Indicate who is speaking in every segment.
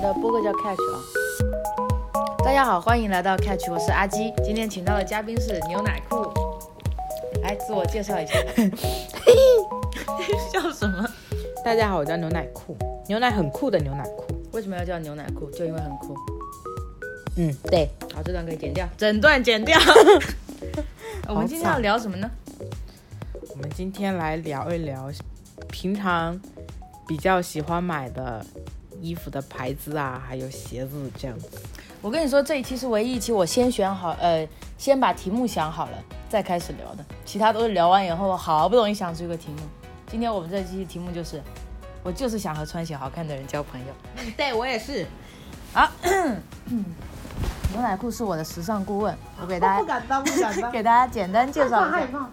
Speaker 1: 的播客叫 Catch 啊、大家好，欢迎来到 Catch，我是阿基。今天请到的嘉宾是牛奶裤，来自我介绍一下。 笑什么？
Speaker 2: 大家好，我叫牛奶酷，牛奶很酷的牛奶酷。
Speaker 1: 为什么要叫牛奶裤？就因为很酷。
Speaker 2: 嗯，对，
Speaker 1: 好，这段可以剪掉，整段剪 掉。我们今天要聊什么呢？
Speaker 2: 我们今天来聊一聊平常比较喜欢买的衣服的牌子啊，还有鞋子这 样子。
Speaker 1: 我跟你说，这一期是唯一一期我先选好，呃，先把题目想好了，再开始聊的。其他都是聊完以后，好不容易想出一个题目。今天我们这期题目就是，我就是想和穿鞋好看的人交朋友。
Speaker 2: 对我也是，
Speaker 1: 牛奶裤是我的时尚顾问，我给 大家
Speaker 2: 敢当，不敢
Speaker 1: 给大家简单介 绍一下，
Speaker 2: 怕，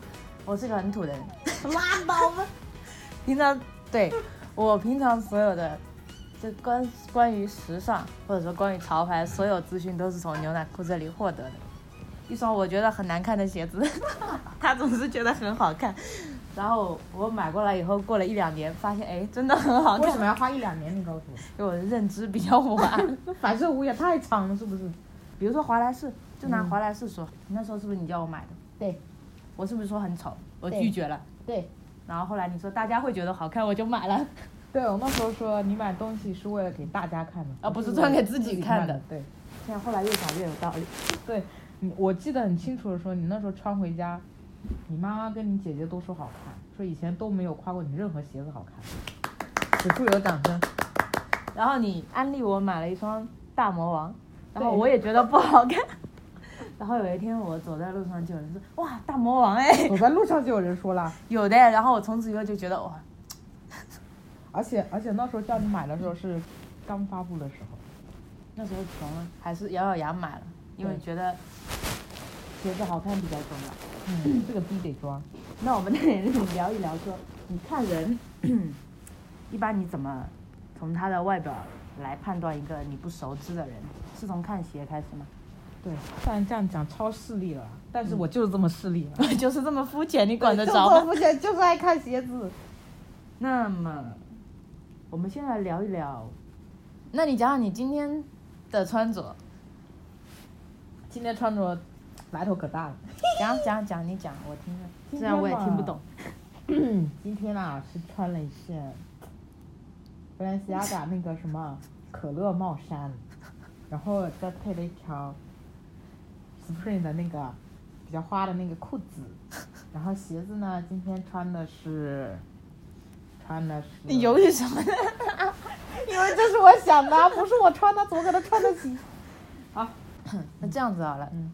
Speaker 1: 我是个很土的人，
Speaker 2: 拉倒吧。
Speaker 1: 平常对我平常所有的。就关关于时尚，或者说关于潮牌，所有资讯都是从牛奶裤这里获得的。一双我觉得很难看的鞋子，
Speaker 2: 他总是觉得很好看，
Speaker 1: 然后我买过来以后，过了一两年，发现哎，真的很好看，
Speaker 2: 么要花一两年？你告诉我，
Speaker 1: 因为我的认知比较晚。
Speaker 2: 这反射弧也太长了，是不是？
Speaker 1: 比如说华莱士，就拿华莱士说，你那时候是不是你叫我买的？
Speaker 2: 对，
Speaker 1: 我是不是说很丑？我
Speaker 2: 对
Speaker 1: 拒绝了。
Speaker 2: 对，
Speaker 1: 然后后来你说大家会觉得好看，我就买了。
Speaker 2: 对我那时候说你买东西是为了给大家看的，
Speaker 1: 啊不是专给自己看的。
Speaker 2: 对。
Speaker 1: 现在后来越想越有道理。
Speaker 2: 对，你我记得很清楚的说，你那时候穿回家，你妈妈跟你姐姐都说好看，说以前都没有夸过你任何鞋子好看。此处有掌声。
Speaker 1: 然后你安利我买了一双大魔王，然后
Speaker 2: 对
Speaker 1: 我也觉得不好看。 然后有一天我走在路上就有人说哇大魔王哎、
Speaker 2: 走在路上就有人说了，
Speaker 1: 有的。然后我从此以后就觉得哇
Speaker 2: 而且而且那时候叫你买的时候是刚发布的时候，
Speaker 1: 那时候穷了，还是咬咬牙买了，因为
Speaker 2: 对
Speaker 1: 觉得鞋子好看比较重要。
Speaker 2: 嗯，这个逼得装。
Speaker 1: 那我们在这里聊一聊说，你看人， 一般你怎么从他的外表来判断一个你不熟知的人？是从看鞋开始吗？
Speaker 2: 对，虽然这样讲超势利了，但是
Speaker 1: 嗯
Speaker 2: 我就是这么势利了。
Speaker 1: 就是这么肤浅，你 管得
Speaker 2: 就
Speaker 1: 着
Speaker 2: 这么
Speaker 1: 吗？
Speaker 2: 肤浅，就是爱看鞋子。
Speaker 1: 那么，我们先来聊一聊。那你讲讲你今天的穿着，
Speaker 2: 今天穿着来头可大了。
Speaker 1: 讲讲讲，你讲，我听着。
Speaker 2: 今天
Speaker 1: 虽然我也听不
Speaker 2: 嘛
Speaker 1: 懂，
Speaker 2: 今天啊是穿了一件布兰西亚达那个什么可乐帽 衫，然后再配了一条 Spring 的那个比较花的那个裤子，然后鞋子呢，今天穿的是穿的是
Speaker 1: 你犹豫什么？
Speaker 2: 因为这是我想的啊，不是我穿的，怎么可能穿得起？
Speaker 1: 那这样子好了，
Speaker 2: 嗯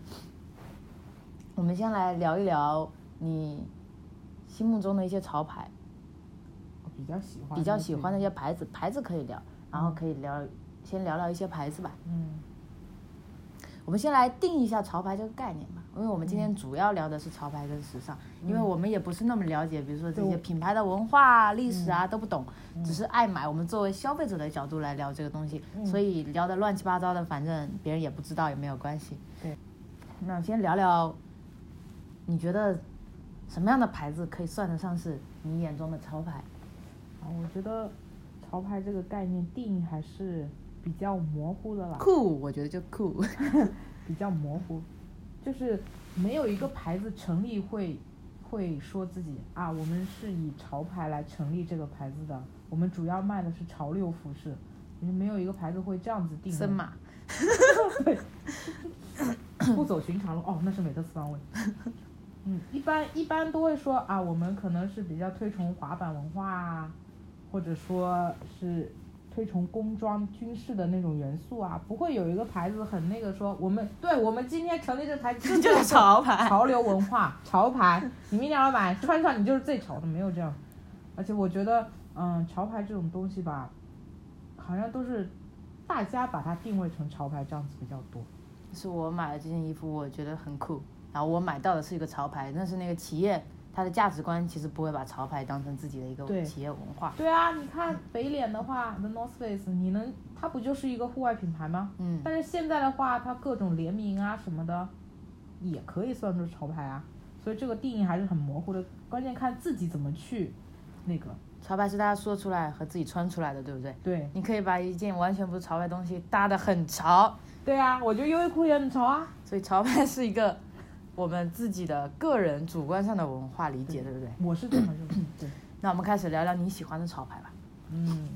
Speaker 1: 我们先来聊一聊你心目中的一些潮牌，
Speaker 2: 我比较喜欢
Speaker 1: 比较喜欢的一些牌子，牌子可以聊，然后
Speaker 2: 嗯
Speaker 1: 可以聊，先聊聊一些牌子吧。
Speaker 2: 嗯
Speaker 1: 我们先来定义一下潮牌这个概念吧，因为我们今天主要聊的是潮牌跟时尚，因为我们也不是那么了解，比如说这
Speaker 2: 对
Speaker 1: 些
Speaker 2: 我
Speaker 1: 品牌的文化啊、历史啊都不懂，只是爱买。我们作为消费者的角度来聊这个东西，所以聊的乱七八糟的，反正别人也不知道也没有关系。
Speaker 2: 对，
Speaker 1: 那先聊聊，你觉得什么样的牌子可以算得上是你眼中的潮牌？
Speaker 2: 啊，我觉得潮牌这个概念定义还是比较模糊的啦。
Speaker 1: 酷，我觉得就酷。
Speaker 2: 比较模糊，就是没有一个牌子成立会会说自己啊，我们是以潮牌来成立这个牌子的，我们主要卖的是潮流服饰，就是没有一个牌子会这样子定位
Speaker 1: 森马，
Speaker 2: 不走寻常路哦，那是美特斯邦威。嗯，一般一般都会说啊，我们可能是比较推崇滑板文化啊，或者说是推崇工装军事的那种元素啊，不会有一个牌子很那个说我们对我们今天成立这台 就
Speaker 1: 就是潮牌
Speaker 2: 潮流文化潮牌，你明天要买穿上你就是最潮的，没有这样。而且我觉得，嗯，潮牌这种东西吧，好像都是大家把它定位成潮牌这样子比较多。
Speaker 1: 是我买了这件衣服，我觉得很酷，然后我买到的是一个潮牌，但是那个企业它的价值观其实不会把潮牌当成自己的一个
Speaker 2: 对
Speaker 1: 企业文化，
Speaker 2: 对啊，你看北脸的话，The North Face，你能它不就是一个户外品牌吗？
Speaker 1: 嗯，
Speaker 2: 但是现在的话，它各种联名啊什么的，也可以算作潮牌啊。所以这个定义还是很模糊的，关键看自己怎么去那个
Speaker 1: 潮牌是大家说出来和自己穿出来的，对不对？
Speaker 2: 对
Speaker 1: 你可以把一件完全不是潮牌的东西搭得很潮，
Speaker 2: 对啊，我觉得优衣库也很潮啊。
Speaker 1: 所以潮牌是一个我们自己的个人主观上的文化理解，对不对？
Speaker 2: 我是这么认为。对，
Speaker 1: 那我们开始聊聊你喜欢的潮牌吧，
Speaker 2: 嗯，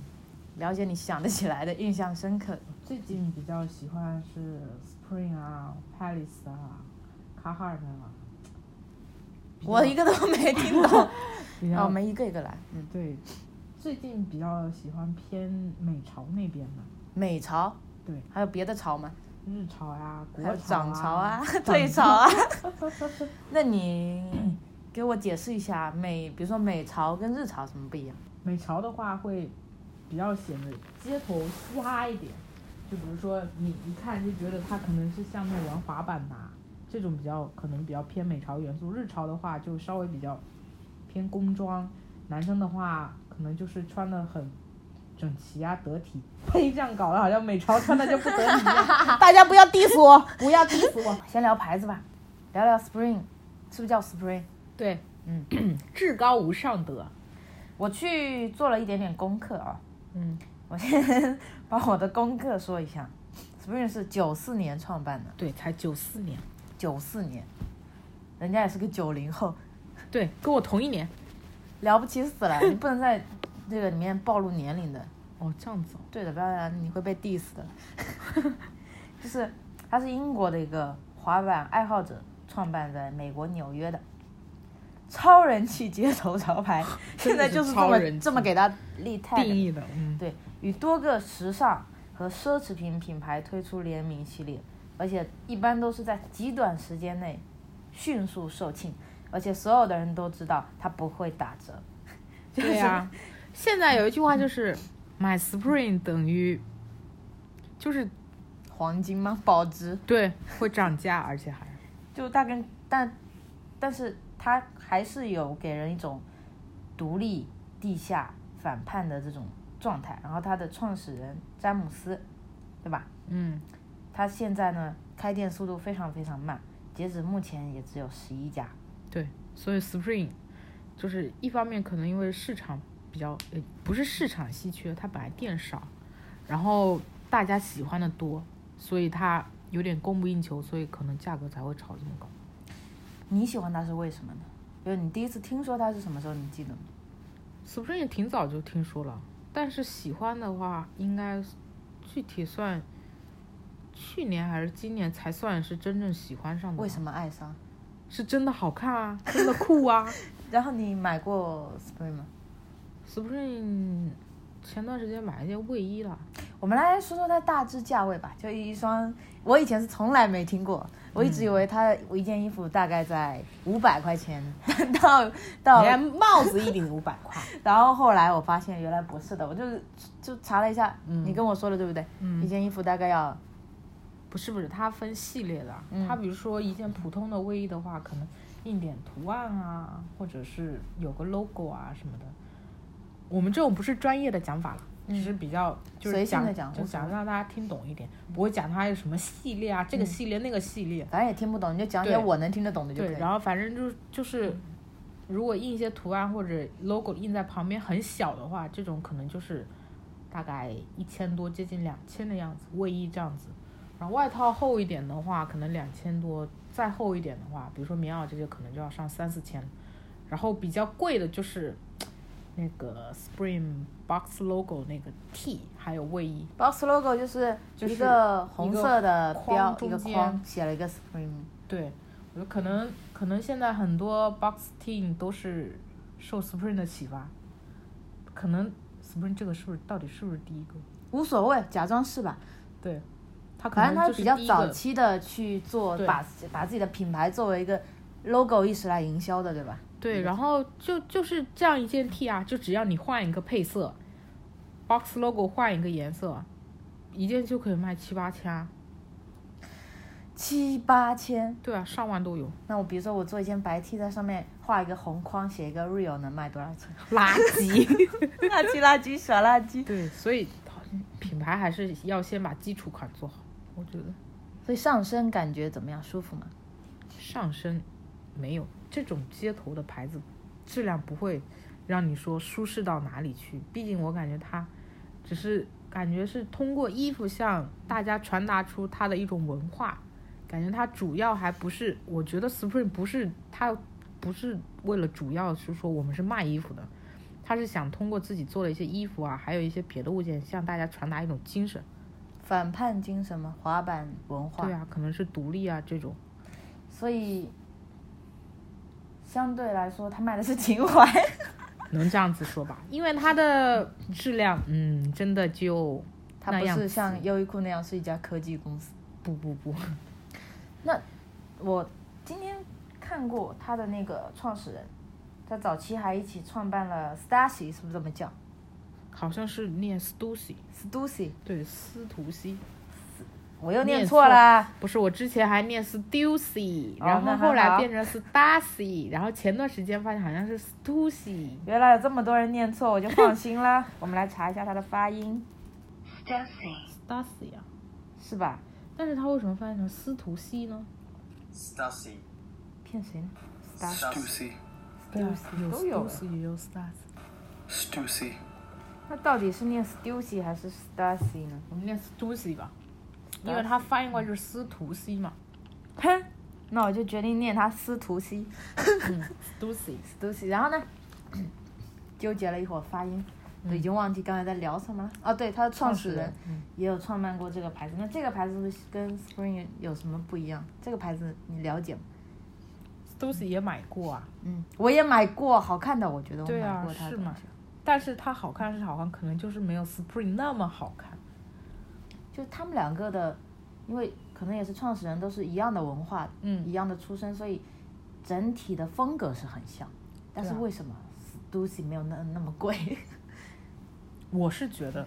Speaker 1: 了解你想得起来的、印象深刻的。
Speaker 2: 最近比较喜欢是 Spring 啊、Palace 啊、卡哈尔的啊。比较
Speaker 1: 我一个都没听 懂，
Speaker 2: 比
Speaker 1: 啊，
Speaker 2: 较、
Speaker 1: 我们一个一个来。嗯，
Speaker 2: 对，最近比较喜欢偏美潮那边的，
Speaker 1: 美潮，
Speaker 2: 对，
Speaker 1: 还有别的潮吗？
Speaker 2: 日潮呀、国
Speaker 1: 还有涨
Speaker 2: 潮
Speaker 1: 潮 啊、
Speaker 2: 涨
Speaker 1: 退潮啊。 那你给我解释一下美，比如说美潮跟日潮什么不一样？
Speaker 2: 美潮的话会比较显得街头嘻哈一点，就比如说你一看就觉得他可能是像那玩滑板呐、这种比较可能比较偏美潮元素。日潮的话就稍微比较偏工装，男生的话可能就是穿的很整齐啊得体。呸，这样搞得好像美潮穿的就不得体一
Speaker 1: 啊
Speaker 2: 样。大家不要 diss 我，
Speaker 1: 哦
Speaker 2: 不要 diss 我。
Speaker 1: 先聊牌子吧，聊聊 Spring，是不是叫 Spring？
Speaker 2: 对，
Speaker 1: 嗯，
Speaker 2: 至高无上的，
Speaker 1: 我去做了一点点功课啊，
Speaker 2: 嗯，
Speaker 1: 我先把我的功课说一下。Spring 是九四年创办的，
Speaker 2: 对，才九四年，
Speaker 1: 九四年，人家也是个九零后，
Speaker 2: 对，跟我同一年。
Speaker 1: 了不起死了！你不能在这个里面暴露年龄的，
Speaker 2: 哦，这样子哦。
Speaker 1: 对的，不然你会被 diss 的。 就是他是英国的一个滑板爱好者，创办在美国纽约的，超人气街头潮 牌，现在就是这么
Speaker 2: 真的是超人气
Speaker 1: 这么给他立 tag
Speaker 2: 定义的，嗯，
Speaker 1: 对，与多个时尚和奢侈品品牌推出联名系列，而且一般都是在极短时间内迅速售罄，而且所有的人都知道它不会打折。
Speaker 2: 对呀、现在有一句话就是买 Spring 等于就是
Speaker 1: 黄金吗？保值？
Speaker 2: 对会涨价，而且还
Speaker 1: 就大跟但，但是它还是有给人一种独立、地下、反叛的这种状态。然后它的创始人詹姆斯，对吧？
Speaker 2: 嗯
Speaker 1: 他现在呢开店速度非常非常慢，截止目前也只有十一家。
Speaker 2: 对，所以 Spring 就是一方面可能因为市场比较呃不是市场稀缺，它本来店少，然后大家喜欢的多，所以它有点供不应求，所以可能价格才会炒这么高。
Speaker 1: 你喜欢它是为什么呢？就是你第一次听说它是什么时候，你记得吗？
Speaker 2: Spring 挺早就听说了，但是喜欢的话，应该具体算去年还是今年才算是真正喜欢上的。
Speaker 1: 为什么爱上？
Speaker 2: 么？是真的好看啊，真的酷啊
Speaker 1: 然后你买过 Spring 吗？
Speaker 2: ！Spring 前段时间买了一件卫衣了，
Speaker 1: 我们来说说它大致价位吧，就一双，我以前是从来没听过，我一直以为它我一件衣服大概在五百块钱，到到，
Speaker 2: 帽子一顶五百块，
Speaker 1: 然后后来我发现原来不是的，我就是就查了一下，
Speaker 2: 嗯
Speaker 1: 你跟我说的对不对？
Speaker 2: 嗯
Speaker 1: 一件衣服大概要
Speaker 2: 不是不是，它分系列的。
Speaker 1: 嗯
Speaker 2: 它比如说一件普通的卫衣的话，可能印点图案啊，或者是有个 logo 啊什么的。我们这种不是专业的讲法了，只是比较就是
Speaker 1: 嗯随性
Speaker 2: 讲
Speaker 1: 地讲
Speaker 2: 就
Speaker 1: 无所
Speaker 2: 讲让大家听懂一点，不会讲它有什么系列啊，这
Speaker 1: 嗯
Speaker 2: 个系列那个系列。
Speaker 1: 反正也听不懂，你就讲点
Speaker 2: 对
Speaker 1: 我能听得懂的就可
Speaker 2: 对，
Speaker 1: 以。
Speaker 2: 然后反正就就是，如果印一些图案或者 logo 印在旁边很小的话，这种可能就是大概一千多，接近两千的样子，卫衣这样子。然后外套厚一点的话，可能两千多，再厚一点的话，比如说棉袄这些，可能就要上三四千。然后比较贵的就是那个 Spring Box logo 那个 T，还有卫衣，
Speaker 1: Box logo 就是
Speaker 2: 就是
Speaker 1: 一个红色的标，
Speaker 2: 一
Speaker 1: 一个
Speaker 2: 个框中间
Speaker 1: 框，写了一个 Spring。
Speaker 2: 对，我觉得可能可能现在很多 box team 都是受 Spring 的启发，可能 Spring 这个是不是到底是不是第一个？
Speaker 1: 无所谓，假装是吧？
Speaker 2: 对，他可
Speaker 1: 反正
Speaker 2: 能
Speaker 1: 他
Speaker 2: 就是
Speaker 1: 比较
Speaker 2: 第一
Speaker 1: 早
Speaker 2: 个
Speaker 1: 期的去做，
Speaker 2: 对
Speaker 1: 把把自己的品牌作为一个 logo 意识来营销的，对吧？
Speaker 2: 对，然后就就是这样一件 T 啊，就只要你换一个配色，box logo 换一个颜色，一件就可以卖七八千啊，
Speaker 1: 七八千，
Speaker 2: 对啊，上万都有。
Speaker 1: 那我比如说我做一件白 T，在上面画一个红框，写一个 real 能卖多少 钱？
Speaker 2: 垃 圾。
Speaker 1: 垃圾垃圾小垃圾。
Speaker 2: 对，所以品牌还是要先把基础款做好，我觉得。
Speaker 1: 所以上身感觉怎么样？舒服吗？
Speaker 2: 上身没有这种街头的牌子，质量不会让你说舒适到哪里去。毕竟我感觉它只是感觉是通过衣服向大家传达出它的一种文化，感觉它主要还不是，我觉得 Spring 不是它不是为了主要是说我们是卖衣服的，它是想通过自己做的一些衣服啊，还有一些别的物件向大家传达一种精神。
Speaker 1: 反叛精神嘛，滑板文化。
Speaker 2: 对啊，可能是独立啊这种。
Speaker 1: 所以相对来说，他卖的是情怀。
Speaker 2: 能这样子说吧，因为它的质量，嗯，真的就
Speaker 1: 它
Speaker 2: 那
Speaker 1: 不
Speaker 2: 样
Speaker 1: 是
Speaker 2: 子
Speaker 1: 像优衣库那样是一家科技公司。
Speaker 2: 不不不，
Speaker 1: 我今天看过他的那个创始人，他早期还一起创办了 Stacy，是不是这么叫
Speaker 2: 好像是念 Stussy，
Speaker 1: ？Stussy，
Speaker 2: 对，斯图西，
Speaker 1: 我又念
Speaker 2: 念
Speaker 1: 错
Speaker 2: 错
Speaker 1: 啦。
Speaker 2: 不是我之前还念 Stussy，
Speaker 1: 哦
Speaker 2: 然
Speaker 1: 那
Speaker 2: 后
Speaker 1: 还
Speaker 2: 后来
Speaker 1: 好
Speaker 2: 变成 Stacy，然后前段时间发现好像是 Stussy，
Speaker 1: 原来有这么多人念错，我就放心 啦。我们来查一下他的发音，
Speaker 3: Stussy,
Speaker 2: Stussy 啊，
Speaker 1: 是吧？
Speaker 2: 但是他为什么翻译成斯图西呢？
Speaker 3: Stussy,
Speaker 1: 骗谁呢
Speaker 3: Stussy,
Speaker 2: 啊有
Speaker 1: 都有
Speaker 2: Stussy 也有 Stussy，
Speaker 3: Stussy,
Speaker 1: 那到底是念 Stussy 还是 Stacy 呢？
Speaker 2: 我们念 Stussy 吧，因为它翻译过来就是斯图西嘛
Speaker 1: 哼，那我就决定念他斯图西。
Speaker 2: ，Stussy。
Speaker 1: 东西，然后呢， 纠结了一会儿发音，都已经忘记刚才在聊什么了。哦，对，他的创始人
Speaker 2: 嗯
Speaker 1: 也有创办过这个牌子。那这个牌子是不是跟 Spring 有什么不一样？这个牌子你了解吗？
Speaker 2: Stussy 也买过啊，
Speaker 1: 嗯，我也买过，好看的，我觉得我
Speaker 2: 对啊
Speaker 1: 买过它的
Speaker 2: 是
Speaker 1: 东
Speaker 2: 吗
Speaker 1: 西。
Speaker 2: 但是它好看是好看，可能就是没有 Spring 那么好看。
Speaker 1: 就他们两个的，因为可能也是创始人，都是一样的文化，
Speaker 2: 嗯
Speaker 1: 一样的出身，所以整体的风格是很像。但是
Speaker 2: 对啊
Speaker 1: 为什么 Stussy 没有那那么贵？
Speaker 2: 我是觉得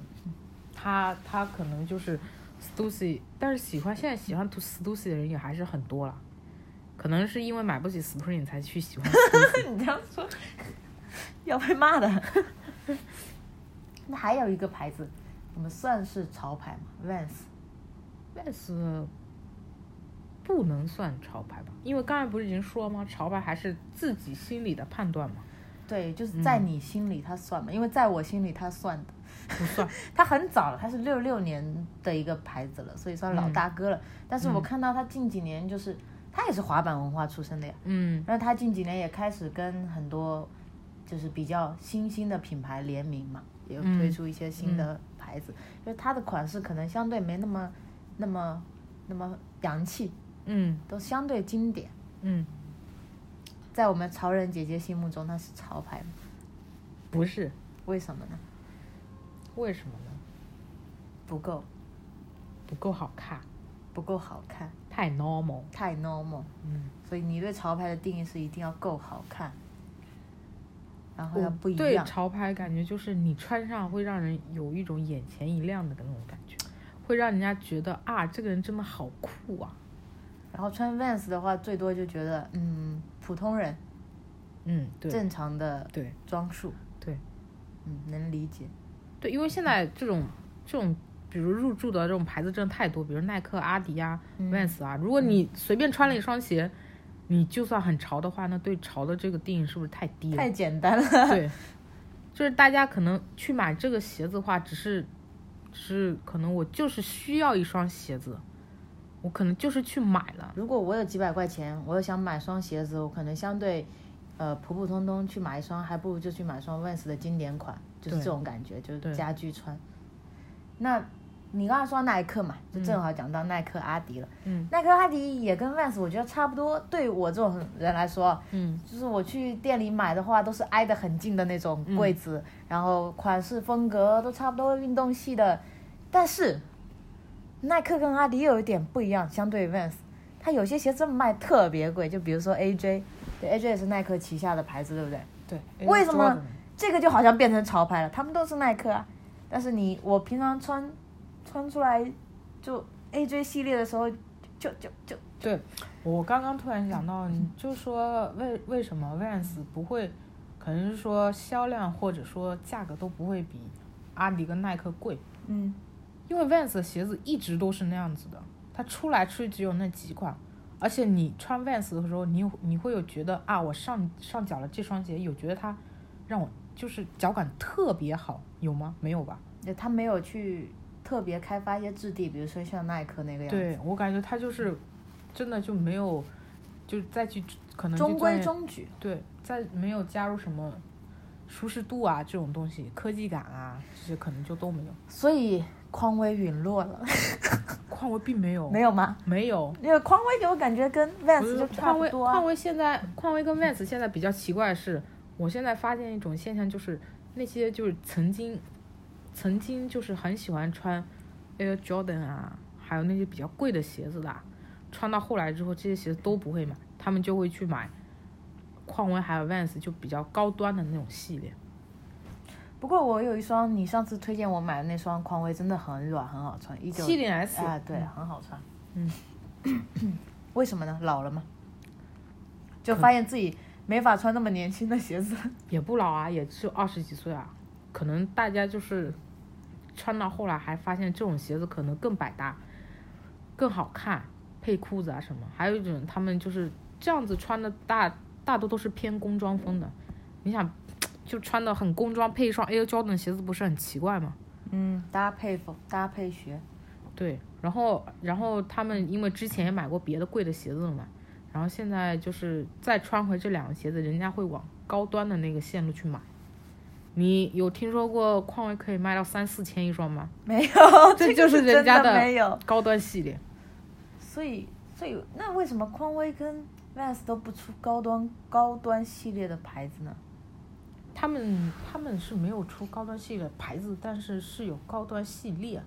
Speaker 2: 他他可能就是 Stussy，但是喜欢现在喜欢 Tu- Stussy 的人也还是很多了，可能是因为买不起 Spring 才去喜欢 Stussy。
Speaker 1: 你这样说要被骂的。那还有一个牌子，我们算是潮牌嘛，Vans。
Speaker 2: Vans 不能算潮牌吧，因为刚才不是已经说吗？潮牌还是自己心里的判断嘛，
Speaker 1: 对，就是在你心里它算嘛，因为在我心里它算的，
Speaker 2: 不算。
Speaker 1: 它很早了，它是六六年的一个牌子了，所以算老大哥了。但是我看到它近几年就是，它也是滑板文化出身的呀，
Speaker 2: 嗯，
Speaker 1: 然后它近几年也开始跟很多就是比较新兴的品牌联名嘛，也有推出一些新的牌子，就是它的款式可能相对没那么那么那么洋气，
Speaker 2: 嗯
Speaker 1: 都相对经典。
Speaker 2: 嗯，
Speaker 1: 在我们潮人姐姐心目中，它是潮牌嘛，
Speaker 2: 不是，
Speaker 1: 为什么呢？
Speaker 2: 为什么呢？
Speaker 1: 不够
Speaker 2: 不够好看，
Speaker 1: 不够好看，
Speaker 2: 太 normal。
Speaker 1: 太 normal。
Speaker 2: 嗯，
Speaker 1: 所以你对潮牌的定义是一定要够好看，然后
Speaker 2: 我
Speaker 1: 要不一
Speaker 2: 哦对
Speaker 1: 样。
Speaker 2: 潮牌感觉就是你穿上会让人有一种眼前一亮的那种感觉，会让人家觉得啊，这个人真的好酷啊。
Speaker 1: 然后穿 Vans 的话，最多就觉得嗯，普通人
Speaker 2: 嗯，对
Speaker 1: 正常的
Speaker 2: 对
Speaker 1: 装束，
Speaker 2: 对
Speaker 1: 嗯，能理解。
Speaker 2: 对，因为现在这种这种。比如入驻的这种牌子真的太多，比如耐克、阿迪呀、
Speaker 1: 嗯
Speaker 2: Vans 啊。如果你随便穿了一双鞋，你就算很潮的话，那对潮的这个定义是不是太低了
Speaker 1: 太？简单 了，
Speaker 2: 对，就是大家可能去买这个鞋子的话，只是，只是可能我就是需要一双鞋子，我可能就是去买了。
Speaker 1: 如果我有几百块钱，我又想买双鞋子，我可能相对，呃，普普通通去买一双，还不如就去买双 Vans 的经典款，就是
Speaker 2: 对
Speaker 1: 这种感觉，就是
Speaker 2: 对
Speaker 1: 家居穿。那你刚才说耐克嘛，就正好讲到耐克、阿迪了。
Speaker 2: 嗯
Speaker 1: 耐克、阿迪也跟 Vans 我觉得差不多，对我这种人来说，啊
Speaker 2: 嗯
Speaker 1: 就是我去店里买的话，都是挨得很近的那种柜子，然后款式风格都差不多，运动系的。但是，耐克跟阿迪又有一点不一样，相对于 Vans，它有些鞋子卖特别贵，就比如说 AJ，对 AJ 也是耐克旗下的牌子，对不对？
Speaker 2: 对。哎
Speaker 1: 为什么这个就好像变成潮牌了？他们都是耐克啊，但是你我平常穿穿出来就 AJ 系列的时候，就就就
Speaker 2: 对，我刚刚突然想到，你就说为为什么 Vans 不会，可能是说销量或者说价格都不会比阿迪跟耐克贵，
Speaker 1: 嗯，
Speaker 2: 因为 Vans 的鞋子一直都是那样子的，它出来出去只有那几款，而且你穿 Vans 的时候，你有你会有觉得啊，我上上脚了这双鞋，有觉得它让我就是脚感特别好，有吗？没有吧？
Speaker 1: 对他没有去特别开发一些质地，比如说像耐克那个样子，
Speaker 2: 对我感觉它就是真的就没有，就再去可能就
Speaker 1: 中规
Speaker 2: 钻
Speaker 1: 中矩。
Speaker 2: 对，再没有加入什么舒适度啊这种东西，科技感啊这些可能就都没有。
Speaker 1: 所以匡威陨落了，
Speaker 2: 匡威并没有，
Speaker 1: 没有吗？
Speaker 2: 没有。
Speaker 1: 因为匡威给我感觉跟
Speaker 2: 我觉
Speaker 1: Vans
Speaker 2: 得
Speaker 1: 就差
Speaker 2: 匡
Speaker 1: 不
Speaker 2: 威，
Speaker 1: 多、啊
Speaker 2: 匡威现在，匡威跟 Vans 现在比较奇怪的是，我现在发现一种现象，就是那些就是曾经，曾经就是很喜欢穿 Air Jordan 啊，还有那些比较贵的鞋子的啊，穿到后来之后，这些鞋子都不会买，他们就会去买匡威还有 Vans 就比较高端的那种系列。
Speaker 1: 不过我有一双你上次推荐我买的那双匡威，真的很软，很好穿，一九
Speaker 2: 七零 S
Speaker 1: 啊，对，
Speaker 2: 嗯
Speaker 1: 很好穿。
Speaker 2: 嗯，
Speaker 1: 为什么呢？老了吗？就发现自己没法穿那么年轻的鞋子。
Speaker 2: 也不老啊，也就二十几岁啊。可能大家就是穿到后来还发现这种鞋子可能更百搭、更好看，配裤子啊什么。还有一种他们就是这样子穿的大大多都是偏工装风的。你想，就穿的很工装，配一双 Air Jordan 鞋子不是很奇怪吗？
Speaker 1: 嗯，搭配风，搭配鞋。
Speaker 2: 对，然后然后他们因为之前也买过别的贵的鞋子了嘛，然后现在就是再穿回这两个鞋子，人家会往高端的那个线路去买。你有听说过匡威可以卖到三四千一双吗？
Speaker 1: 没有，
Speaker 2: 这
Speaker 1: 这
Speaker 2: 就是
Speaker 1: 是
Speaker 2: 人
Speaker 1: 真
Speaker 2: 家
Speaker 1: 的没有。
Speaker 2: 高端系列，
Speaker 1: 所以，所以那为什么匡威跟 Vans 都不出高端高端系列的牌子呢？
Speaker 2: 他们他们是没有出高端系列牌子，但是是有高端系列，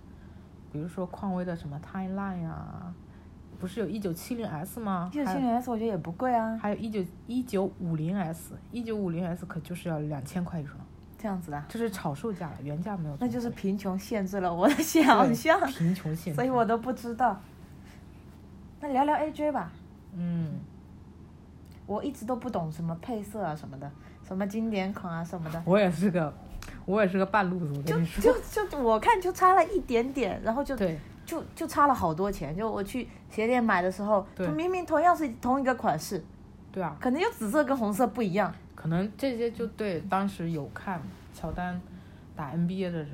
Speaker 2: 比如说匡威的什么 Timeline 啊，不是有一九七零 S 吗？
Speaker 1: 一九
Speaker 2: 还
Speaker 1: 七
Speaker 2: 有
Speaker 1: 零 S 我觉得也不贵啊，
Speaker 2: 还有一九一九五零 S，一九五零 S 可就是要两千块一双，
Speaker 1: 这样子的啊，
Speaker 2: 这是炒售价了，原价没有这么贵。
Speaker 1: 那就是贫穷限制了我的想
Speaker 2: 嗯对
Speaker 1: 象，
Speaker 2: 贫穷限制。
Speaker 1: 所以我都不知道。那聊聊 AJ 吧，
Speaker 2: 嗯，
Speaker 1: 我一直都不懂什么配色啊什么的，什么经典款啊什么的，
Speaker 2: 我也是个，我也是个半路子，我跟你说。
Speaker 1: 就就我看就差了一点点，然后就
Speaker 2: 对，
Speaker 1: 就就差了好多钱。就我去鞋店买的时候，
Speaker 2: 对
Speaker 1: 就明明同样是同一个款式，
Speaker 2: 对啊，
Speaker 1: 可能就紫色跟红色不一样。
Speaker 2: 可能这些就对当时有看乔丹打 NBA 的人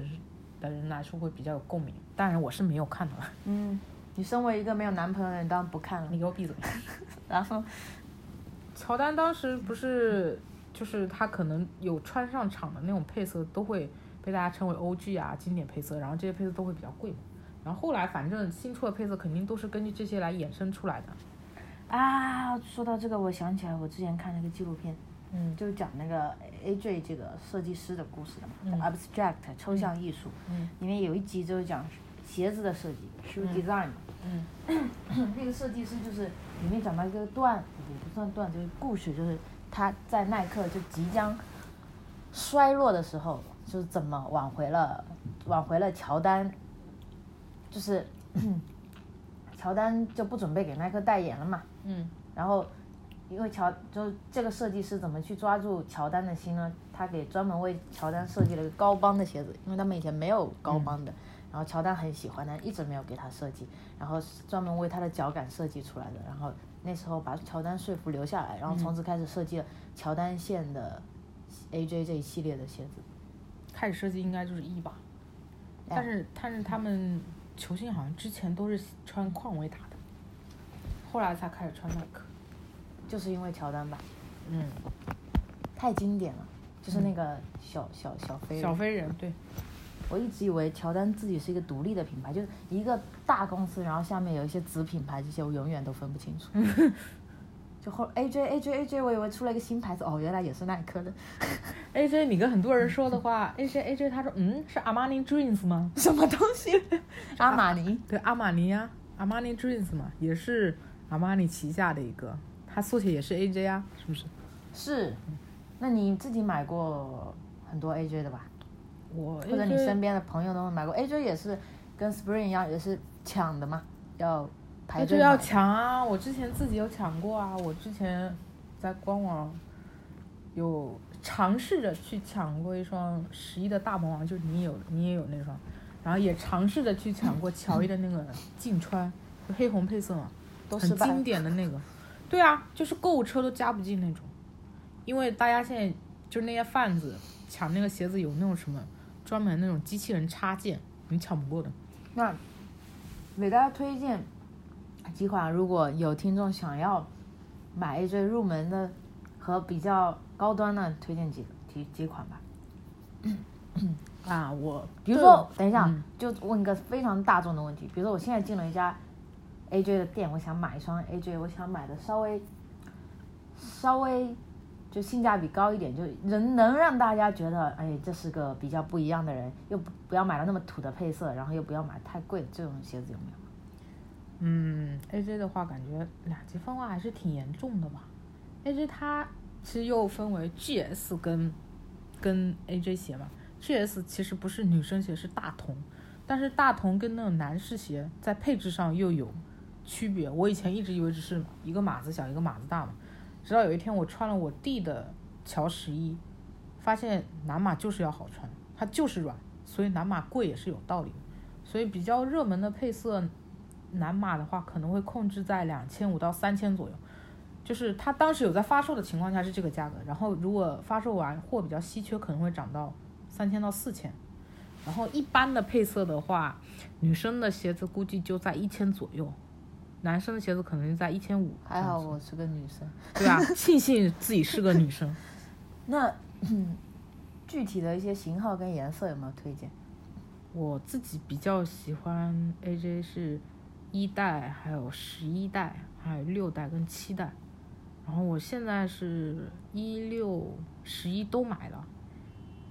Speaker 2: 的人来说会比较有共鸣，当然我是没有看的了。
Speaker 1: 嗯，你身为一个没有男朋友的人，当然不看了
Speaker 2: 你。给我闭嘴。
Speaker 1: 然后，
Speaker 2: 乔丹当时不是就是他可能有穿上场的那种配色都会被大家称为 OG 啊经典配色，然后这些配色都会比较贵嘛。然后后来反正新出的配色肯定都是根据这些来衍生出来的。
Speaker 1: 啊，说到这个，我想起来我之前看那个纪录片，
Speaker 2: 嗯
Speaker 1: 就讲那个 AJ 这个设计师的故事的嘛、
Speaker 2: 嗯
Speaker 1: a b s t r a c t 抽象艺术，
Speaker 2: 嗯
Speaker 1: 里面有一集就是讲鞋子的设计，shoe
Speaker 2: 嗯
Speaker 1: design 嘛。
Speaker 2: 嗯
Speaker 1: 那个设计师就是里面讲到一个段，也不算段，就是故事，就是他在耐克就即将衰落的时候，就是怎么挽回了，挽回了乔丹，就是 乔丹就不准备给耐克代言了嘛，
Speaker 2: 嗯
Speaker 1: 然后因为乔就是这个设计师怎么去抓住乔丹的心呢？他给专门为乔丹设计了一个高帮的鞋子，因为他们以前没有高帮的，然后乔丹很喜欢，但一直没有给他设计，然后是专门为他的脚感设计出来的。然后那时候把乔丹说服留下来，然后从此开始设计了乔丹线的 AJ 这一系列的鞋子。
Speaker 2: 开始设计应该就是一吧，但是但是他们球星好像之前都是穿匡威打的，后来才开始穿耐克。
Speaker 1: 就是因为乔丹吧，
Speaker 2: 嗯，
Speaker 1: 太经典了，就是那个小、小小飞人
Speaker 2: 小飞人对，
Speaker 1: 我一直以为乔丹自己是一个独立的品牌，就是一个大公司，然后下面有一些子品牌，这些我永远都分不清楚。 就后 AJ AJ AJ，我以为出了一个新牌子，哦，原来也是耐克 的，
Speaker 2: AJ，你跟很多人说的话，AJ AJ，他说嗯是 Armani Dreams 吗？
Speaker 1: 什么东西？阿玛尼
Speaker 2: 对，阿玛尼呀、阿玛尼 Dreams 嘛，也是阿玛尼旗下的一个，它缩写也是 AJ 啊，是不是？
Speaker 1: 是，那你自己买过很多 AJ 的吧？
Speaker 2: 我
Speaker 1: 或者你
Speaker 2: AJ
Speaker 1: 身边的朋友都买过 AJ，也是跟 Spring 一样，也是抢的嘛，要排
Speaker 2: 那
Speaker 1: 队
Speaker 2: 就要
Speaker 1: 买
Speaker 2: 抢啊！我之前自己有抢过啊，我之前在官网有尝试着去抢过一双十一的大魔王，就是你有你也有那双，然后也尝试着去抢过乔伊的那个劲川，就黑红配色嘛，
Speaker 1: 都
Speaker 2: 很
Speaker 1: 失败
Speaker 2: 经
Speaker 1: 了。
Speaker 2: 典的那个。对啊，就是购物车都加不进那种，因为大家现在就是那些贩子抢那个鞋子有那种什么专门那种机器人插件，你抢不过的。
Speaker 1: 那给大家推荐几款，如果有听众想要买一堆入门的和比较高端的，推荐几几几款吧。
Speaker 2: 啊，我
Speaker 1: 比如说，
Speaker 2: 对
Speaker 1: 等一下、
Speaker 2: 嗯
Speaker 1: 就问一个非常大众的问题，比如说我现在进了一家 AJ 的店，我想买一双 AJ，我想买的稍微稍微就性价比高一点，就能能让大家觉得，哎，这是个比较不一样的人，又不不要买了那么土的配色，然后又不要买太贵的这种鞋子有没有？
Speaker 2: 嗯，AJ 的话，感觉两极分化还是挺严重的吧。AJ 它其实又分为 GS 跟跟 AJ 鞋嘛，GS 其实不是女生鞋，是大童，但是大童跟那种男士鞋在配置上又有区别。我以前一直以为只是一个码子小，一个码子大嘛，直到有一天我穿了我弟的乔十一，发现男码就是要好穿，它就是软，所以男码贵也是有道理的。所以比较热门的配色南码的话，可能会控制在两千五到三千左右。就是它当时有在发售的情况下是这个价格，然后如果发售完货比较稀缺，可能会涨到三千到四千。然后一般的配色的话，女生的鞋子估计就在一千左右，男生的鞋子可能就在一千五。
Speaker 1: 还好我是个女生。
Speaker 2: 对吧？庆幸自己是个女生。
Speaker 1: 那嗯具体的一些型号跟颜色有没有推荐？
Speaker 2: 我自己比较喜欢 AJ 是一代，还有十一代，还有六代跟七代。然后我现在是一六、十一都买了。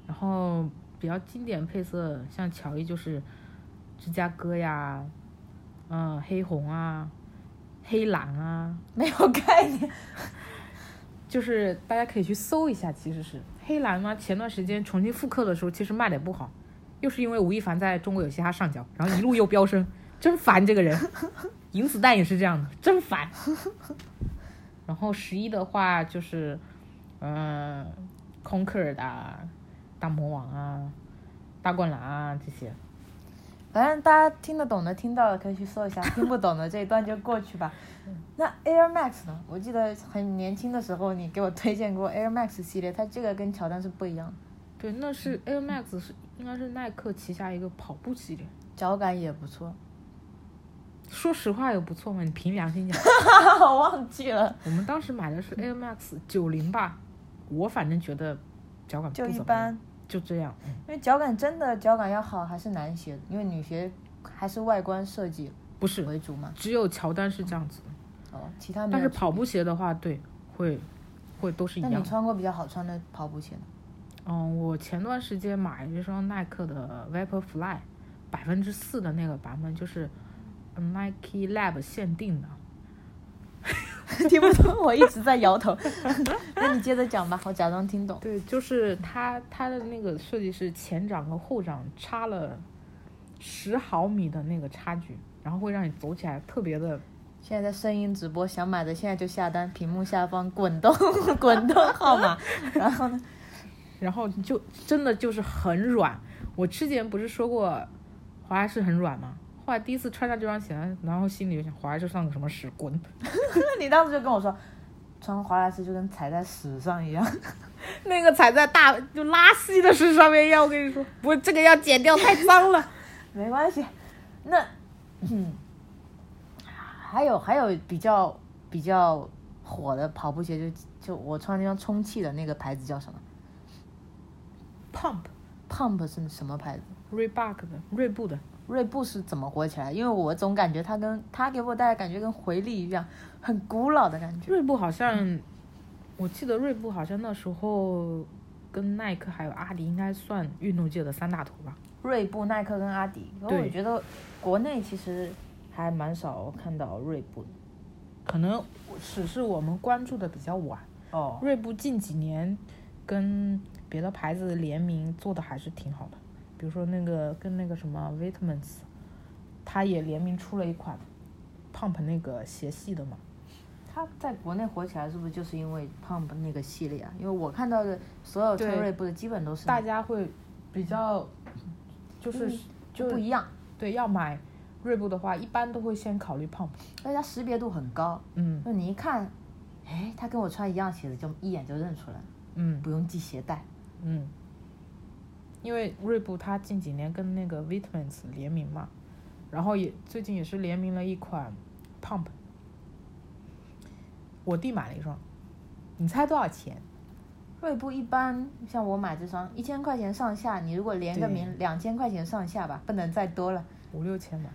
Speaker 2: 然后比较经典配色，像乔伊就是芝加哥呀，嗯，黑红啊，黑蓝啊，
Speaker 1: 没有概念。
Speaker 2: 就是大家可以去搜一下，其实是黑蓝嘛。前段时间重新复刻的时候，其实卖的也不好，又是因为吴亦凡在中国有嘻哈上脚，然后一路又飙升， 真烦这个人。银子弹也是这样的，真烦。然后十一的话就是，嗯、空克尔的啊大魔王啊，大灌篮啊这些。
Speaker 1: 反正大家听得懂的听到了可以去搜一下，听不懂的这一段就过去吧。
Speaker 2: 嗯
Speaker 1: 那 Air Max 呢？我记得很年轻的时候你给我推荐过 Air Max 系列，它这个跟乔丹是不一样的，
Speaker 2: 对，那是 Air Max 是应该是耐克旗下一个跑步系列。
Speaker 1: 脚感也不 错。
Speaker 2: 说实话也不错嘛，你凭良心讲。
Speaker 1: 我忘记了，
Speaker 2: 我们当时买的是 Air Max 九零吧，我反正觉得脚感不
Speaker 1: 就一
Speaker 2: 怎么样
Speaker 1: 般，，
Speaker 2: 就这样。嗯
Speaker 1: 因为脚感真的脚感要好还是男鞋，因为女鞋还是外观设计
Speaker 2: 不是，
Speaker 1: 为主嘛。
Speaker 2: 只有乔丹是这样子，
Speaker 1: 哦，其他没
Speaker 2: 但
Speaker 1: 有
Speaker 2: 是。跑步鞋的话，对，会会都是一
Speaker 1: 那
Speaker 2: 样
Speaker 1: 你
Speaker 2: 的。
Speaker 1: 穿过比较好穿的跑步鞋呢？
Speaker 2: 嗯，我前段时间买了一双耐克的 Vaporfly，百分之四的那个版本，就是 Nike Lab 限定的。
Speaker 1: 听不懂，我一直在摇头。 那你接着讲吧，我假装听懂。
Speaker 2: 对，就是它它的那个设计是前掌和后掌差了十毫米的那个差距，然后会让你走起来特别的。
Speaker 1: 现在在声音直播，想买的现在就下单，屏幕下方滚动 滚动号码。然后呢，
Speaker 2: 然后就真的就是很软。我之前不是说过滑来是很软吗？后来第一次穿上这双鞋，然后心里就想滑来是上个什么屎滚。
Speaker 1: 你当时就跟我说，穿华莱士就跟踩在屎上一样。
Speaker 2: 那个踩在大就拉稀的屎上面一样，我跟你说，我这个要剪掉，太脏了。
Speaker 1: 没关系，那，嗯，还有还有比较比较火的跑步鞋就，就我穿那双充气的那个牌子叫什么
Speaker 2: Pump
Speaker 1: ？Pump 是什么牌子？
Speaker 2: Reebok 的锐步的，
Speaker 1: 锐步是怎么火起来？因为我总感觉它跟它给我带来感觉跟回力一样，很古老的感觉。
Speaker 2: 锐步好像，我记得锐步好像那时候跟耐克还有阿迪应该算运动界的三大头吧。
Speaker 1: 锐步、耐克跟阿迪。可
Speaker 2: 对
Speaker 1: 我觉得国内其实还蛮少看到锐步的。
Speaker 2: 可能只是我们关注的比较晚。
Speaker 1: 哦，
Speaker 2: 锐步近几年跟别的牌子联名做的还是挺好的，比如说那个跟那个什么 Vitamins，它也联名出了一款 Pump 那个鞋系的嘛。
Speaker 1: 它在国内火起来是不是就是因为 Pump 那个系列啊？因为我看到的所有穿
Speaker 2: 对
Speaker 1: 锐步的基本都是
Speaker 2: 大家会比较，就是、
Speaker 1: 嗯
Speaker 2: 就
Speaker 1: 不一样，
Speaker 2: 对要买锐步的话，一般都会先考虑 Pump。
Speaker 1: 而且它识别度很高，
Speaker 2: 嗯，
Speaker 1: 就你一看，哎，它跟我穿一样鞋子，就一眼就认出来了。
Speaker 2: 嗯
Speaker 1: 不用系鞋带。
Speaker 2: 嗯，因为锐步它近几年跟那个 Vitamins 联名嘛，然后也最近也是联名了一款 Pump，我弟买了一双，你猜多少钱？
Speaker 1: 锐步一般像我买这双一千块钱上下，你如果连个
Speaker 2: 对
Speaker 1: 名两千块钱上下吧，不能再多了。
Speaker 2: 五六千吧。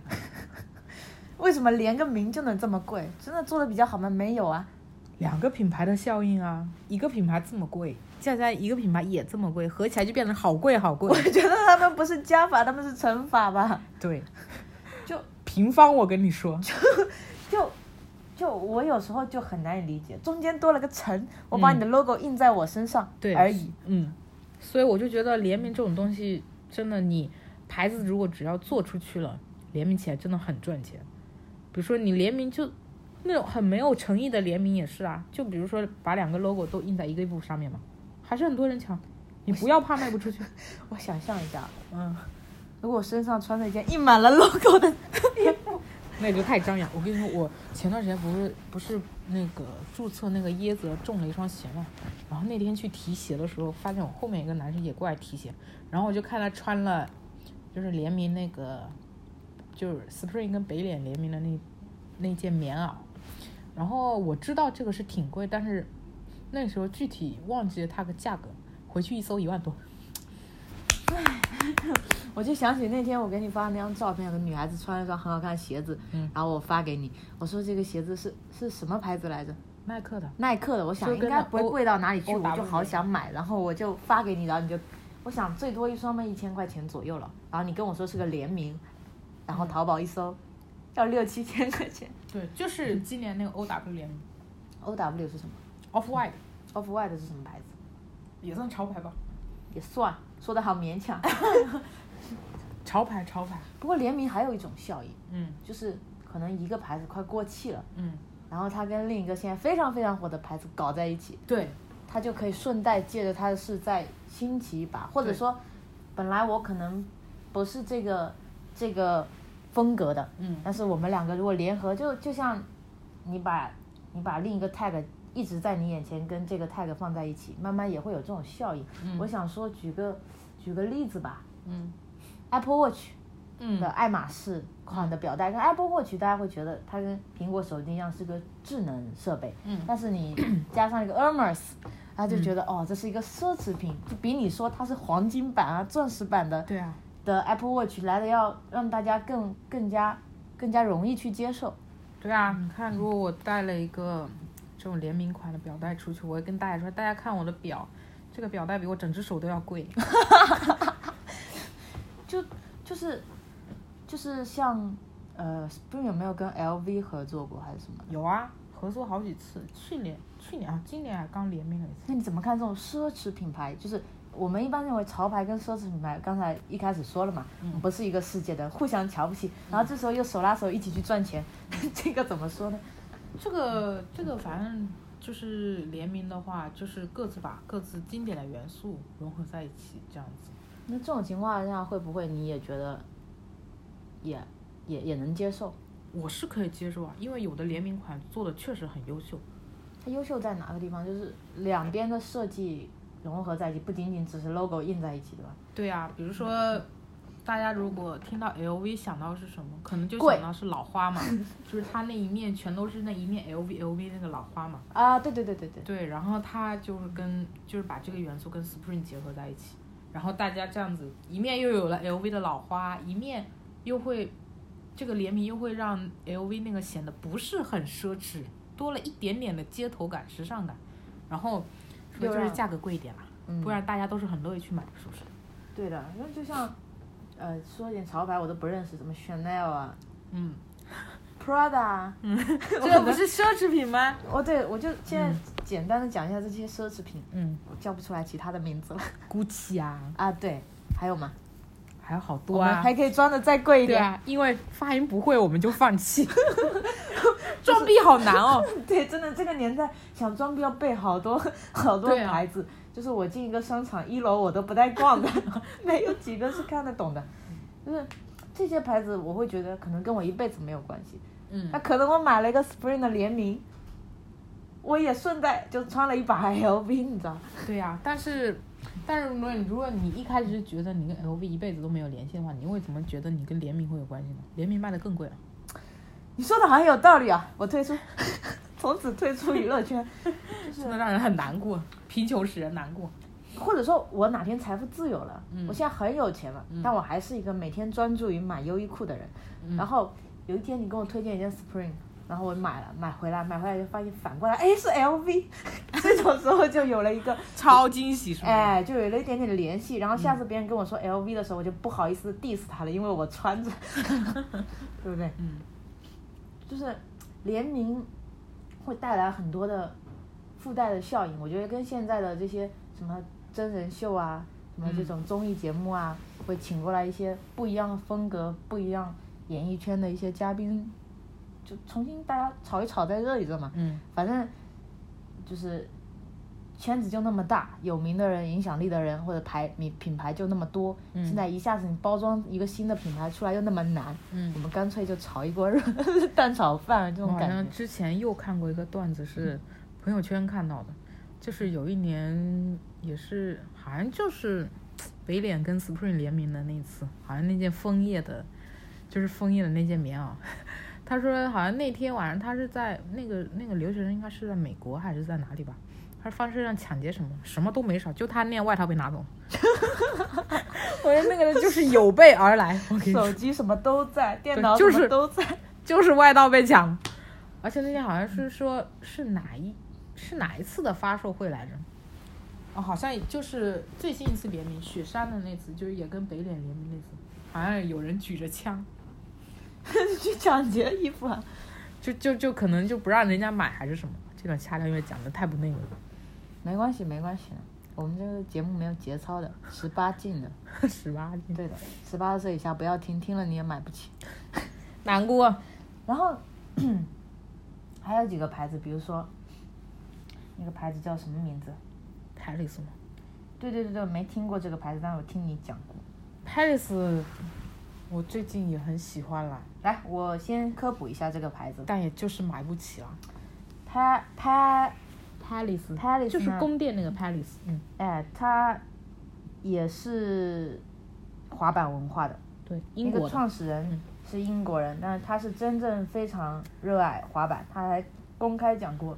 Speaker 1: 为什么连个名就能这么贵？真的做的比较好吗？没有啊，
Speaker 2: 两个品牌的效应啊，一个品牌这么贵，再加一个品牌也这么贵，合起来就变成好贵好贵
Speaker 1: 我。觉得他们不是加法，他们是乘法吧？
Speaker 2: 对，
Speaker 1: 就
Speaker 2: 平方，我跟你说，
Speaker 1: 就就我有时候就很难以理解，中间多了个乘，我把
Speaker 2: 嗯
Speaker 1: 你的 logo 印在我身上
Speaker 2: 对
Speaker 1: 而已。
Speaker 2: 嗯，所以我就觉得联名这种东西，真的你牌子如果只要做出去了，联名起来真的很赚钱。比如说你联名就那种很没有诚意的联名也是啊，就比如说把两个 logo 都印在一个衣服上面嘛，还是很多人抢。你不要怕卖不出去，
Speaker 1: 我想象一下，
Speaker 2: 嗯，
Speaker 1: 如果我身上穿着一件印满了 logo 的 衣服，
Speaker 2: 那个太张扬。我跟你说，我前段时间不是不是那个注册那个椰子中了一双鞋嘛，然后那天去提鞋的时候，发现我后面一个男生也过来提鞋，然后我就看他穿了，就是联名那个，就是 Spring 跟北脸联名的那那件棉袄，然后我知道这个是挺贵，但是那时候具体忘记了它的价格，回去一搜一万多。
Speaker 1: 我就想起那天我给你发的那张照片，有个女孩子穿了一双很好看的鞋子，
Speaker 2: 嗯
Speaker 1: 然后我发给你，我说这个鞋子是是什么牌子来着？
Speaker 2: 耐克的，
Speaker 1: 耐克的，我想
Speaker 2: 就
Speaker 1: 应
Speaker 2: 跟
Speaker 1: 该
Speaker 2: 那
Speaker 1: 不会
Speaker 2: O-
Speaker 1: 贵到哪里去，我
Speaker 2: OW
Speaker 1: 就好想买，然后我就发给你，然后你就，我想最多一双嘛一千块钱左右了，然后你跟我说是个联名，然后淘宝一搜，要六七千块钱。
Speaker 2: 对，就是今年那个 O W 联名
Speaker 1: O W 是什么
Speaker 2: Off White
Speaker 1: ？Off White 是什么牌子？
Speaker 2: 也算潮牌吧。
Speaker 1: 也算，说的好勉强。
Speaker 2: 潮牌，潮牌。
Speaker 1: 不过联名还有一种效应，
Speaker 2: 嗯
Speaker 1: 就是可能一个牌子快过气了，
Speaker 2: 嗯，
Speaker 1: 然后它跟另一个现在非常非常火的牌子搞在一起，
Speaker 2: 对
Speaker 1: 它就可以顺带借着它的事再兴起一把，或者
Speaker 2: 对
Speaker 1: 说，本来我可能不是这个这个风格的，
Speaker 2: 嗯
Speaker 1: 但是我们两个如果联合，就就像你把你把另一个 tag 一直在你眼前跟这个 tag 放在一起，慢慢也会有这种效应。
Speaker 2: 嗯
Speaker 1: 我想说，举个举个例子吧
Speaker 2: 嗯
Speaker 1: ，Apple Watch 的
Speaker 2: 嗯
Speaker 1: 爱马仕款的表带跟 Apple Watch，大家会觉得它跟苹果手机一样是个智能设备，
Speaker 2: 嗯
Speaker 1: 但是你加上一个 Hermes，他就觉得、哦，这是一个奢侈品，就比你说它是黄金版啊、钻石版的
Speaker 2: 对啊，
Speaker 1: 的 Apple Watch 来的要让大家更更加更加容易去接受。
Speaker 2: 对啊。你看，如果我带了一个这种联名款的表带出去，我会跟大家说，大家看我的表，这个表带比我整只手都要贵。
Speaker 1: 就就是就是像呃，Spring 有没有跟 LV 合作过还是什么？
Speaker 2: 有啊，合作好几次，去年去年啊，今年还刚联名了一次。
Speaker 1: 那你怎么看这种奢侈品牌？就是我们一般认为潮牌跟奢侈品牌，刚才一开始说了嘛，
Speaker 2: 嗯
Speaker 1: 不是一个世界的，互相瞧不起，然后这时候又手拉手一起去赚钱， 这个怎么说呢？
Speaker 2: 这个这个反正就是联名的话，就是各自把各自经典的元素融合在一起，这样子。
Speaker 1: 那这种情况下会不会你也觉得也也也能接受？
Speaker 2: 我是可以接受啊，因为有的联名款做的确实很优秀。
Speaker 1: 它优秀在哪个地方？就是两边的设计融合在一起，不仅仅只是 logo 印在一起，对吧？
Speaker 2: 对啊，比如说，大家如果听到 LV 想到是什么，可能就
Speaker 1: 贵
Speaker 2: 想到是老 花嘛，就是它那一面全都是那一面 LV LV 那个老花嘛。
Speaker 1: 啊，对对对对对，
Speaker 2: 对，然后它就是跟就是把这个元素跟 Spring 结合在一起，然后大家这样子一面又有了 LV 的老花，一面又会这个联名又会让 LV 那个显得不是很奢侈，多了一点点的街头感、时尚感，然后所以就
Speaker 1: 又
Speaker 2: 是
Speaker 1: 让
Speaker 2: 价格贵一点啦，
Speaker 1: 嗯
Speaker 2: 不然大家都是很乐意去买，是不是？
Speaker 1: 对的，因为就像呃说一点潮牌我都不认识，什么 Chanel 啊、
Speaker 2: 嗯。
Speaker 1: Prada 啊，
Speaker 2: 这个不是奢侈品吗？
Speaker 1: 哦对，我就现在简单的讲一下这些奢侈品，
Speaker 2: 嗯
Speaker 1: 我叫不出来其他的名字了
Speaker 2: ，GUCCI 啊，
Speaker 1: 啊。对，还有吗？
Speaker 2: 还有好
Speaker 1: 我
Speaker 2: 多
Speaker 1: 们
Speaker 2: 啊
Speaker 1: 还。可以装的再贵一
Speaker 2: 对
Speaker 1: 点。
Speaker 2: 啊，因为发音不会，我们就放弃。 装逼好难哦。
Speaker 1: 对，真的这个年代想装逼要备好多好多
Speaker 2: 对啊
Speaker 1: 牌子，就是我进一个商场一楼我都不带逛的， 没有几个是看得懂的。就是这些牌子，我会觉得可能跟我一辈子没有关系。
Speaker 2: 嗯
Speaker 1: 那可能我买了一个 Spring 的联名，我也顺带就穿了一把 LV，你知道？
Speaker 2: 对呀、但是，但是如果如果你一开始就觉得你跟 LV 一辈子都没有联系的话，你为什么觉得你跟联名会有关系呢？联名卖的更贵啊！
Speaker 1: 你说的好像有道理啊，我退出， 从此退出娱乐圈，
Speaker 2: 真的让人很难过，贫穷使人难过。
Speaker 1: 或者说，我哪天财富自由了，
Speaker 2: 嗯
Speaker 1: 我现在很有钱了，但我还是一个每天专注于买优衣库的人。然后有一天你跟我推荐一件 Spring，然后我买了，买回来，买回来就发现反过来，哎，是 LV，这 种时候就有了一个
Speaker 2: 超惊喜是吗？
Speaker 1: 哎，就有了一点点联系。然后下次别人跟我说 LV 的时候，我就不好意思 diss 他了，因为我穿着，对不对？
Speaker 2: 嗯，
Speaker 1: 就是联名会带来很多的附带的效应，我觉得跟现在的这些什么真人秀啊，什么这种综艺节目啊，会请过来一些不一样的风格、不一样演艺圈的一些嘉宾，就重新大家炒一炒，在热一热嘛。
Speaker 2: 嗯，
Speaker 1: 反正就是圈子就那么大，有名的人、影响力的人或者牌品品牌就那么多，
Speaker 2: 嗯
Speaker 1: 现在一下子你包装一个新的品牌出来又那么难，
Speaker 2: 嗯
Speaker 1: 我们干脆就炒一锅热 蛋炒饭这
Speaker 2: 我
Speaker 1: 种
Speaker 2: 好
Speaker 1: 感
Speaker 2: 像
Speaker 1: 觉。嗯
Speaker 2: 之前又看过一个段子，是朋友圈看到的，就是有一年也是好像就是北脸跟 Spring 联名的那一次，好像那件枫叶的，就是枫叶的那件棉袄。 他说好像那天晚上他是在那个那个留学生应该是在美国还是在哪里吧，他说发生上抢劫什么什么都没少，就他那件外套被拿走了。 我觉得 那个人就是有备而来，我跟你说
Speaker 1: 手机什么都在，电脑
Speaker 2: 就
Speaker 1: 什么
Speaker 2: 是
Speaker 1: 都在，
Speaker 2: 就是外道被抢。而且那天好像是说，是哪一是哪一次的发售会来着？哦，好像就是最新一次联名，雪山的那次，就是也跟北脸联名那次，好像有人举着枪，
Speaker 1: 去抢劫衣服啊！
Speaker 2: 就就就可能就不让人家买还是什么。这段掐掉，因为讲的太不那个了，
Speaker 1: 没关系，没关系的，我们这个节目没有节操的，十八禁的，
Speaker 2: 十八斤，
Speaker 1: 对的，十八岁以下不要听，听了你也买不起。
Speaker 2: 难过。
Speaker 1: 然后 还有几个牌子，比如说那个牌子叫什么名字？
Speaker 2: Paris 吗
Speaker 1: 对对对对，没听过这个牌子，但是我听你讲过。
Speaker 2: ？Paris，我最近也很喜欢啦，
Speaker 1: 来，我先科普一下这个牌子，
Speaker 2: 但也就是买不起啦。
Speaker 1: 它它
Speaker 2: Paris，
Speaker 1: Palace
Speaker 2: 就是
Speaker 1: 呢
Speaker 2: 宫殿那个 Paris，嗯，
Speaker 1: 哎它也是滑板文化的，
Speaker 2: 对，
Speaker 1: 那
Speaker 2: 英
Speaker 1: 个
Speaker 2: 国的。
Speaker 1: 创始人
Speaker 2: 嗯
Speaker 1: 是英国人，但是他是真正非常热爱滑板，他还公开讲过，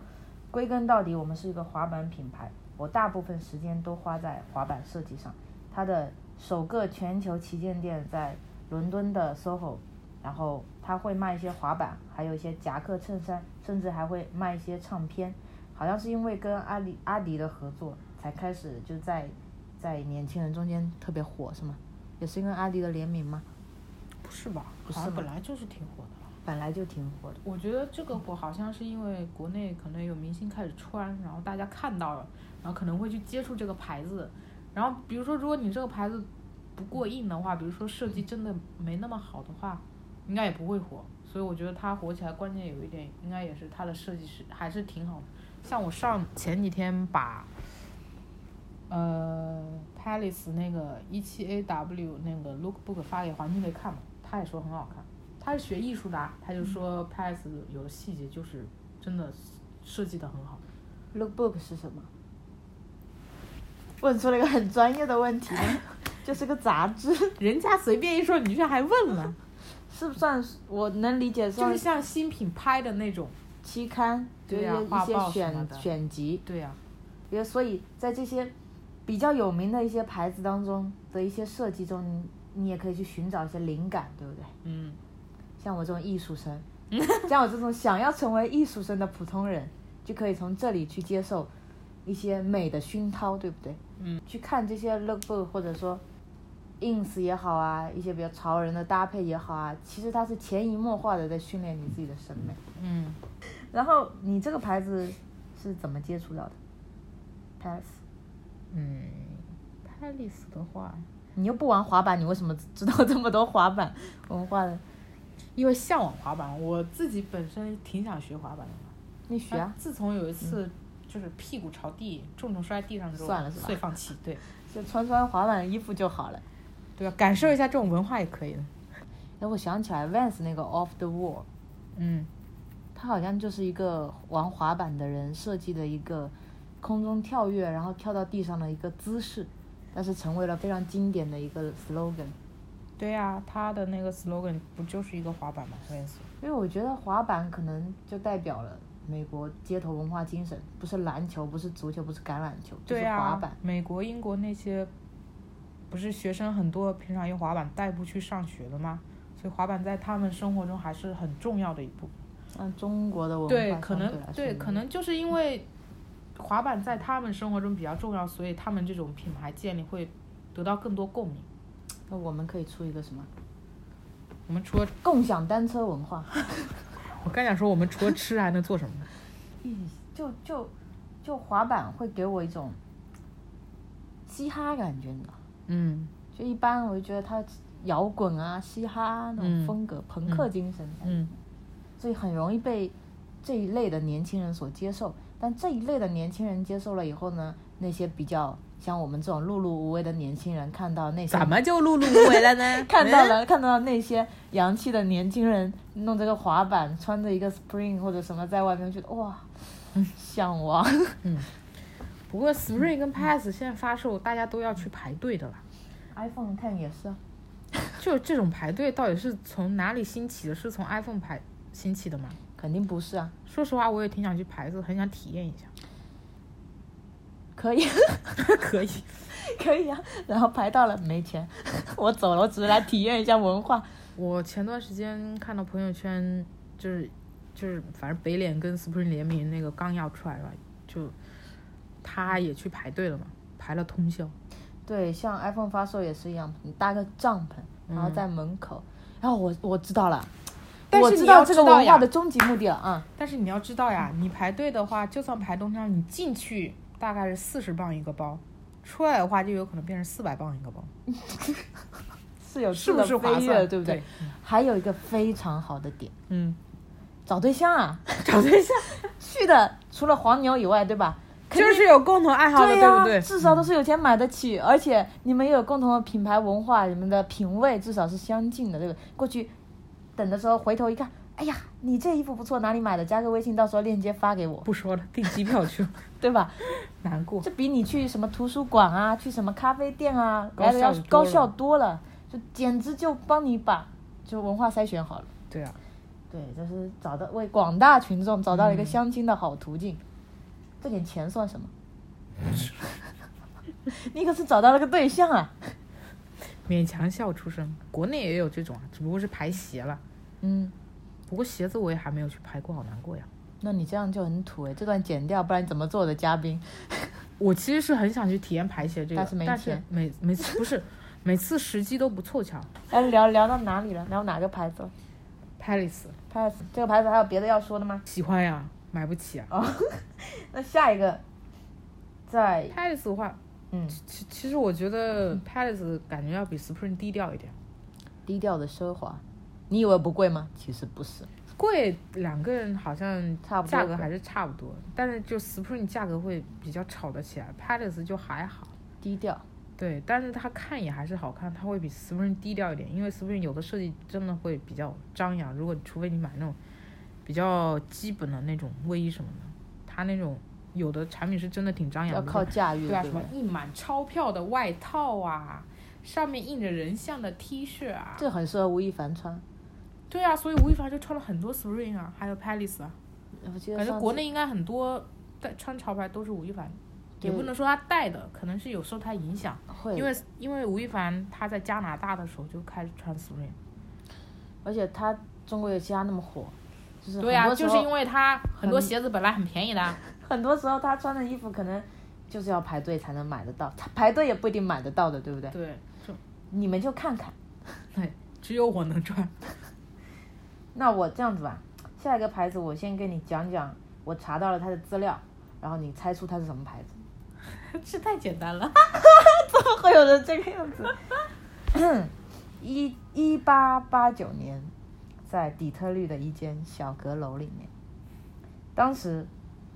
Speaker 1: 归根到底，我们是一个滑板品牌，我大部分时间都花在滑板设计上。它的首个全球旗舰店在伦敦的 SOHO，然后他会卖一些滑板，还有一些夹克、衬衫，甚至还会卖一些唱片。好像是因为跟阿里阿迪的合作，才开始就在在年轻人中间特别火，是吗？也是因为阿迪的联名吗？
Speaker 2: 不是吧？
Speaker 1: 不
Speaker 2: 好
Speaker 1: 是
Speaker 2: 像本
Speaker 1: 吧
Speaker 2: 来就是挺火的吧。
Speaker 1: 本来就挺火的。
Speaker 2: 我觉得这个火好像是因为国内可能有明星开始穿，然后大家看到了，然后可能会去接触这个牌子。然后比如说，如果你这个牌子不过硬的话，比如说设计真的没那么好的话，应该也不会火。所以我觉得它火起来关键有一点，应该也是它的设计师还是挺好的。像我上前几天把，呃，Palace 那个一七 AW 那个 Lookbook 发给黄金雷看嘛，他也说很好看。他是学艺术的啊，他就说 p a s 有的细节就是真的设计的很好。
Speaker 1: Lookbook 是什么？问出了一个很专业的问题， 就是个杂志，
Speaker 2: 人家随便一说，你居然还问了，
Speaker 1: 是不算是我能理解
Speaker 2: 就
Speaker 1: 算
Speaker 2: 是像新品拍的那种。
Speaker 1: 期刊，
Speaker 2: 对呀
Speaker 1: 就是
Speaker 2: 画
Speaker 1: 一些
Speaker 2: 报什么
Speaker 1: 选
Speaker 2: 的
Speaker 1: 选集，
Speaker 2: 对啊呀、
Speaker 1: 也所以在这些比较有名的一些牌子当中的一些设计中，你你也可以去寻找一些灵感，对不对？
Speaker 2: 嗯，
Speaker 1: 像我这种艺术生，像我这种想要成为艺术生的普通人，就可以从这里去接受一些美的熏陶，对不对？
Speaker 2: 嗯，
Speaker 1: 去看这些 lookbook 或者说 ins 也好啊，一些比较潮人的搭配也好啊，其实它是潜移默化的在训练你自己的审美。
Speaker 2: 嗯，
Speaker 1: 然后你这个牌子是怎么接触到的？Pass，
Speaker 2: 嗯 p a l a c 的话，
Speaker 1: 你又不玩滑板，你为什么知道这么多滑板文化的？
Speaker 2: 因为向往滑板，我自己本身挺想学滑板的嘛。
Speaker 1: 你学啊，
Speaker 2: 自从有一次就是屁股朝地，重重摔地上之后，
Speaker 1: 算了是吧
Speaker 2: 遂放弃。对，
Speaker 1: 就穿穿滑板的衣服就好了。
Speaker 2: 对吧？感受一下这种文化也可以的。
Speaker 1: 哎，我想起来 Vans 那个 Off the Wall，
Speaker 2: 嗯，
Speaker 1: 它好像就是一个玩滑板的人设计的一个空中跳跃，然后跳到地上的一个姿势，但是成为了非常经典的一个 slogan。
Speaker 2: 对呀、他的那个 slogan 不就是一个滑板吗？我也是。
Speaker 1: 因为我觉得滑板可能就代表了美国街头文化精神，不是篮球，不是足球，不是橄榄球，就
Speaker 2: 对啊
Speaker 1: 是
Speaker 2: 呀、
Speaker 1: 滑板。
Speaker 2: 美国、英国那些不是学生很多，平常用滑板代步去上学的吗？所以滑板在他们生活中还是很重要的一部分。
Speaker 1: 按中国的文化
Speaker 2: 对，
Speaker 1: 相
Speaker 2: 可
Speaker 1: 来
Speaker 2: 能
Speaker 1: 说
Speaker 2: 对，可能就是因为滑板在他们生活中比较重要，所以他们这种品牌建立会得到更多共鸣。
Speaker 1: 那我们可以出一个什么
Speaker 2: 我们除了
Speaker 1: 共享单车文化？
Speaker 2: 我刚想说，我们除了吃还能 做什么呢？
Speaker 1: 就就就滑板会给我一种嘻哈感觉，你知道吗？
Speaker 2: 嗯，
Speaker 1: 就一般我就觉得它摇滚啊、嘻哈、啊、那种
Speaker 2: 嗯
Speaker 1: 风格、朋克精神，
Speaker 2: 嗯，
Speaker 1: 所以很容易被这一类的年轻人所接受。但这一类的年轻人接受了以后呢，那些比较像我们这种碌碌无为的年轻人，看到那些
Speaker 2: 怎么就碌碌无为了呢？
Speaker 1: 看到
Speaker 2: 嗯
Speaker 1: 了看到那些洋气的年轻人弄这个滑板，穿着一个 Spring 或者什么在外面，觉得哇，
Speaker 2: 嗯
Speaker 1: 向往。
Speaker 2: 不过 Spring 跟 Pass 现在发售，大家都要去排队的了。
Speaker 1: iPhone 看也是啊，
Speaker 2: 就这种排队到底是从哪里兴起的？是从 iPhone 排兴起的吗？
Speaker 1: 肯定不是啊，
Speaker 2: 说实话，我也挺想去排队，很想体验一下。
Speaker 1: 可以啊
Speaker 2: 可以，
Speaker 1: 可以啊，然后排到了没钱， 我走了，我只是来体验一下文化。
Speaker 2: 我前段时间看到朋友圈，就是就是，反正北脸跟 Spring 联名那个刚要出来了，就他也去排队了嘛，排了通宵。
Speaker 1: 对，像 iPhone 发售也是一样，你搭个帐篷，然后在门口。然后我我知道了，
Speaker 2: 但
Speaker 1: 我
Speaker 2: 是
Speaker 1: 知
Speaker 2: 你
Speaker 1: 道
Speaker 2: 要
Speaker 1: 这
Speaker 2: 知
Speaker 1: 个
Speaker 2: 道
Speaker 1: 文化
Speaker 2: 呀
Speaker 1: 的终极目的了啊、
Speaker 2: 但是你要知道呀，你排队的话，就算排通宵，你进去大概是四十磅一个包，出来的话就有可能变成四百磅一个包，
Speaker 1: 是有
Speaker 2: 是
Speaker 1: 质
Speaker 2: 不
Speaker 1: 的
Speaker 2: 是划
Speaker 1: 飞跃，
Speaker 2: 算？
Speaker 1: 对不
Speaker 2: 对？
Speaker 1: 还有一个非常好的点，
Speaker 2: 嗯，
Speaker 1: 找对象啊，
Speaker 2: 找对象
Speaker 1: 去的除了黄牛以外，对吧？肯
Speaker 2: 就是有共同爱好的，
Speaker 1: 对
Speaker 2: 对不对？嗯
Speaker 1: 至少都是有钱买得起，而且你们也有共同的品牌文化，你们的品味至少是相近的，对不对？过去等的时候回头一看，哎呀，你这衣服不错，哪里买的？加个微信，到时候链接发给我，
Speaker 2: 不说了，订机 票去了，
Speaker 1: 对吧？
Speaker 2: 难过。
Speaker 1: 这比你去什么图书馆啊，去什么咖啡店啊，
Speaker 2: 高
Speaker 1: 来的要
Speaker 2: 效多
Speaker 1: 高
Speaker 2: 了
Speaker 1: 效多了，就简直就帮你把就文化筛选好了。
Speaker 2: 对啊，
Speaker 1: 对，这是找到为广大群众找到了一个
Speaker 2: 嗯
Speaker 1: 相亲的好途径，这点钱算什么？ 你可是找到了个对象啊！
Speaker 2: 勉强笑出声。国内也有这种啊，只不过是排鞋了。
Speaker 1: 嗯，
Speaker 2: 不过鞋子我也还没有去排过，好难过呀。
Speaker 1: 那你这样就很土哎，这段剪掉，不然怎么做我的嘉宾？
Speaker 2: 我其实是很想去体验排鞋这个，
Speaker 1: 但是没钱
Speaker 2: 每每次不 是每次时机都不凑巧。
Speaker 1: 哎，聊聊到哪里了？聊哪个牌子了
Speaker 2: Palace
Speaker 1: ？Pass 这个牌子还有别的要说的吗？
Speaker 2: 喜欢呀，买不起啊。
Speaker 1: 那下一个，在
Speaker 2: Palace 的话，
Speaker 1: 嗯
Speaker 2: 其其实我觉得 Palace 感觉要比 Spring 低调一点，
Speaker 1: 低调的奢华，你以为不贵吗？其实不是，
Speaker 2: 贵两个人好像
Speaker 1: 差不多
Speaker 2: 价格还是差不多，但是就 Spring 价格会比较吵得起来，Palace 就还好。
Speaker 1: 低调。
Speaker 2: 对，但是它看也还是好看，它会比 Spring 低调一点，因为 Spring 有的设计真的会比较张扬，如果除非你买那种比较基本的那种卫衣什么的，它那种有的产品是真的挺张扬
Speaker 1: 要
Speaker 2: 的，
Speaker 1: 靠驾驭，
Speaker 2: 对啊，
Speaker 1: 对
Speaker 2: 什
Speaker 1: 不
Speaker 2: 么
Speaker 1: 对？
Speaker 2: 印满钞票的外套啊，上面印着人像的 T 恤啊，
Speaker 1: 这很适合吴亦凡穿。
Speaker 2: 对啊，所以吴亦凡就穿了很多 Spring 啊，还有 Palace 啊，
Speaker 1: 我记得
Speaker 2: 感觉
Speaker 1: 上
Speaker 2: 国
Speaker 1: 次
Speaker 2: 内应该很多带穿潮牌都是吴亦凡，也
Speaker 1: 对
Speaker 2: 不能说他带的，可能是有受他影响，
Speaker 1: 会
Speaker 2: 因为因为吴亦凡他在加拿大的时候就开始穿 Spring，
Speaker 1: 而且他中国有嘻哈那么火，就是
Speaker 2: 对
Speaker 1: 很
Speaker 2: 啊，
Speaker 1: 多时
Speaker 2: 就
Speaker 1: 候
Speaker 2: 是因为他很多
Speaker 1: 很
Speaker 2: 鞋子本来很便宜的啊，
Speaker 1: 很多时候他穿的衣服可能就是要排队才能买得到， 他排队也不一定买得到的，对不对？
Speaker 2: 对，就
Speaker 1: 你们就看看。
Speaker 2: 对，只有我能穿，
Speaker 1: 那我这样子吧，下一个牌子我先跟你讲讲，我查到了它的资料，然后你猜出它是什么牌子？
Speaker 2: 这太简 单了，
Speaker 1: 怎么 会有人这个样子？ 一一八八九年，在底特律的一间小阁楼里面，当时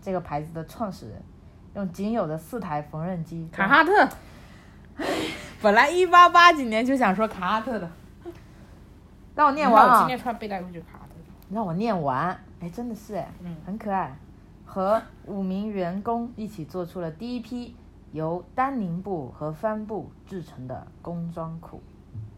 Speaker 1: 这个牌子的创始人用仅有的四台缝纫机
Speaker 2: 卡啊哈特。本来一八八几年就想说卡哈特的，
Speaker 1: 让我念完
Speaker 2: 你看我
Speaker 1: 啊
Speaker 2: 今，天穿背带裤就卡哈特的。
Speaker 1: 让我念完。哎，真的是哎，
Speaker 2: 嗯
Speaker 1: 很可爱。和五名员工一起做出了第一批由丹宁布和帆布制成的工装裤，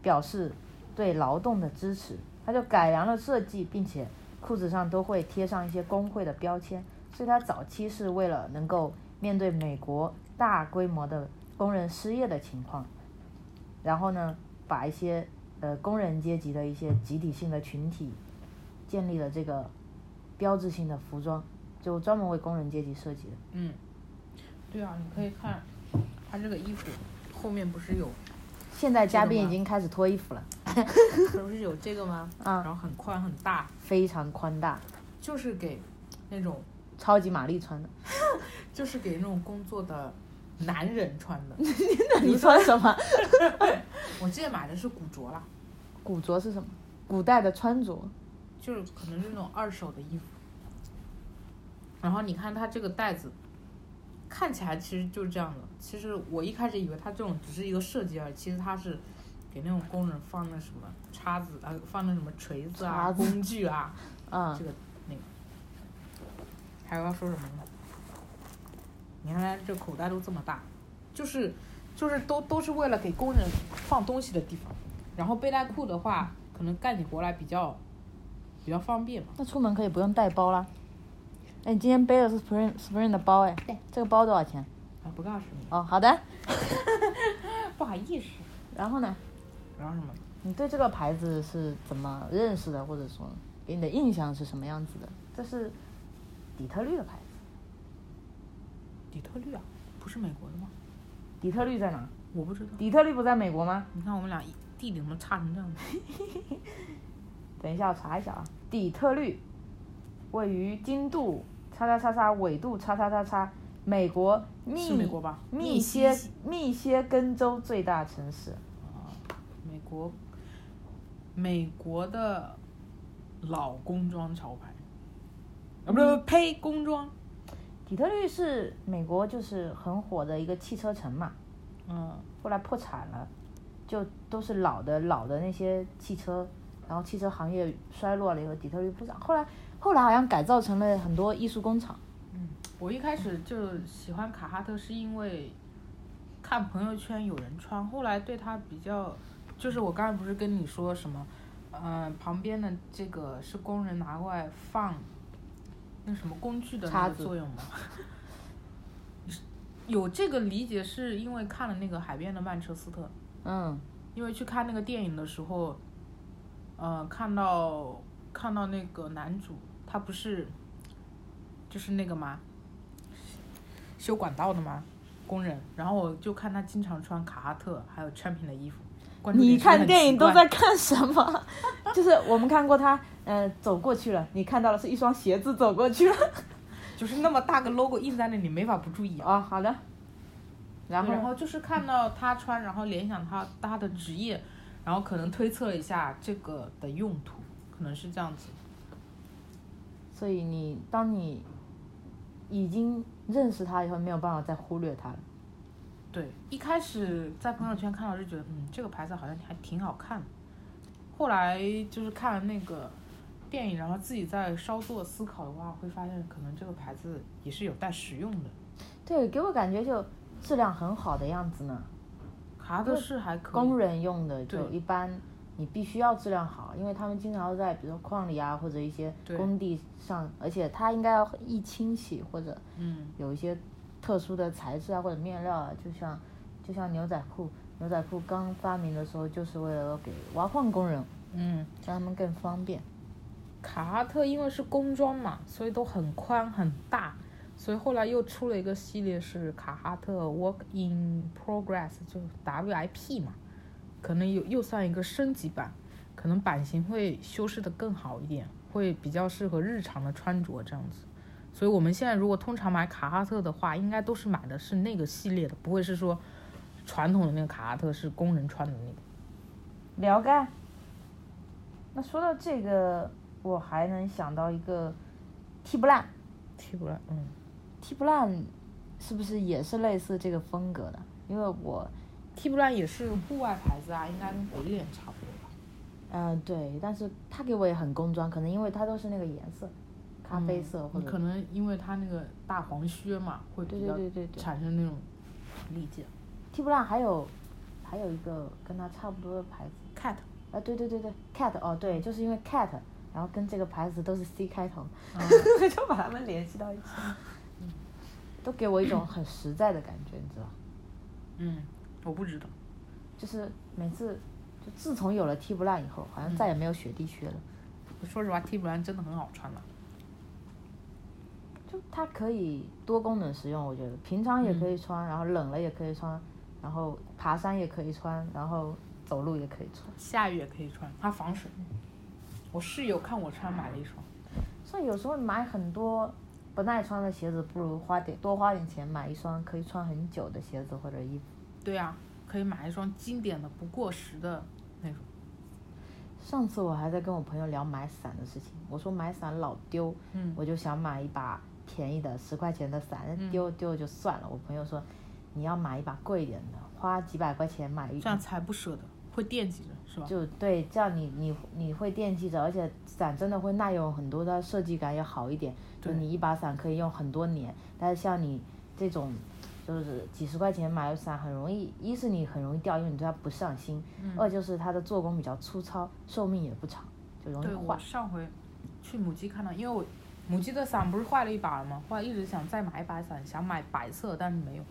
Speaker 1: 表示对劳动的支持。他就改良了设计，并且裤子上都会贴上一些工会的标签，所以他早期是为了能够面对美国大规模的工人失业的情况，然后呢，把一些呃工人阶级的一些集体性的群体建立了这个标志性的服装，就专门为工人阶级设计的。
Speaker 2: 嗯，对啊，你可以看它这个衣服后面不是有
Speaker 1: 现在嘉
Speaker 2: 这
Speaker 1: 宾
Speaker 2: 个
Speaker 1: 已
Speaker 2: 吗
Speaker 1: 经开始脱衣服了，
Speaker 2: 不是有这个吗？
Speaker 1: 啊
Speaker 2: 然后很宽很大，
Speaker 1: 非常宽大，
Speaker 2: 就是给那种
Speaker 1: 超级玛丽穿 的。
Speaker 2: 就是给那种工作的男人穿 的。
Speaker 1: 那你穿什 么？
Speaker 2: 我记得买的是古着啦，
Speaker 1: 古着是什么？古代的穿着，
Speaker 2: 就是可能是那种二手的衣服。然后你看它这个带子，看起来其实就是这样的。其实我一开始以为它这种只是一个设计而已，其实它是给那种工人放那什么叉子啊，放那什么锤子啊、
Speaker 1: 叉子
Speaker 2: 工具啊，
Speaker 1: 嗯
Speaker 2: 这，个那个。还要说什么呢？你看它这口袋都这么大，就是就是都都是为了给工人放东西的地方。然后背带裤的话，可能干起活来比较比较方便嘛。
Speaker 1: 那出门可以不用带包啦。哎，你今天背的是 Spring Spring 的包哎，对，这个包多少钱？
Speaker 2: 啊，不告诉你，
Speaker 1: 哦，好的。
Speaker 2: 不好意思。
Speaker 1: 然后呢，
Speaker 2: 然后什么？
Speaker 1: 你对这个牌子是怎么认识的，或者说给你的印象是什么样子的？这是底特律的牌子，
Speaker 2: 底特律啊，不是美国的吗？
Speaker 1: 底特律在哪？
Speaker 2: 我不知道。
Speaker 1: 底特律不在美国吗？
Speaker 2: 你看我们俩地理怎么差成这样子？
Speaker 1: 等一下，我查一下啊。底特律位于经度叉叉叉叉纬度叉叉叉叉美国密
Speaker 2: 是美国吧
Speaker 1: 密
Speaker 2: 密西
Speaker 1: 歇
Speaker 2: 西
Speaker 1: 密歇根州最大城市。
Speaker 2: 美国，美国的老工装潮牌，啊，不是呸，工装。
Speaker 1: 底特律是美国就是很火的一个汽车城嘛，
Speaker 2: 嗯，
Speaker 1: 后来破产了，就都是老的老的那些汽车，然后汽车行业衰落了以后，底特律不涨。后来后来好像改造成了很多艺术工厂。
Speaker 2: 我一开始就喜欢卡哈特，是因为看朋友圈有人穿，后来对他比较，就是我刚才不是跟你说什么，呃，旁边的这个是工人拿过来放那什么工具的
Speaker 1: 叉
Speaker 2: 那个
Speaker 1: 子
Speaker 2: 作用吗？ 有这个理解是因为看了那个《海边的曼彻斯特》，
Speaker 1: 嗯
Speaker 2: 因为去看那个电影的时候，呃，看到看到那个男主，他不是就是那个吗？修管道的吗？工人。然后我就看他经常穿卡哈特还有 Champion 的衣服。关注点
Speaker 1: 你
Speaker 2: 是不是很
Speaker 1: 看电影
Speaker 2: 奇
Speaker 1: 都
Speaker 2: 怪
Speaker 1: 在看什么？ 就是我们看过他，呃，走过去了，你看到的是一双鞋子走过去了。
Speaker 2: 就是那么大个 logo 印在那里，没法不注意啊。
Speaker 1: 哦，好的。然
Speaker 2: 然
Speaker 1: 后
Speaker 2: 后，然后就是看到他穿，然后联想他他的职业，然后可能推测一下这个的用途，可能是这样子。
Speaker 1: 所以你当你已经认识他以后，没有办法再忽略他了。
Speaker 2: 对，一开始在朋友圈看到就觉得，嗯，这个牌子好像还挺好看的。后来就是看了那个电影，然后自己再稍作思考的话，会发现可能这个牌子也是有待使用的。
Speaker 1: 对，给我感觉就质量很好的样子呢。
Speaker 2: 卡德是还可以，
Speaker 1: 工人用的
Speaker 2: 对
Speaker 1: 就一般，你必须要质量好，因为他们经常在比如说矿里啊，或者一些
Speaker 2: 对
Speaker 1: 工地上，而且它应该要易清洗或者
Speaker 2: 嗯，
Speaker 1: 有一些特殊的材质啊或者面料啊，就像就像牛仔裤，牛仔裤刚发明的时候就是为了给挖矿工人，
Speaker 2: 嗯，
Speaker 1: 让他们更方便。
Speaker 2: 卡哈特因为是工装嘛，所以都很宽很大，所以后来又出了一个系列是卡哈特 Work in Progress，就 WIP 嘛，可能有又算一个升级版，可能版型会修饰的更好一点，会比较适合日常的穿着这样子。所以我们现在如果通常买卡哈特的话，应该都是买的是那个系列的，不会是说传统的那个卡哈特是工人穿的那个。
Speaker 1: 了解。那说到这个，我还能想到一个踢不烂，
Speaker 2: 踢不来，嗯，
Speaker 1: 踢不烂是不是也是类似这个风格的？因为我
Speaker 2: 踢不来也是户外牌子啊，应该跟鬼脸差不多吧。
Speaker 1: 呃嗯，对，但是它给我也很工装，可能因为它都是那个颜色，咖啡色或
Speaker 2: 你
Speaker 1: 者
Speaker 2: 可能因为它那个大黄靴嘛，会
Speaker 1: 对
Speaker 2: 比
Speaker 1: 对
Speaker 2: 较
Speaker 1: 对对对
Speaker 2: 产生那种力气。
Speaker 1: T 不烂还有还有一个跟它差不多的牌子，
Speaker 2: Cat，
Speaker 1: 啊，对对对对，cat 哦，对，就是因为 cat，然后跟这个牌子都是 C 开头，
Speaker 2: 嗯
Speaker 1: 就把它们联系到一起，嗯都给我一种很实在的感觉，你知道，
Speaker 2: 嗯，我不知道。
Speaker 1: 就是每次就自从有了 T 不烂以后，好像再也没有雪地靴了，
Speaker 2: 说实话，T 不蓝真的很好穿的。
Speaker 1: 就它可以多功能使用，我觉得平常也可以穿，然后冷了也可以穿，然后爬山也可以穿，然后走路也可以穿，
Speaker 2: 下雨也可以穿，它防水。我室友看我穿买了一双，
Speaker 1: 所以有时候买很多不耐穿的鞋子，不如花点多花点钱买一双可以穿很久的鞋子或者衣服。
Speaker 2: 对啊，可以买一双经典的不过时的那种。
Speaker 1: 上次我还在跟我朋友聊买伞的事情，我说买伞老丢，
Speaker 2: 嗯
Speaker 1: 我就想买一把便宜的十块钱的伞，丢丢了就算了。我朋友说，你要买一把贵一点的，花几百块钱买一
Speaker 2: 这样才不舍得，会惦记着，是吧？
Speaker 1: 就对，这样你你你会惦记着，而且伞真的会耐用很多，它设计感也好一点。就
Speaker 2: 对
Speaker 1: 你一把伞可以用很多年，但是像你这种，就是几十块钱买的伞，很容易，一是你很容易掉，因为你对它不上心；
Speaker 2: 嗯
Speaker 1: 二就是它的做工比较粗糙，寿命也不长，就容易
Speaker 2: 对，
Speaker 1: 坏
Speaker 2: 我。上回去母鸡看到，因为我母鸡的伞不是坏了一把了吗？后来一直想再买一把伞，想买白色，但是没有。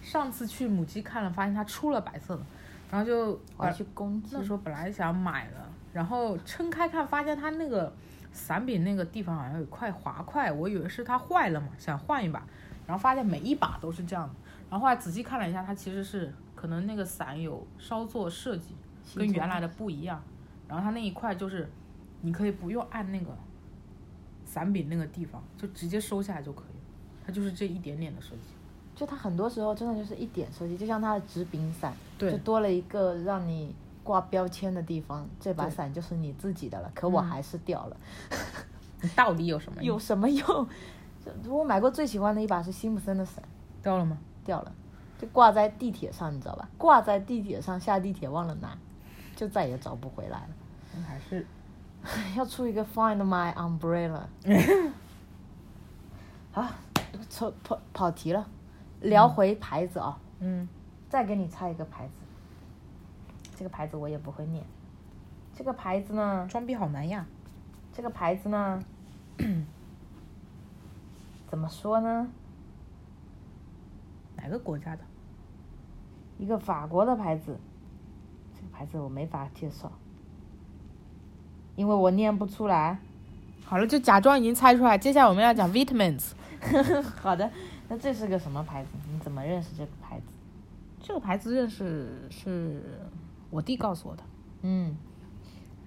Speaker 2: 上次去母鸡看了，发现它出了白色的，然后就
Speaker 1: 我要去攻击
Speaker 2: 那。时候本来想买了，然后撑开看，发现它那个伞柄那个地方好像有块滑块，我以为是它坏了嘛，想换一把，然后发现每一把都是这样的。然后后来仔细看了一下，它其实是可能那个伞有稍作设计，跟原来的不一样。然后它那一块就是你可以不用按那个伞柄那个地方，就直接收下来就可以了。它就是这一点点的设计。
Speaker 1: 就它很多时候真的就是一点设计，就像它的直柄伞，
Speaker 2: 对
Speaker 1: 就多了一个让你挂标签的地方，这把
Speaker 2: 对
Speaker 1: 伞就是你自己的了。可我
Speaker 2: 嗯
Speaker 1: 还是掉了。
Speaker 2: 你到底有什么用？
Speaker 1: 有什么用？ 就我买过最喜欢的一把是辛普森的伞，
Speaker 2: 掉了吗？
Speaker 1: 掉了，就挂在地铁上，你知道吧？挂在地铁上，下地铁忘了拿，就再也找不回来了。
Speaker 2: 嗯还是
Speaker 1: 要出一个 Find My Umbrella。好，跑跑跑题了，聊回牌子啊、
Speaker 2: 嗯，
Speaker 1: 再给你猜一个牌子，这个牌子我也不会念。这个牌子呢，
Speaker 2: 装逼好难呀。
Speaker 1: 这个牌子呢， 怎么说呢？
Speaker 2: 哪个国家的？
Speaker 1: 一个法国的牌子，这个牌子我没法介绍，因为我念不出来。
Speaker 2: 好了，就假装已经猜出来。接下来我们要讲 vitamins，
Speaker 1: 好的，那这是个什么牌子？你怎么认识这个牌子？
Speaker 2: 这个牌子认识是我弟告诉我的，
Speaker 1: 嗯，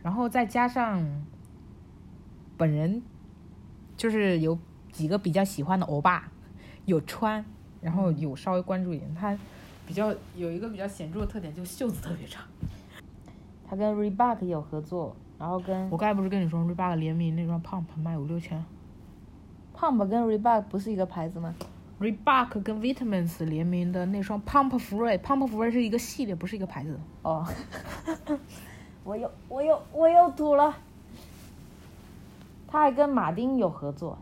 Speaker 2: 然后再加上本人就是有几个比较喜欢的欧巴，有穿，然后有稍微关注一点。他比较有一个比较显著的特点，就是袖子特别长。
Speaker 1: 它跟 Reebok 有合作，然后跟
Speaker 2: 我刚才不是跟你说 Reebok 联名那双 Pump 卖五六千
Speaker 1: Pump 跟 Reebok 不是一个牌子吗？
Speaker 2: ，Reebok 跟 vitamins 联名的那双 Pump Free，Pump Free 是一个系列，不是一个牌子。
Speaker 1: 哦， 我又我又我又吐了。它还跟马丁有合作，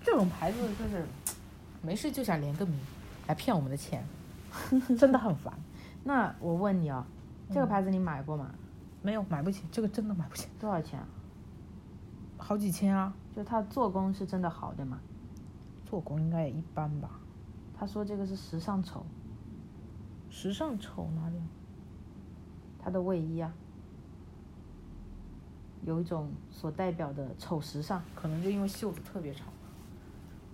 Speaker 2: 这种牌子就是没事就想连个名来骗我们的钱，真的很烦。
Speaker 1: 那我问你哦，这个牌子你买过吗？
Speaker 2: 没有买不起，这个真的买不起，
Speaker 1: 多少钱啊？
Speaker 2: 好几千啊，
Speaker 1: 就它做工是真的好对吗？
Speaker 2: 做工应该也一般吧。
Speaker 1: 他说这个是时尚丑，
Speaker 2: 时尚丑哪里？
Speaker 1: 他的卫衣啊，有一种所代表的丑时尚。
Speaker 2: 可能就因为袖子特别长，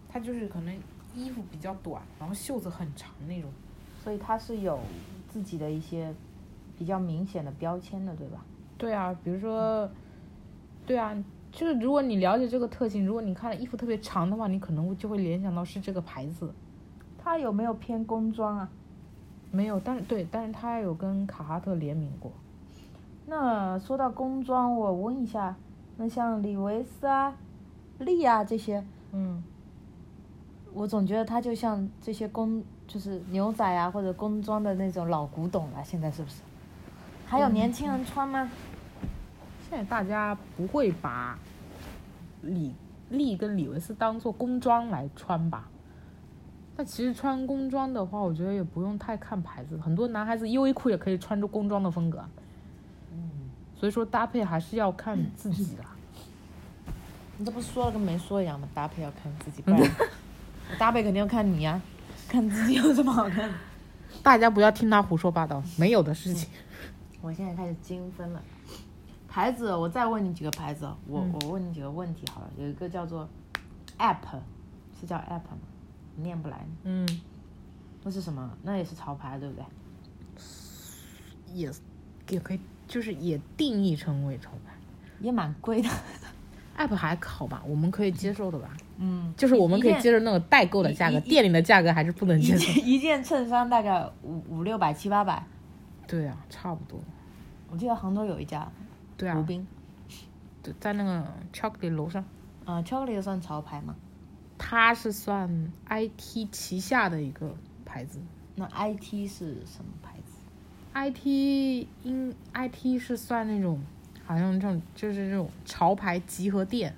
Speaker 2: 它就是可能衣服比较短，然后袖子很长那种。
Speaker 1: 所以它是有自己的一些比较明显的标签的，对吧？
Speaker 2: 对啊，比如说，对啊，就是如果你了解这个特性，如果你看了衣服特别长的话，你可能就会联想到是这个牌子。
Speaker 1: 它有没有偏工装啊？
Speaker 2: 没有，但是对，但是它有跟卡哈特联名过。
Speaker 1: 那说到工装，我问一下，那像李维斯啊、利啊这些，
Speaker 2: 嗯，
Speaker 1: 我总觉得它就像这些工，就是牛仔啊或者工装的那种老古董了、现在是不是？还有年轻人穿吗？
Speaker 2: 现在大家不会把李丽跟李维斯当做工装来穿吧。但其实穿工装的话，我觉得也不用太看牌子，很多男孩子优衣库也可以穿着工装的风格。所以说搭配还是要看自己啦。
Speaker 1: 你这不说了跟没说一样吗？搭配要看自己，不然搭配肯定要看你呀、看自己有什么好看的。
Speaker 2: 大家不要听他胡说八道，没有的事情。
Speaker 1: 我现在开始精分了。牌子，我再问你几个牌子，我、我问你几个问题好了。有一个叫做 App，是叫 App 吗？念不来，
Speaker 2: 嗯，
Speaker 1: 那是什么？那也是潮牌，对不对？
Speaker 2: 也也可以，就是也定义成为潮牌。
Speaker 1: 也蛮贵的，
Speaker 2: app 还好吧，我们可以接受的吧？
Speaker 1: 嗯，
Speaker 2: 就是我们可以接
Speaker 1: 一件
Speaker 2: 受那种代购的价格，
Speaker 1: 一一
Speaker 2: 店里的价格还是不能
Speaker 1: 一
Speaker 2: 接受。
Speaker 1: 件一件衬衫大概五五六百七八百，
Speaker 2: 对啊，差不多。
Speaker 1: 我记得杭州有一家
Speaker 2: 对
Speaker 1: 湖
Speaker 2: 啊，
Speaker 1: 滨，
Speaker 2: 对在那个 Chocolate 楼上，
Speaker 1: 啊、巧克力也算潮牌嘛。
Speaker 2: 它是算 IT 旗下的一个牌子。
Speaker 1: 那 IT 是什么牌子？
Speaker 2: IT 应 IT 是算那种，好像这种就是这种潮牌集合店。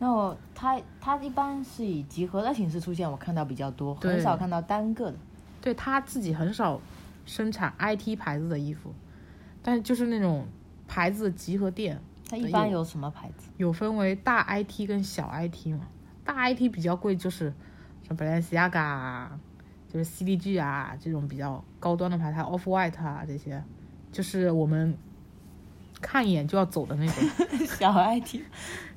Speaker 1: 那我它它一般是以集合的形式出现，我看到比较多，
Speaker 2: 对
Speaker 1: 很少看到单个的。
Speaker 2: 对他自己很少生产 IT 牌子的衣服，但是就是那种牌子集合店，
Speaker 1: 它一般有什么牌子？
Speaker 2: 有分为大 IT 跟小 IT 嘛。大 IT 比较贵，就是像 Balenciaga 啊，就是 CDG 啊这种比较高端的牌，还有 Off White 啊这些，就是我们看一眼就要走的那种。
Speaker 1: 小 IT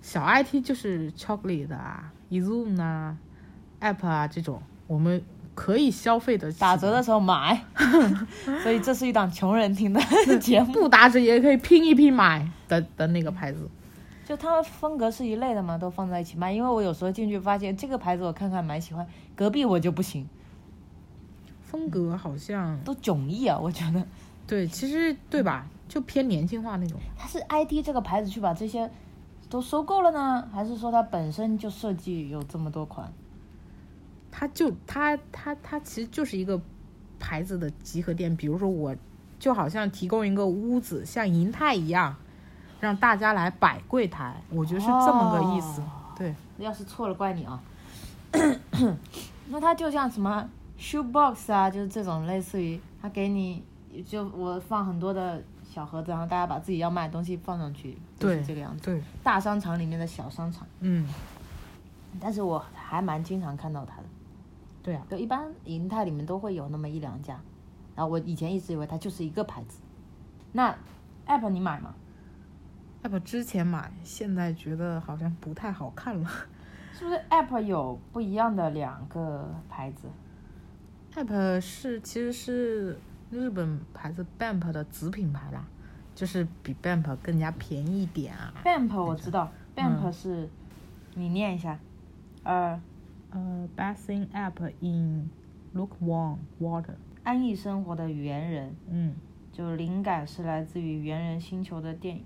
Speaker 2: 小 IT 就是 Chocolate 啊、Ezum 啊、App 啊这种，我们可以消费得起
Speaker 1: 打折的时候买，所以这是一档穷人听的节目。
Speaker 2: 不打折也可以拼一拼买的的那个牌子。
Speaker 1: 就它们风格是一类的嘛，都放在一起卖。因为我有时候进去发现这个牌子我看看蛮喜欢，隔壁我就不行，
Speaker 2: 风格好像
Speaker 1: 都迥异啊，我觉得。
Speaker 2: 对，其实对吧？就偏年轻化那种。
Speaker 1: 它是 IT 这个牌子去把这些都收购了呢，还是说它本身就设计有这么多款？
Speaker 2: 它就它它它其实就是一个牌子的集合店。比如说，我就好像提供一个屋子，像银泰一样，让大家来摆柜台，我觉得是这么个意思。
Speaker 1: 哦
Speaker 2: 对，
Speaker 1: 要是错了，怪你啊。 那它就像什么 shoebox 啊，就是这种类似于它给你就我放很多的小盒子，然后大家把自己要卖的东西放上去，就是
Speaker 2: 对
Speaker 1: 这个样子。
Speaker 2: 对，
Speaker 1: 大商场里面的小商场，
Speaker 2: 嗯，
Speaker 1: 但是我还蛮经常看到它的，
Speaker 2: 对啊，
Speaker 1: 就一般银泰里面都会有那么一两家。然后我以前一直以为它就是一个牌子。那 app 你买吗？
Speaker 2: app 之前买，现在觉得好像不太好看了。
Speaker 1: 是不是 app 有不一样的两个牌子？
Speaker 2: App 是其实是日本牌子 Bamp 的子品牌啦，就是比 Bamp 更加便宜一点啊。
Speaker 1: Bamp 我知道
Speaker 2: 嗯
Speaker 1: ，Bamp 是、你念一下，呃，
Speaker 2: 呃、b a s i n g App in lukewarm water。
Speaker 1: 安逸生活的猿人，
Speaker 2: 嗯，
Speaker 1: 就灵感是来自于猿人星球的电影，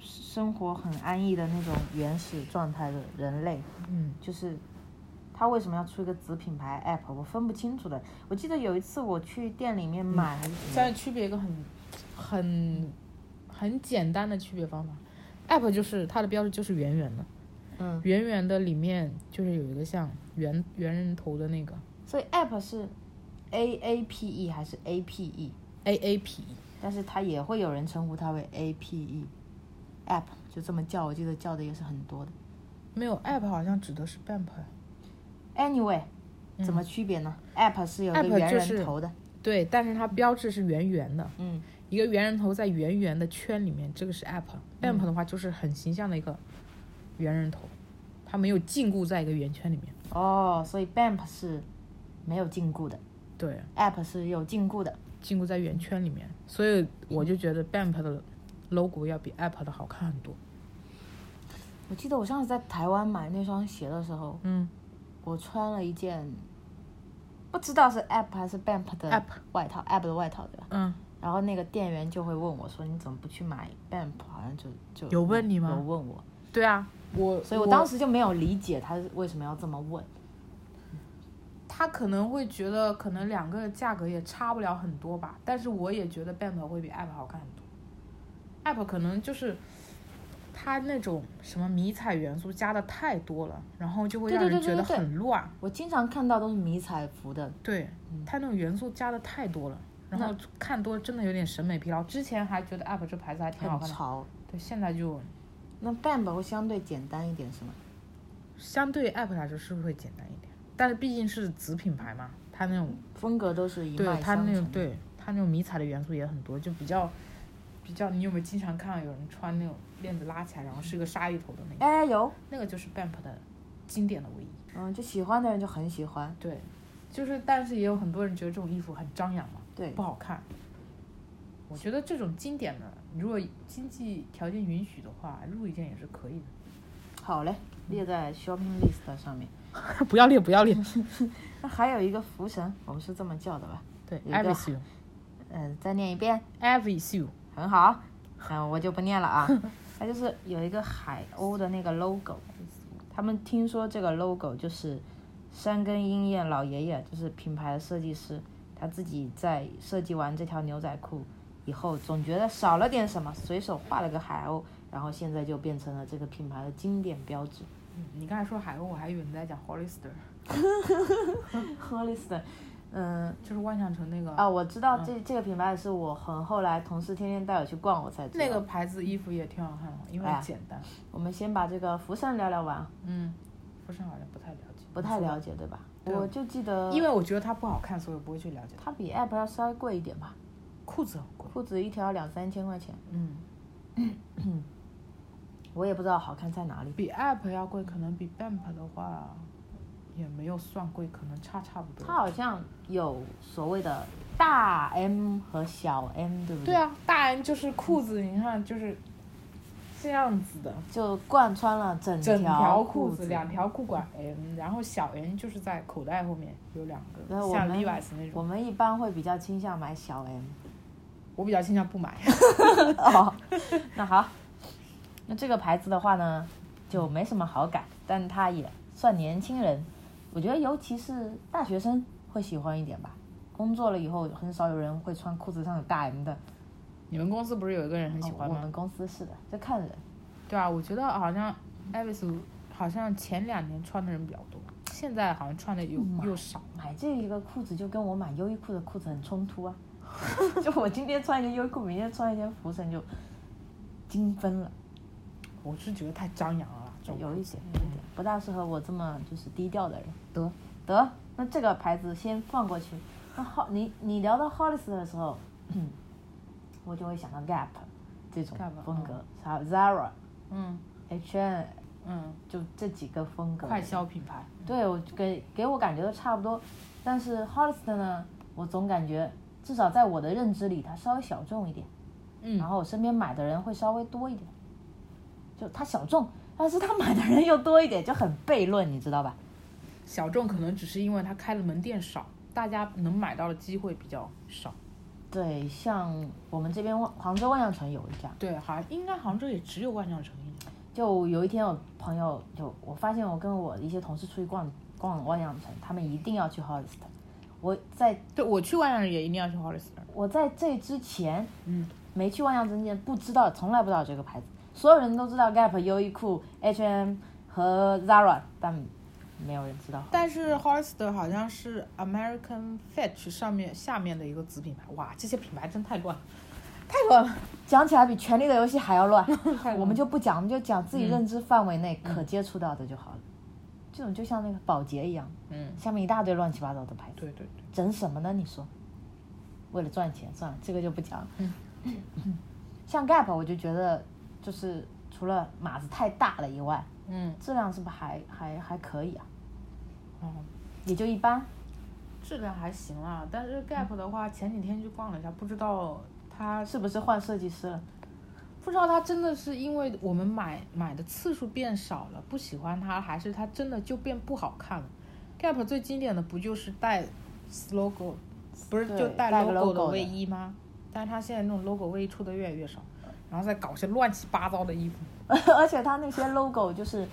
Speaker 1: 生活很安逸的那种原始状态的人类，
Speaker 2: 嗯，
Speaker 1: 就是他为什么要出一个子品牌 App，我分不清楚的。我记得有一次我去店里面买，还是什么
Speaker 2: 嗯现在区别一个很很很简单的区别方法，App 就是它的标志就是圆圆的，
Speaker 1: 嗯，
Speaker 2: 圆圆的里面就是有一个像圆圆人头的那个
Speaker 1: 所以 App 是 A A P E 还是 A P E？
Speaker 2: A A P，
Speaker 1: 但是它也会有人称呼它为 A P E App，就这么叫，我记得叫的也是很多的。
Speaker 2: 没有 App 好像指的是 Bamp 呀。
Speaker 1: Anyway，怎么区别呢、a p p 是有一
Speaker 2: 嗯 App
Speaker 1: 个圆
Speaker 2: 就
Speaker 1: 人
Speaker 2: 是
Speaker 1: 头的，
Speaker 2: 对，但是它标志是圆圆的，
Speaker 1: 嗯，
Speaker 2: 一个圆人头在圆圆的圈里面，这个是 app。app 的话就是很形象的一个圆人头，它没有禁锢在一个圆圈里面。
Speaker 1: 哦，所以 Bamp 是没有禁锢的
Speaker 2: 对，
Speaker 1: ，App 是有禁锢的。
Speaker 2: 禁锢在圆圈里面，所以我就觉得 bamp 的 logo 要比 app 的好看很多。
Speaker 1: 我记得我上次在台湾买那双鞋的时候，
Speaker 2: 嗯
Speaker 1: 我穿了一件不知道是 App 还是 Bamp 的
Speaker 2: App
Speaker 1: 外套，App 的外套对吧？
Speaker 2: 嗯，
Speaker 1: 然后那个店员就会问我说：“你怎么不去买 Bamp？” 好像就就
Speaker 2: 有问你吗
Speaker 1: 有问我，
Speaker 2: 对啊，我
Speaker 1: 所以我当时就没有理解他为什么要这么问。
Speaker 2: 他可能会觉得可能两个价格也差不了很多吧，但是我也觉得 Bamp 会比 App 好看很多。App 可能就是它那种什么迷彩元素加的太多了，然后就会
Speaker 1: 对
Speaker 2: 让
Speaker 1: 对
Speaker 2: 人
Speaker 1: 对
Speaker 2: 觉得
Speaker 1: 对对
Speaker 2: 很乱。
Speaker 1: 我经常看到都是迷彩服的，
Speaker 2: 对，
Speaker 1: 嗯
Speaker 2: 它那种元素加的太多了，然后看多真的有点审美疲劳。之前还觉得 UP 这牌子还挺好
Speaker 1: 很
Speaker 2: 看的，
Speaker 1: 潮。
Speaker 2: 对，现在就
Speaker 1: 那 Bamb 会相对简单一点是吗？
Speaker 2: 相对 UP 来说是不是会简单一点？但是毕竟是子品牌嘛，它那种
Speaker 1: 风格都是一
Speaker 2: 对
Speaker 1: 脉
Speaker 2: 它
Speaker 1: 相
Speaker 2: 那种
Speaker 1: 承。
Speaker 2: 对它那种迷彩的元素也很多，就比较比较。你有没有经常看到有人穿那种链子拉起来，然后是个鲨鱼头的那个？
Speaker 1: 哎，有，
Speaker 2: 那个就是 Bamp 的经典的卫衣。
Speaker 1: 嗯，就喜欢的人就很喜欢。
Speaker 2: 对，就是但是也有很多人觉得这种衣服很张扬嘛，
Speaker 1: 对
Speaker 2: 不好看。我觉得这种经典的，如果经济条件允许的话，入一件也是可以的。
Speaker 1: 好嘞，列在 shopping list 上面。
Speaker 2: 不要脸，不要脸。
Speaker 1: 那还有一个福神，我们是这么叫的吧？
Speaker 2: 对
Speaker 1: 有一个
Speaker 2: ，Every
Speaker 1: 嗯，再念一遍，
Speaker 2: Sue，Every Sue，
Speaker 1: 很好。嗯，我就不念了 啊。它就是有一个海鸥的那个 logo，他们听说这个 logo 就是山根英彦老爷爷，就是品牌的设计师，他自己在设计完这条牛仔裤以后，总觉得少了点什么，随手画了个海鸥，然后现在就变成了这个品牌的经典标志。
Speaker 2: 嗯你刚才说海鸥，我还以为你在讲 Hollister，
Speaker 1: Hollister，嗯，
Speaker 2: 就是万象城那个。
Speaker 1: 啊，我知道
Speaker 2: 嗯
Speaker 1: 这、这个品牌是我很后来同事天天带我去逛，我才知道。
Speaker 2: 那个牌子衣服也挺好看的，因为
Speaker 1: 哎
Speaker 2: 简单。
Speaker 1: 我们先把这个福山聊聊完，
Speaker 2: 嗯，福山好像不太了解，
Speaker 1: 不太了解对吧？
Speaker 2: 对啊
Speaker 1: 我就记得，
Speaker 2: 因为我觉得它不好看，所以我不会去了解它。
Speaker 1: 它比 App 要稍微贵一点吧，
Speaker 2: 裤子很贵，
Speaker 1: 裤子一条两三千块钱，
Speaker 2: 嗯，
Speaker 1: 我也不知道好看在哪里。
Speaker 2: 比 App 要贵，可能比 Bamp 的话也没有算贵，可能差差不多。
Speaker 1: 它好像有所谓的大 M 和小 M，对不
Speaker 2: 对啊，大 M 就是裤子，你看就是这样子的，
Speaker 1: 就贯穿了整
Speaker 2: 整
Speaker 1: 条
Speaker 2: 条裤
Speaker 1: 子，
Speaker 2: 两条裤管 M，然后小 M 就是在口袋后面有两个，
Speaker 1: 然后我
Speaker 2: 像
Speaker 1: 们
Speaker 2: Levi's 那
Speaker 1: 我
Speaker 2: 种。
Speaker 1: 们一般会比较倾向买小 M。
Speaker 2: 我比较倾向不买。
Speaker 1: 哦，那好，那这个牌子的话呢，就没什么好感，但它也算年轻人，我觉得尤其是大学生会喜欢一点吧。工作了以后，很少有人会穿裤子上有大 M 的。哦
Speaker 2: 你们公司不是有一个人很喜欢
Speaker 1: 我
Speaker 2: 吗？
Speaker 1: 们公司是的，就看人。
Speaker 2: 对啊，我觉得好像 Avis 好像前两年穿的人比较多，现在好像穿的又又少。
Speaker 1: 买这一个裤子就跟我买优衣库的裤子很冲 突啊！就我今天穿一件优衣库，明天穿一件福神就精分了，
Speaker 2: 我是觉得太张扬了啦，这种
Speaker 1: 有一点，有一点不大适合我这么就是低调的人。得得，那这个牌子先放过去。那好，你你聊到 Hollister 的时候， 我就会想到 Gap 这种
Speaker 2: Gap，
Speaker 1: 风格，还有 Zara、
Speaker 2: 嗯
Speaker 1: H&M，
Speaker 2: 嗯，
Speaker 1: 就这几个风格。
Speaker 2: 快消品牌。
Speaker 1: 对我给给我感觉都差不多，但是 Hollister 呢，我总感觉至少在我的认知里，它稍微小众一点，
Speaker 2: 嗯
Speaker 1: 然后我身边买的人会稍微多一点，就它小众，但是它买的人又多一点，就很悖论，你知道吧？
Speaker 2: 小众可能只是因为它开的门店少，大家能买到的机会比较少。
Speaker 1: 对，像我们这边万杭州万象城有一家，
Speaker 2: 对，好像应该杭州也只有万象城一家。
Speaker 1: 就有一天我朋友就我发现我跟我一些同事出去逛逛万象城，他们一定要去 Hollister，我在
Speaker 2: 对，我去万象城也一定要去 Hollister。
Speaker 1: 我在这之前
Speaker 2: 嗯，
Speaker 1: 没去万象城之前不知道，从来不知道这个牌子。所有人都知道 Gap、优衣库、H&M 和 Zara，但没有人知道。
Speaker 2: 但是 Hollister 好像是 American Fetch 上面下面的一个子品牌。哇，这些品牌真太乱了，太乱了。
Speaker 1: 讲起来比《权力的游戏》还要乱
Speaker 2: 太，乱
Speaker 1: 我们就不讲，我们就讲自己认知范围内可接触到的就好了。这种就像那个保洁一样，
Speaker 2: 嗯，
Speaker 1: 下面一大堆乱七八糟的牌子，
Speaker 2: 对对对，
Speaker 1: 整什么呢？你说？为了赚钱，算了，这个就不讲了。嗯像 Gap，我就觉得就是除了码子太大了以外，
Speaker 2: 嗯，
Speaker 1: 质量是不是还还还可以啊？
Speaker 2: 哦，
Speaker 1: 也就一般。
Speaker 2: 质量还行啦。但是 Gap 的话，前几天去逛了一下，不知道它
Speaker 1: 是不是换设计师了？
Speaker 2: 不知道它真的是因为我们买买的次数变少了，不喜欢它，还是它真的就变不好看了？Gap 最经典的不就是带 logo，不是
Speaker 1: 对
Speaker 2: 就带
Speaker 1: 带个
Speaker 2: logo 的
Speaker 1: logo 的
Speaker 2: 卫衣吗？但是它现在那种 logo 卫衣出的越来越少，然后再搞些乱七八糟的衣服。
Speaker 1: 而且他那些 logo 就是，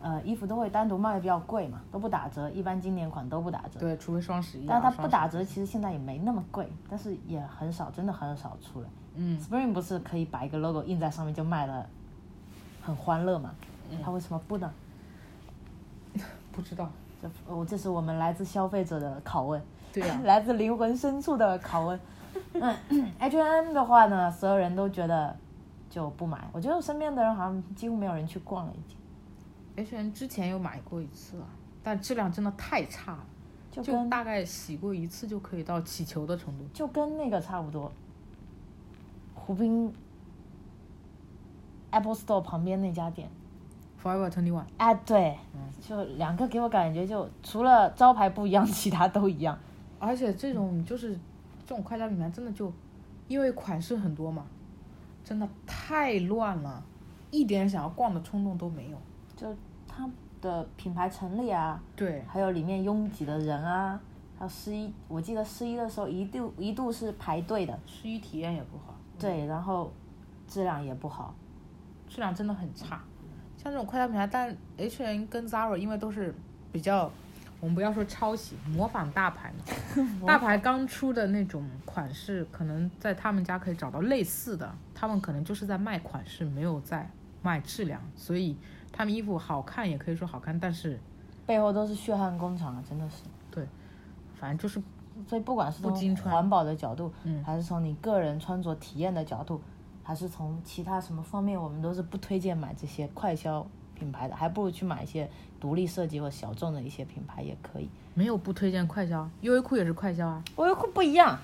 Speaker 1: 呃，衣服都会单独卖的比较贵嘛，都不打折，一般经典款都不打折。
Speaker 2: 对，除非双十一、
Speaker 1: 但
Speaker 2: 啊，
Speaker 1: 是它不打
Speaker 2: 折，
Speaker 1: 折，其实现在也没那么贵，但是也很少，真的很少出来。
Speaker 2: 嗯，
Speaker 1: Spring 不是可以把一个 logo 印在上面就卖了很欢乐嘛，
Speaker 2: 嗯
Speaker 1: 他为什么不呢？
Speaker 2: 不知道，
Speaker 1: 这哦，这是我们来自消费者的拷问，
Speaker 2: 对啊呀
Speaker 1: 来自灵魂深处的拷问。嗯 ，H&M 的话呢，所有人都觉得就不买。我觉得我身边的人好像几乎没有人去逛了，已经
Speaker 2: H N ，H&M 之前有买过一次啊，但质量真的太差了，
Speaker 1: 就
Speaker 2: 就
Speaker 1: 跟
Speaker 2: 大概洗过一次就可以到起球的程度。
Speaker 1: 就跟那个差不多，湖滨 Apple Store 旁边那家店，
Speaker 2: Forever Twenty One，
Speaker 1: 哎，对，就两个给我感觉就除了招牌不一样，其他都一样。
Speaker 2: 而且这种就是这种快消品牌真的就，因为款式很多嘛，真的太乱了，一点想要逛的冲动都没有。
Speaker 1: 就它的品牌成立啊，
Speaker 2: 对，
Speaker 1: 还有里面拥挤的人啊，还有试衣，我记得试衣的时候一度一度是排队的，
Speaker 2: 试衣体验也不好，
Speaker 1: 对，然后质量也不好，
Speaker 2: 质量真的很差。像这种快消品牌，但 H N 跟 Zara 因为都是比较，我们不要说抄袭，模仿大牌嘛。 大牌刚出的那种款式，可能在他们家可以找到类似的，他们可能就是在卖款式，没有在卖质量，所以他们衣服好看也可以说好看，但是
Speaker 1: 背后都是血汗工厂啊，真的是。
Speaker 2: 反正就是
Speaker 1: 所以不管是
Speaker 2: 不经
Speaker 1: 从
Speaker 2: 穿
Speaker 1: 环保的角度，
Speaker 2: 嗯
Speaker 1: 还是从你个人穿着体验的角度，还是从其他什么方面，我们都是不推荐买这些快消品牌的，还不如去买一些独立设计或小众的一些品牌也可以。
Speaker 2: 没有不推荐快消，优衣库也是快消啊。
Speaker 1: 优衣库不一样，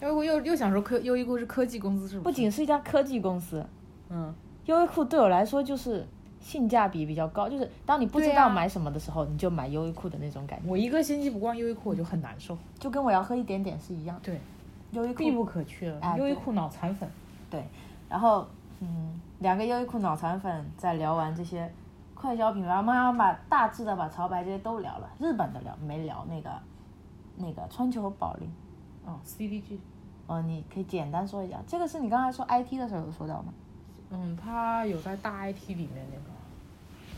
Speaker 2: 优衣库又又想说科，优衣库是科技公司是不是？
Speaker 1: 不仅是一家科技公司，
Speaker 2: 嗯，
Speaker 1: 优衣库对我来说就是性价比比较高，就是当你不知
Speaker 2: 对啊
Speaker 1: 道买什么的时候，你就买优衣库的那种感觉，
Speaker 2: 我一个星期不逛优衣库我就很难受。
Speaker 1: 就跟我要喝一点点是一样。
Speaker 2: 对，
Speaker 1: 优衣
Speaker 2: 必
Speaker 1: 库
Speaker 2: 不可缺
Speaker 1: 哎
Speaker 2: 了。优衣库脑残粉，
Speaker 1: 对，然后嗯，两个优衣库脑残粉在聊完这些快消品牌，我们要把大致的把潮牌这些都聊了，日本的聊没聊那个那个川久保玲。
Speaker 2: 哦，CDG，
Speaker 1: 哦，你可以简单说一下，这个是你刚才说 IT 的时候有说到吗？
Speaker 2: 嗯，它有在大 IT 里面那个。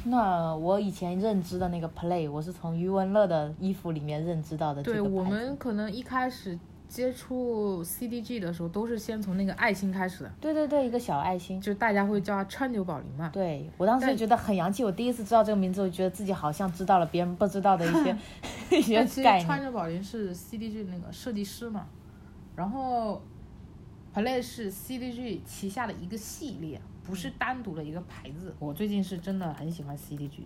Speaker 1: 那我以前认知的那个 Play，我是从余文乐的衣服里面认知到的这
Speaker 2: 对
Speaker 1: 个牌子。
Speaker 2: 我们可能一开始接触 CDG 的时候，都是先从那个爱心开始的，
Speaker 1: 对对对，一个小爱心。
Speaker 2: 就大家会叫它川久保玲嘛。
Speaker 1: 对我当时就
Speaker 2: 但
Speaker 1: 觉得很洋气，我第一次知道这个名字，我觉得自己好像知道了别人不知道的一 些一些
Speaker 2: 但其
Speaker 1: 概
Speaker 2: 实川
Speaker 1: 念。
Speaker 2: 久保玲是 CDG 那个设计师嘛，然后 Play 是 CDG 旗下的一个系列，不是单独的一个牌子。我最近是真的很喜欢 CDG，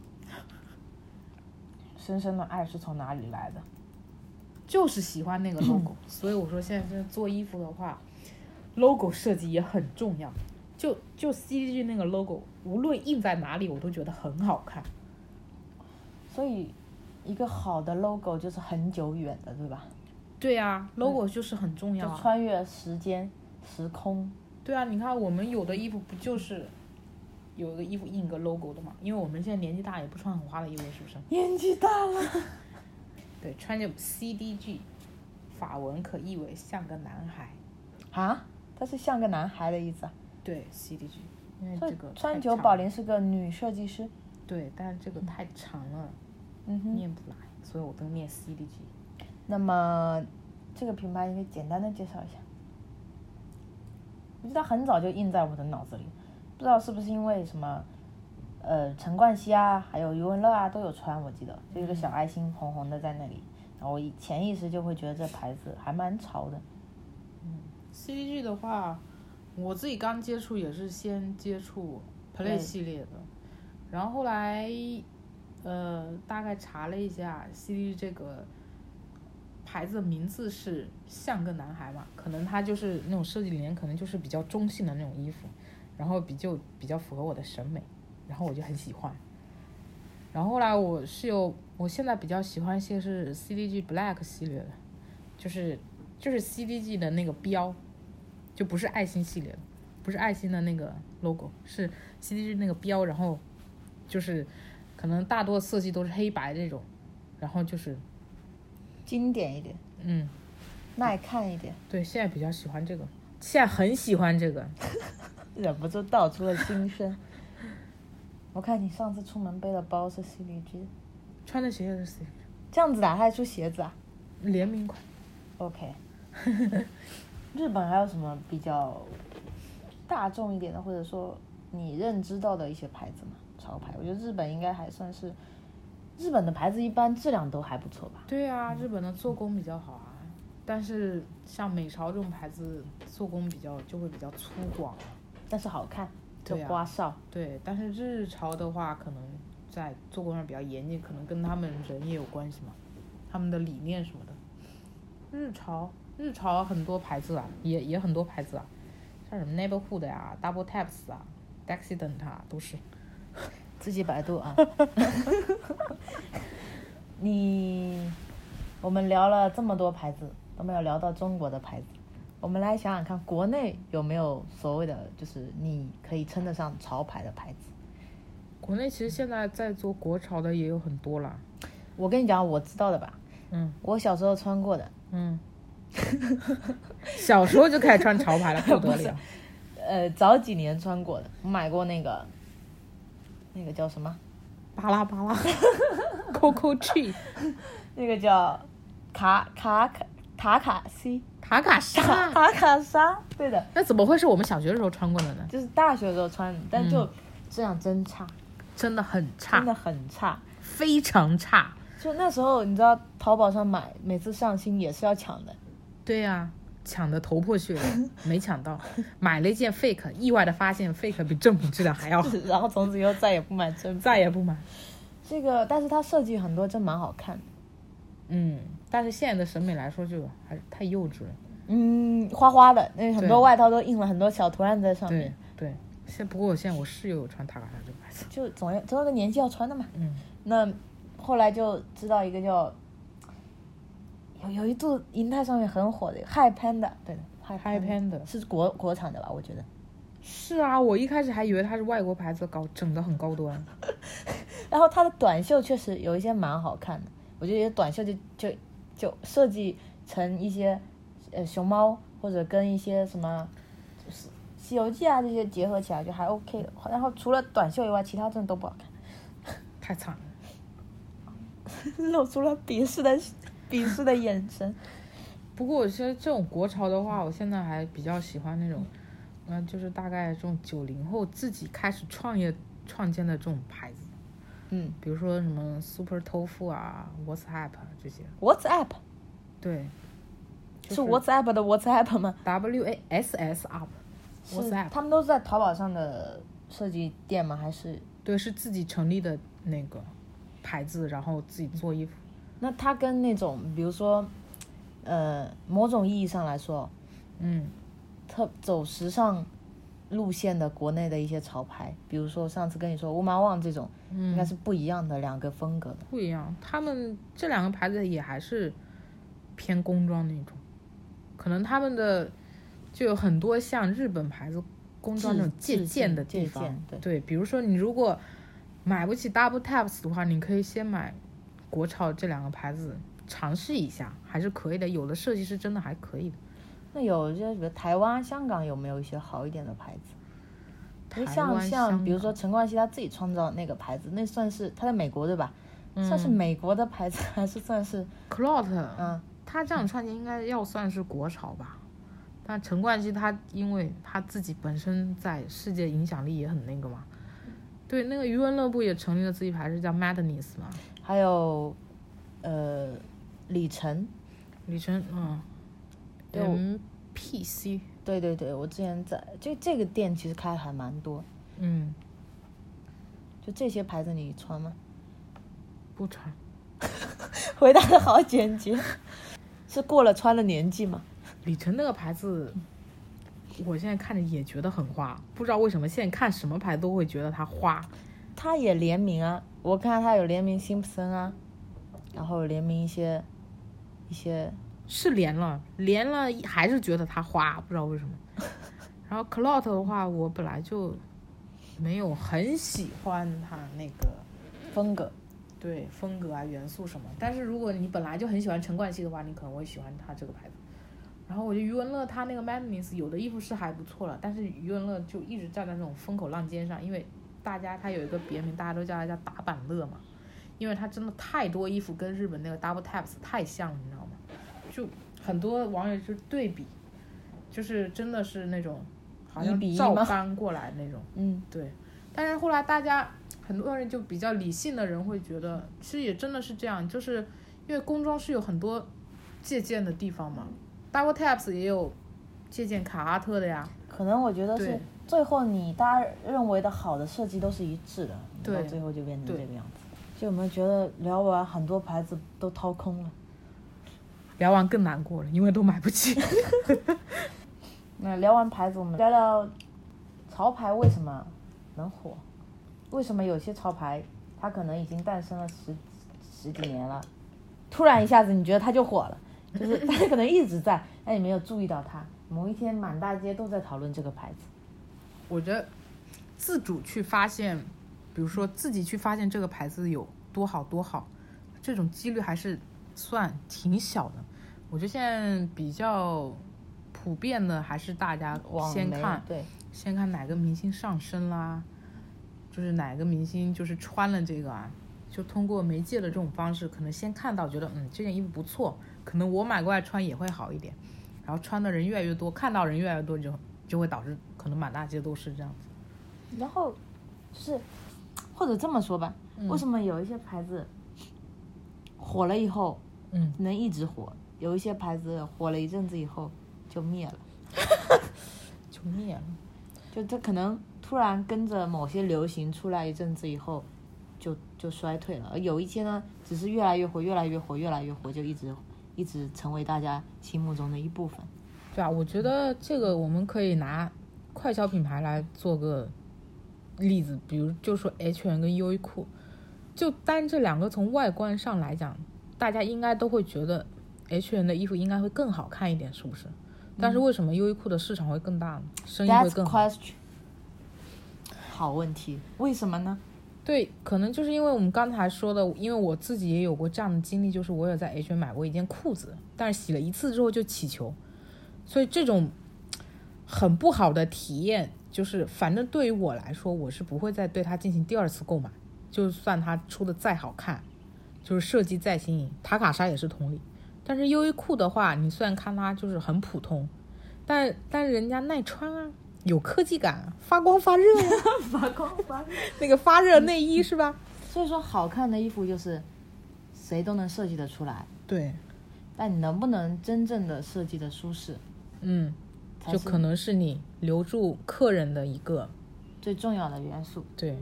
Speaker 1: 深深的爱是从哪里来的？
Speaker 2: 就是喜欢那个 logo，所以我说现在真的做衣服的话，logo 设计也很重要。就就 CDG 那个 logo，无论印在哪里，我都觉得很好看。
Speaker 1: 所以，一个好的 logo 就是很久远的，对吧？
Speaker 2: 对啊，logo 就是很重要、
Speaker 1: 就
Speaker 2: 啊。
Speaker 1: 穿越时间、时空。
Speaker 2: 对啊，你看我们有的衣服不就是有一个衣服印个 logo 的嘛？因为我们现在年纪大，也不穿很花的衣服，是不是？
Speaker 1: 年纪大了，
Speaker 2: 对，穿着 CDG，法文可译为像个男孩。
Speaker 1: 啊，它是像个男孩的意思啊。
Speaker 2: 对，CDG，因为
Speaker 1: 所
Speaker 2: 这
Speaker 1: 以
Speaker 2: 个太
Speaker 1: 川久
Speaker 2: 长
Speaker 1: 保
Speaker 2: 了
Speaker 1: 玲是个女设计师。
Speaker 2: 对，但是这个太长了，
Speaker 1: 嗯哼。
Speaker 2: 念不来，所以我都念 CDG。
Speaker 1: 那么这个品牌应该简单的介绍一下。我觉得很早就印在我的脑子里，不知道是不是因为什么，呃，陈冠希啊，还有余文乐啊都有穿，我记得就一个小爱心红红的在那里，然后我以潜意识就会觉得这牌子还蛮潮的。
Speaker 2: CDG 的话，我自己刚接触也是先接触 Play
Speaker 1: Play
Speaker 2: 系列的，然后后来呃大概查了一下 CDG 这个牌子的名字是像个男孩嘛，可能它就是那种设计理念，可能就是比较中性的那种衣服，然后比就比较符合我的审美，然后我就很喜欢。然后后来我是有，我现在比较喜欢一些是 CDG Black 系列的，就是就是 CDG 的那个标，就不是爱心系列的，不是爱心的那个 logo，是 CDG 那个标，然后就是可能大多色系都是黑白这种，然后就是
Speaker 1: 经典一点，
Speaker 2: 嗯，
Speaker 1: 耐看一点，
Speaker 2: 对，现在比较喜欢这个，现在很喜欢这个，
Speaker 1: 忍不住道出了心 声。我看你上次出门背的包是 CDG，
Speaker 2: 穿的鞋也是 CDG
Speaker 1: 这样子打还出鞋子啊？
Speaker 2: 联名款，
Speaker 1: OK，日本还有什么比较大众一点的，或者说你认知到的一些牌子嘛，潮牌。我觉得日本应该还算是，日本的牌子一般质量都还不错吧。
Speaker 2: 对啊，日本的做工比较好啊，但是像美潮这种牌子，做工比较就会比较粗犷。
Speaker 1: 但是好看，就
Speaker 2: 对啊
Speaker 1: 花哨。
Speaker 2: 对，但是日潮的话，可能在做工上比较严谨，可能跟他们人也有关系嘛，他们的理念什么的。日潮，日潮很多牌子啊，也也很多牌子啊，像什么 Neighborhood 呀、Double Taps 啊、Dexident 啊，都是。
Speaker 1: 自己百度啊。 你，我们聊了这么多牌子，都没有聊到中国的牌子。我们来想想看，国内有没有所谓的就是你可以称得上潮牌的牌子？
Speaker 2: 国内其实现在在做国潮的也有很多啦。
Speaker 1: 我跟你讲，我知道的吧，
Speaker 2: 嗯
Speaker 1: 我小时候穿过的，
Speaker 2: 嗯， 小时候就开始穿潮牌了， 不得了。
Speaker 1: 呃，早几年穿过的，我买过那个，那个叫什么？
Speaker 2: 巴拉 巴拉，Coco Tree，
Speaker 1: 那个叫卡卡卡塔卡西
Speaker 2: 卡卡
Speaker 1: 塔
Speaker 2: 莎。
Speaker 1: 塔卡莎，对的，
Speaker 2: 那怎么会是我们小学的时候穿过的呢？
Speaker 1: 就是大学的时候穿的，但就
Speaker 2: 嗯
Speaker 1: 质量真差，
Speaker 2: 真的很差，
Speaker 1: 真的很差。
Speaker 2: 非常差。
Speaker 1: 就那时候，你知道淘宝上买，每次上新也是要抢的，
Speaker 2: 对呀、抢得头破血 流，没抢到，买了一件 fake，意外的发现 fake 比正品质量还要好，
Speaker 1: 然后从此以后再也不买真品。
Speaker 2: 再也不买。
Speaker 1: 这个，但是它设计很多真蛮好看的。
Speaker 2: 嗯，但是现在的审美来说就还是太幼稚了。
Speaker 1: 嗯，花花的，那很多
Speaker 2: 对
Speaker 1: 外套都印了很多小图案在上
Speaker 2: 对
Speaker 1: 面，
Speaker 2: 对，现不过我现在我室友有穿塔卡莎这个牌子。
Speaker 1: 就总要总有个年纪要穿的嘛。
Speaker 2: 嗯，
Speaker 1: 那后来就知道一个叫有有一度银泰上面很火的 Hi Panda，对的，Hi
Speaker 2: Hi Panda
Speaker 1: 是国国产的吧？我觉得，
Speaker 2: 是啊，我一开始还以为它是外国牌子，搞整得很高端。
Speaker 1: 然后它的短袖确实有一些蛮好看的，我觉得有些短袖就就就设计成一些呃熊猫或者跟一些什么就是《西游记》啊这些结合起来就还 OK 的。然后除了短袖以外，其他真的都不好看，
Speaker 2: 太惨了。
Speaker 1: 露出了鄙视的鄙视的眼神。
Speaker 2: 不过我觉得这种国潮的话，我现在还比较喜欢那种，嗯、就是大概这种九零后自己开始创业创建的这种牌子，
Speaker 1: 嗯
Speaker 2: 比如说什么 Super Tofu 啊、WhatsApp 啊这些。
Speaker 1: ，WhatsApp
Speaker 2: 对
Speaker 1: 是
Speaker 2: 是
Speaker 1: WhatsApp 的 WhatsApp 吗？
Speaker 2: ，W A S S Up
Speaker 1: 是
Speaker 2: WhatsApp，
Speaker 1: 他们都是在淘宝上的设计店吗？还是
Speaker 2: 对，是自己成立的那个牌子，然后自己做衣服。
Speaker 1: 那它跟那种比如说，呃，某种意义上来说，
Speaker 2: 嗯，
Speaker 1: 特走时尚路线的国内的一些潮牌，比如说上次跟你说乌马旺这种，
Speaker 2: 嗯
Speaker 1: 应该是不一样的两个风格的。
Speaker 2: 不一样。他们这两个牌子也还是偏工装那种，可能他们的就有很多像日本牌子工装那种
Speaker 1: 致
Speaker 2: 借鉴的
Speaker 1: 致敬
Speaker 2: 地
Speaker 1: 借鉴
Speaker 2: 方。
Speaker 1: 对
Speaker 2: 比如说你如果买不起 Double Taps 的话，你可以先买国潮这两个牌子尝试一下，还是可以的。有的设计师真的还可以的。
Speaker 1: 那有些比如台湾、香港有没有一些好一点的牌子？因为
Speaker 2: 台
Speaker 1: 像
Speaker 2: 湾香
Speaker 1: 像比如
Speaker 2: 港
Speaker 1: 说陈冠希他自己创造的那个牌子，那算是他在美国对吧？算
Speaker 2: 嗯
Speaker 1: 是美国的牌子 还是算是
Speaker 2: Clot，
Speaker 1: 嗯？
Speaker 2: 他这样穿着应该要算是国潮吧，但陈冠希他因为他自己本身在世界影响力也很那个嘛，对，那个余文乐部也成立了自己牌子叫 Madness 嘛，
Speaker 1: 还有呃李晨，
Speaker 2: 李晨，嗯
Speaker 1: 对我
Speaker 2: ，MPC，
Speaker 1: 对对对，我之前在就这个店其实开的还蛮多，
Speaker 2: 嗯，
Speaker 1: 就这些牌子你穿吗？
Speaker 2: 不穿，
Speaker 1: 回答的好简洁， 是过了穿的年纪吗？
Speaker 2: 李晨那个牌子，我现在看着也觉得很花，不知道为什么现在看什么牌都会觉得它花，
Speaker 1: 他也联名啊，我看他有联名辛普森啊，然后联名一些一些
Speaker 2: 是连了，连了还是觉得它花，不知道为什么。然后 Clout 的话，我本来就没有很喜欢它那个
Speaker 1: 风格。
Speaker 2: 对风格啊、元素什么。但是如果你本来就很喜欢陈冠希的话，你可能会喜欢他这个牌子。然后我觉得余文乐他那个 Madness 有的衣服是还不错了，但是余文乐就一直站在那种风口浪尖上，因为大家他有一个别名，大家都叫他叫打板乐嘛，因为他真的太多衣服跟日本那个 Double Taps 太像了，你知道吗？就很多网友就对比，就是真的是那种好
Speaker 1: 一
Speaker 2: 像
Speaker 1: 比一
Speaker 2: 照
Speaker 1: 吗
Speaker 2: 搬过来那种。
Speaker 1: 嗯，
Speaker 2: 对，但是后来大家很多人就比较理性的人会觉得，其实也真的是这样，就是因为宫中是有很多借鉴的地方嘛，Double Taps 也有借鉴卡哈特的呀，
Speaker 1: 可能我觉得是
Speaker 2: 对
Speaker 1: 最后你大家认为的好的设计都是一致的，你到
Speaker 2: 对
Speaker 1: 最后就变成
Speaker 2: 对
Speaker 1: 这个样子。就有没有觉得聊完很多牌子都掏空了？
Speaker 2: 聊完更难过了，因为都买不起。
Speaker 1: 那聊完牌子，我们聊聊潮牌为什么能火？为什么有些潮牌它可能已经诞生了十十几年了，突然一下子你觉得它就火了， 就是它可能一直在，但你没有注意到它。某一天满大街都在讨论这个牌子，
Speaker 2: 我觉得自主去发现，比如说自己去发现这个牌子有多好多好，这种几率还是算挺小的。我觉得现在比较普遍的还是大家
Speaker 1: 网
Speaker 2: 先
Speaker 1: 媒
Speaker 2: 看
Speaker 1: 对，
Speaker 2: 先看哪个明星上身啦，就是哪个明星就是穿了这个啊，就通过媒介的这种方式，可能先看到觉得嗯这件衣服不错，可能我买过来穿也会好一点，然后穿的人越来越多，看到人越来越多就就会导致可能满大街都是这样子。
Speaker 1: 然后就是或者这么说吧，为什么有一些牌子火了以后
Speaker 2: 嗯，
Speaker 1: 能一直火，有一些牌子火了一阵子以后就灭了？
Speaker 2: 就灭了。
Speaker 1: 就它可能突然跟着某些流行出来一阵子以后，就就衰退了。而有一些呢，只是越来越火，越来越火，越来越火，就一直一直成为大家心目中的一部分。
Speaker 2: 对啊，我觉得这个我们可以拿快消品牌来做个例子，比如就说 H&M 跟优衣库，就单这两个从外观上来讲，大家应该都会觉得 H&M 的衣服应该会更好看一点，是不是？但是为什么优衣库的市场会更大呢？生意会
Speaker 1: That's
Speaker 2: 更好？
Speaker 1: question。好问题，为什么呢？
Speaker 2: 对，可能就是因为我们刚才说的，因为我自己也有过这样的经历，就是我有在 H&M 买过一件裤子，但是洗了一次之后就起球，所以这种很不好的体验，就是反正对于我来说，我是不会再对它进行第二次购买，就算它出的再好看，就是设计再新颖，塔卡莎也是同理。但是优衣库的话，你虽然看它就是很普通，但但是人家耐穿啊，有科技感啊， 发光发热呀、
Speaker 1: 发光发热。
Speaker 2: 那个发热内衣是吧？
Speaker 1: 所以说，好看的衣服就是谁都能设计得出来，
Speaker 2: 对，
Speaker 1: 但你能不能真正的设计的舒适，
Speaker 2: 嗯，
Speaker 1: 才
Speaker 2: 就是可能是你留住客人的一个
Speaker 1: 最重要的元素。
Speaker 2: 对，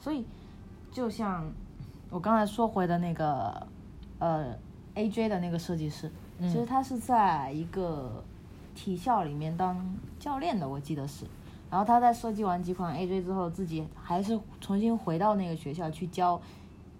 Speaker 1: 所以，就像我刚才说回的那个，呃，AJ 的那个设计师，
Speaker 2: 嗯
Speaker 1: 其实他是在一个体校里面当教练的，我记得是。然后他在设计完几款 AJ 之后，自己还是重新回到那个学校去教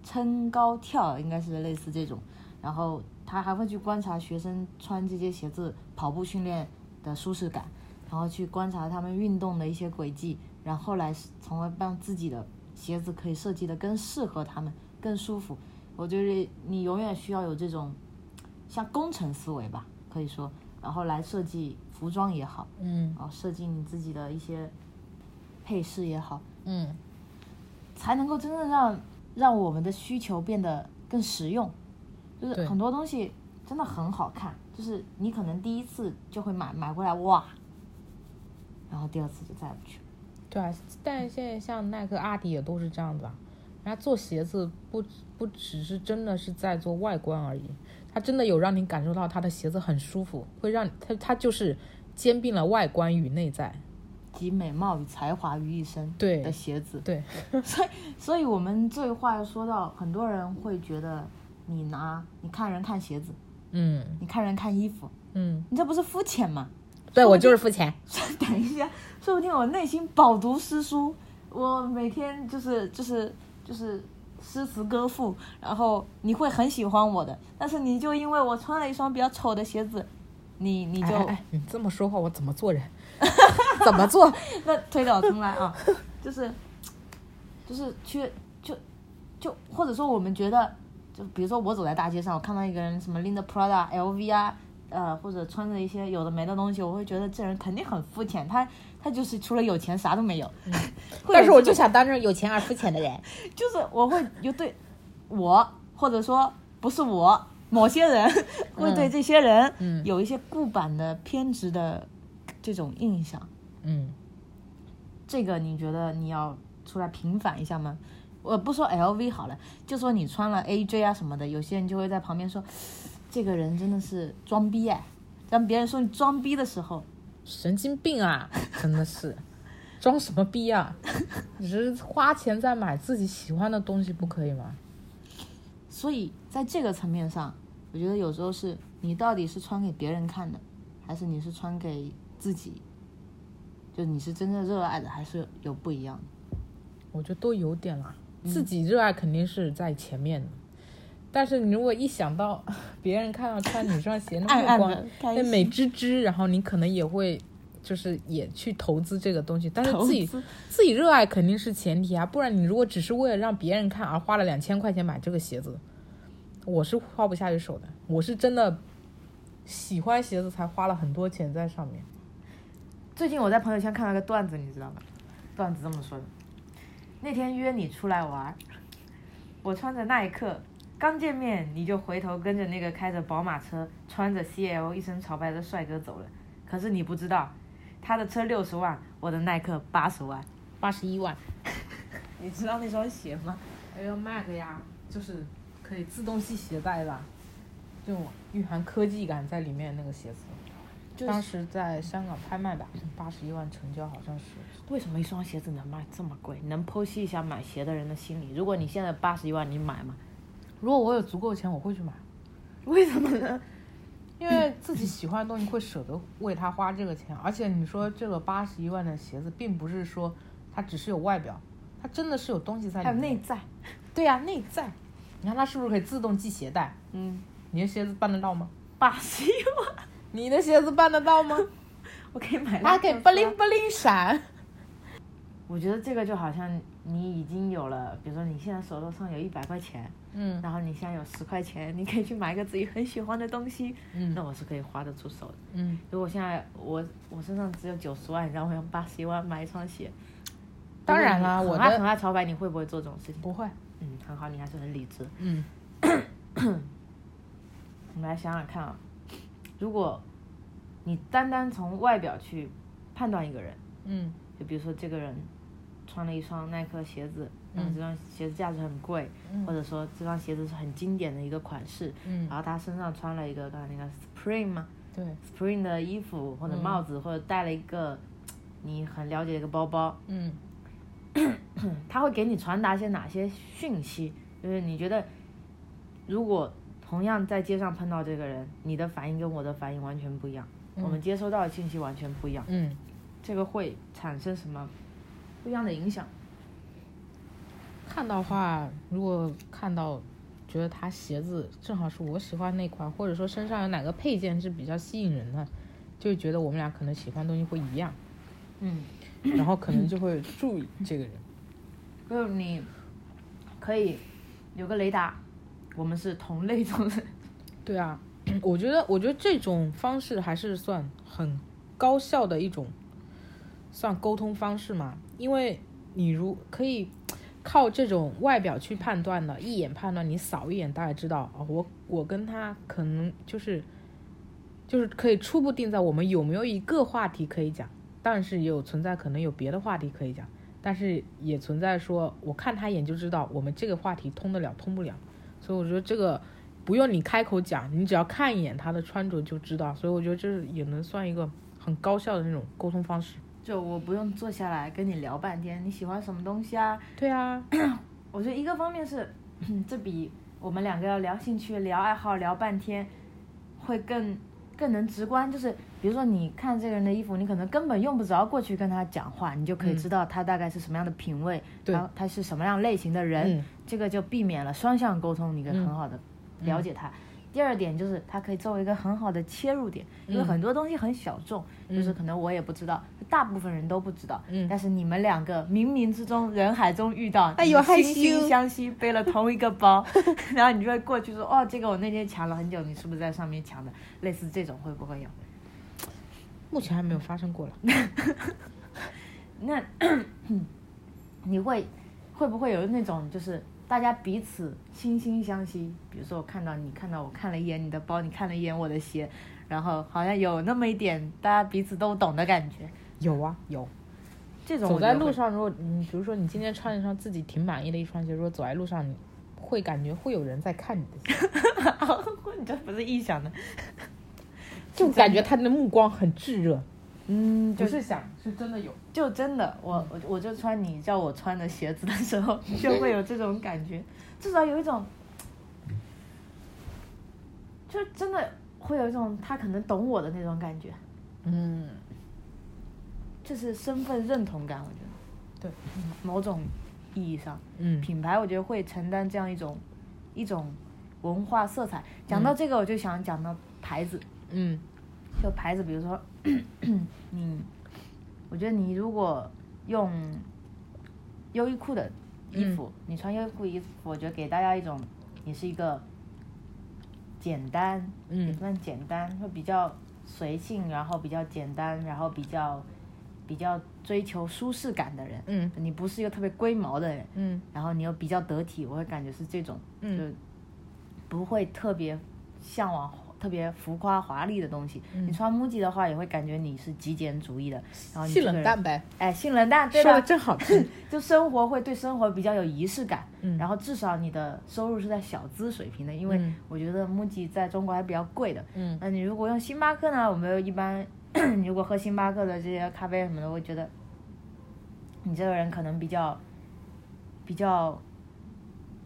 Speaker 1: 撑高跳，应该是类似这种。然后他还会去观察学生穿这些鞋子跑步训练的舒适感，然后去观察他们运动的一些轨迹，然后来从而让自己的鞋子可以设计的更适合他们，更舒服。我觉得你永远需要有这种像工程思维吧，可以说，然后来设计服装也好，
Speaker 2: 嗯
Speaker 1: 然后设计你自己的一些配饰也好，
Speaker 2: 嗯，
Speaker 1: 才能够真正让让我们的需求变得更实用。就是
Speaker 2: 对
Speaker 1: 很多东西真的很好看，就是你可能第一次就会买买过来哇，然后第二次就再也不去了。
Speaker 2: 对啊，但是现在像耐克、阿迪也都是这样子啊，人家做鞋子不不只是真的是在做外观而已，它真的有让你感受到它的鞋子很舒服，会让它它就是兼并了外观与内在，
Speaker 1: 集美貌与才华于一身
Speaker 2: 对
Speaker 1: 的鞋子，
Speaker 2: 对，
Speaker 1: 所以我们这话又说到，很多人会觉得你拿你看人看鞋子，
Speaker 2: 嗯
Speaker 1: 你看人看衣服，
Speaker 2: 嗯，
Speaker 1: 你这不是肤浅吗？
Speaker 2: 对我就是付钱，
Speaker 1: 等一下，说不定我内心饱读诗书，我每天就是就是就是诗词歌赋，然后你会很喜欢我的，但是你就因为我穿了一双比较丑的鞋子，你你就
Speaker 2: 哎哎哎你这么说话我怎么做人？ 怎么做？
Speaker 1: 那推倒重来啊， 就是就是去就就或者说我们觉得，就比如说我走在大街上，我看到一个人什么拎着 Prada、LV 啊，呃，或者穿着一些有的没的东西，我会觉得这人肯定很肤浅，他他就是除了有钱啥都没有。 会有
Speaker 2: 嗯但是我
Speaker 1: 这
Speaker 2: 就
Speaker 1: 种
Speaker 2: 想当这种有钱而肤浅的人。
Speaker 1: 就是我会有对我，或者说不是我，某些人 会对这些人
Speaker 2: 嗯
Speaker 1: 有一些固板的偏执的这种印象。
Speaker 2: 嗯，
Speaker 1: 这个你觉得你要出来平反一下吗？我不说 LV 好了，就说你穿了 AJ 啊什么的，有些人就会在旁边说，这个人真的是装逼哎、当别人说你装逼的时候，
Speaker 2: 神经病啊！ 真的是，装什么逼啊？只是花钱在买自己喜欢的东西，不可以吗？
Speaker 1: 所以在这个层面上，我觉得有时候是你到底是穿给别人看的，还是你是穿给自己，就你是真正热爱的，还是有不一样的。
Speaker 2: 我觉得都有点啦。
Speaker 1: 嗯
Speaker 2: 自己热爱肯定是在前面的，但是你如果一想到 别人看到穿你这双鞋那
Speaker 1: 暗
Speaker 2: 么
Speaker 1: 暗
Speaker 2: 光，
Speaker 1: 的开
Speaker 2: 那
Speaker 1: 心
Speaker 2: 美滋滋，然后你可能也会就是也去投资这个东西，但是自己
Speaker 1: 投资
Speaker 2: 自己热爱肯定是前提啊，不然你如果只是为了让别人看而花了两千块钱买这个鞋子，我是花不下去手的。我是真的喜欢鞋子才花了很多钱在上面。
Speaker 1: 最近我在朋友圈看到个段子，你知道吗？段子这么说的：那天约你出来玩儿，我穿着耐克，刚见面你就回头跟着那个开着宝马车、穿着 CL 一身潮白的帅哥走了。可是你不知道，他的车六十万，我的耐克八十万。
Speaker 2: 八十一万，
Speaker 1: 你知道那双鞋吗？
Speaker 2: 哎呦 Mac 呀，就是可以自动系鞋带的，这种蕴含科技感在里面那个鞋子。
Speaker 1: 就是
Speaker 2: 当时在香港拍卖吧，八十一万成交，好像是。
Speaker 1: 为什么一双鞋子能卖这么贵？能剖析一下买鞋的人的心理。如果你现在八十一万，你买吗？
Speaker 2: 如果我有足够钱，我会去买。
Speaker 1: 为什么呢？
Speaker 2: 因为自己喜欢的东西会舍得为它花这个钱，而且你说这个八十一万的鞋子，并不是说它只是有外表，它真的是有东西在
Speaker 1: 还有
Speaker 2: 里面。
Speaker 1: 内在，
Speaker 2: 对呀、内在。你看它是不是可以自动系鞋带？
Speaker 1: 嗯，
Speaker 2: 你的鞋子办得到吗？
Speaker 1: 八十一万，
Speaker 2: 你的鞋子办得 到吗？
Speaker 1: 我可以买。
Speaker 2: 它可以不灵不 灵闪。
Speaker 1: 我觉得这个就好像你已经有了，比如说你现在手头上有一百块钱，
Speaker 2: 嗯
Speaker 1: 然后你现在有十块钱，你可以去买一个自己很喜欢的东西，
Speaker 2: 嗯
Speaker 1: 那我是可以花得出手的。
Speaker 2: 嗯，
Speaker 1: 如果现在我我身上只有九十万，然后我用八十一万买一双鞋，
Speaker 2: 当然啦，
Speaker 1: 如果
Speaker 2: 我
Speaker 1: 你很爱很
Speaker 2: 的
Speaker 1: 爱潮白，你会不会做这种事情？
Speaker 2: 不会。
Speaker 1: 嗯，很好，你还是很理智。
Speaker 2: 嗯
Speaker 1: 我们来想想看啊，如果你单单从外表去判断一个人，
Speaker 2: 嗯
Speaker 1: 就比如说这个人穿了一双耐克鞋子，然后
Speaker 2: 嗯
Speaker 1: 这双鞋子价值很贵，
Speaker 2: 嗯
Speaker 1: 或者说这双鞋子是很经典的一个款式，
Speaker 2: 嗯
Speaker 1: 然，后他身上穿了一个刚才那个 Spring 嘛
Speaker 2: 对，
Speaker 1: ，Spring 的衣服或者帽子，或者戴了一个你很了解的一个包包，
Speaker 2: 嗯
Speaker 1: 他会给你传达些哪些讯息？就是你觉得，如果同样在街上碰到这个人，你的反应跟我的反应完全不一样，
Speaker 2: 嗯
Speaker 1: 我们接收到的信息完全不一样，
Speaker 2: 嗯，
Speaker 1: 这个会产生什么不一样的影响？
Speaker 2: 看到的话，如果看到觉得它鞋子正好是我喜欢那款，或者说身上有哪个配件是比较吸引人的，就会觉得我们俩可能喜欢的东西会一样，
Speaker 1: 嗯，
Speaker 2: 然后可能就会注意这个人。
Speaker 1: 就是你可以有个雷达，我们是同类中人。
Speaker 2: 对啊，我觉得，我觉得这种方式还是算很高效的一种，算沟通方式嘛。因为你如可以靠这种外表去判断的，一眼判断，你扫一眼大概知道啊、我我跟他可能就是就是可以初步定在我们有没有一个话题可以讲，但是也有存在可能有别的话题可以讲，但是也存在说我看他一眼就知道我们这个话题通得了通不了，所以我觉得这个。不用你开口讲，你只要看一眼他的穿着就知道。所以我觉得这是也能算一个很高效的那种沟通方式。
Speaker 1: 就我不用坐下来跟你聊半天，你喜欢什么东西啊？
Speaker 2: 对啊，
Speaker 1: 我觉得一个方面是，嗯这比我们两个要聊兴趣、聊爱好、聊半天，会更更能直观。就是比如说，你看这个人的衣服，你可能根本用不着过去跟他讲话，你就可以
Speaker 2: 嗯
Speaker 1: 知道他大概是什么样的品味，
Speaker 2: 对
Speaker 1: 然后他是什么样类型的人，
Speaker 2: 嗯
Speaker 1: 这个就避免了双向沟通，你可以很好的
Speaker 2: 嗯
Speaker 1: 了解他。第二点就是，它可以作为一个很好的切入点，因为
Speaker 2: 嗯
Speaker 1: 很多东西很小众，就是可能我也不知道，大部分人都不知道。
Speaker 2: 嗯
Speaker 1: 但是你们两个冥冥之中、人海中遇到，
Speaker 2: 哎呦
Speaker 1: 你们
Speaker 2: 害
Speaker 1: 惺惺
Speaker 2: 羞
Speaker 1: 相惜，背了同一个包， 然后你就会过去说：“哦，这个我那天抢了很久，你是不是在上面抢的？”类似这种会不会有？
Speaker 2: 目前还没有发生过了。
Speaker 1: 那 你会会不会有那种就是大家彼此惺惺相惜？比如说我看到你看到我看了一眼你的包，你看了一眼我的鞋，然后好像有那么一点大家彼此都懂的感觉。
Speaker 2: 有啊，有。
Speaker 1: 这种
Speaker 2: 走
Speaker 1: 我
Speaker 2: 在
Speaker 1: 就
Speaker 2: 路
Speaker 1: 会
Speaker 2: 上，如 果你比如说你今天穿一双自己挺满意的一双鞋，如果走在路上，你会感觉会有人在看你的 鞋，
Speaker 1: 你这不是臆想的，
Speaker 2: 就感觉他的目光很炙热，
Speaker 1: 嗯，就
Speaker 2: 不
Speaker 1: 是
Speaker 2: 是想，是真的有。
Speaker 1: 就真的，我我我就穿你叫我穿的鞋子的时候，就会有这种感觉，至少有一种，就真的会有一种他可能懂我的那种感觉，
Speaker 2: 嗯，
Speaker 1: 就是身份认同感，我觉得
Speaker 2: 对，
Speaker 1: 某种意义上，
Speaker 2: 嗯，
Speaker 1: 品牌我觉得会承担这样一种一种文化色彩。讲到这个，我就想讲到牌子，
Speaker 2: 嗯，
Speaker 1: 就牌子，比如说你，我觉得你如果用优衣库的衣服，你穿优衣库衣服，我觉得给大家一种你是一个简单，
Speaker 2: 嗯
Speaker 1: 也不算简单，会比较随性，然后比较简单，然后比较比较追求舒适感的人，
Speaker 2: 嗯，
Speaker 1: 你不是一个特别龟毛的人，
Speaker 2: 嗯，
Speaker 1: 然后你又比较得体，我会感觉是这种，
Speaker 2: 嗯
Speaker 1: 就不会特别向往特别浮夸华丽的东西。
Speaker 2: 嗯
Speaker 1: 你穿 MUJI 的话，也会感觉你是极简主义的，然后你
Speaker 2: 性
Speaker 1: 这个
Speaker 2: 冷
Speaker 1: 人
Speaker 2: 淡，呗，
Speaker 1: 哎，性冷淡，对
Speaker 2: 说的
Speaker 1: 的，
Speaker 2: 真好听。
Speaker 1: 就生活会对生活比较有仪式感，
Speaker 2: 嗯
Speaker 1: 然后至少你的收入是在小资水平的，因为
Speaker 2: 嗯
Speaker 1: 我觉得 MUJI 在中国还比较贵的，
Speaker 2: 嗯
Speaker 1: 那你如果用星巴克呢，我们一般你如果喝星巴克的这些咖啡什么的，我会觉得你这个人可能比较比较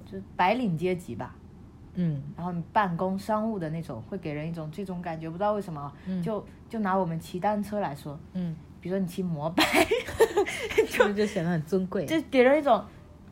Speaker 1: 就白领阶级吧，
Speaker 2: 嗯
Speaker 1: 然后你办公商务的那种，会给人一种这种感觉，不知道为什么啊，
Speaker 2: 嗯
Speaker 1: 就就拿我们骑单车来说，
Speaker 2: 嗯，
Speaker 1: 比如说你骑摩拜，
Speaker 2: 是不是就显得很尊贵？
Speaker 1: 就给人一种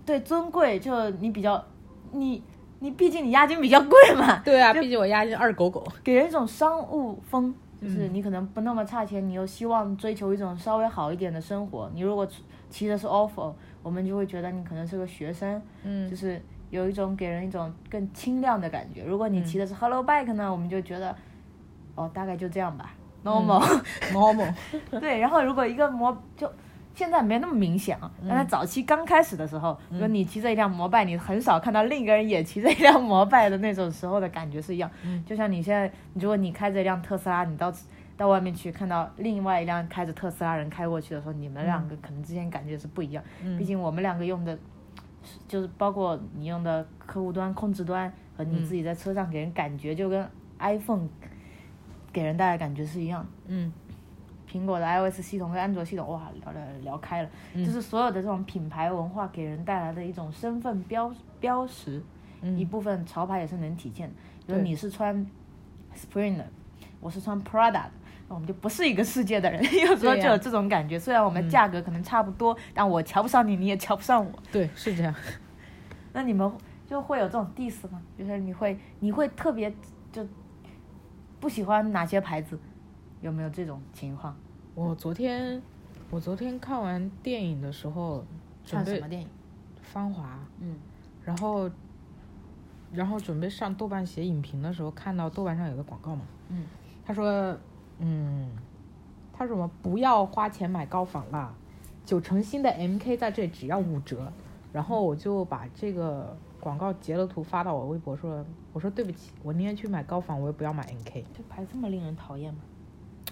Speaker 1: 对尊贵，就你比较你你毕竟你押金比较贵嘛，
Speaker 2: 对啊，
Speaker 1: 就
Speaker 2: 毕竟我押金二狗狗。
Speaker 1: 给人一种商务风，就是你可能不那么差钱，你又希望追求一种稍微好一点的生活。你如果骑骑的是 offer，我们就会觉得你可能是个学生，
Speaker 2: 嗯
Speaker 1: 就是有一种给人一种更清亮的感觉。如果你骑的是 hello bike 呢，我们就觉得，哦，大概就这样吧，normal、
Speaker 2: 某某，
Speaker 1: 对，然后如果一个摩就现在没那么明显啊，但在早期刚开始的时候，如果你骑着一辆摩拜，你很少看到另一个人也骑着一辆摩拜的那种时候的感觉是一样。就像你现在，如果你开着一辆特斯拉，你到到外面去看到另外一辆开着特斯拉人开过去的时候，你们两个可能之间感觉是不一样。
Speaker 2: 嗯
Speaker 1: 毕竟我们两个用的，就是包括你用的客户端、控制端和你
Speaker 2: 嗯
Speaker 1: 自己在车上给人感觉，就跟 iPhone 给人带来的感觉是一样的。
Speaker 2: 嗯
Speaker 1: 苹果的 iOS 系统跟安卓系统，哇，聊聊聊开了，
Speaker 2: 嗯
Speaker 1: 就是所有的这种品牌文化给人带来的一种身份标标识，一部分潮牌也是能体现的。比如
Speaker 2: 嗯对
Speaker 1: 你是穿 Spring 的，我是穿 Prada 的，那我们就不是一个世界的人， 有时候就
Speaker 2: 对呀嗯
Speaker 1: 有这种感觉。虽然我们价格可能差不多，但我瞧不上你，你也瞧不上我。
Speaker 2: 对，是这样。
Speaker 1: 那你们就会有这种 diss 吗？就是你会你会特别就不喜欢哪些牌子？有没有这种情况？
Speaker 2: 我昨天我昨天看完电影的时候，准
Speaker 1: 看什
Speaker 2: 备
Speaker 1: 么电影？
Speaker 2: 芳华，
Speaker 1: 嗯。
Speaker 2: 然后然后准备上豆瓣写影评的时候，看到豆瓣上有个广告嘛，
Speaker 1: 嗯，
Speaker 2: 他说，嗯，他说什么不要花钱买高仿啦，九成新的 MK 在这里只要五折，然后我就把这个广告截了图发到我微博说，我说对不起，我宁愿去买高仿，我也不要买 MK。
Speaker 1: 这牌这么令人讨厌吗？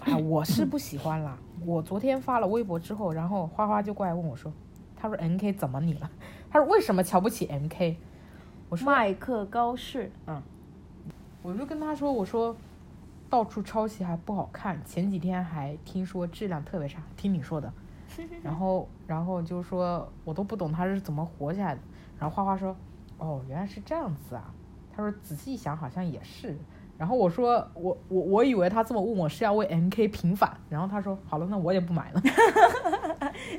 Speaker 2: 啊，我是不喜欢啦。我昨天发了微博之后，然后花花就过来问我说：“他说 N K 怎么你了？他说为什么瞧不起 M K？” 我说
Speaker 1: 麦克高士，
Speaker 2: 我就跟他说：“我说到处抄袭还不好看，前几天还听说质量特别差，听你说的。”
Speaker 1: 嗯
Speaker 2: 然后，然后就说我都不懂他是怎么火起来的。然后花花说：“哦，原来是这样子啊。”他说仔细一想好像也是。然后我说我我我以为他这么问我是要为 M K 平反，然后他说好了，那我也不买了。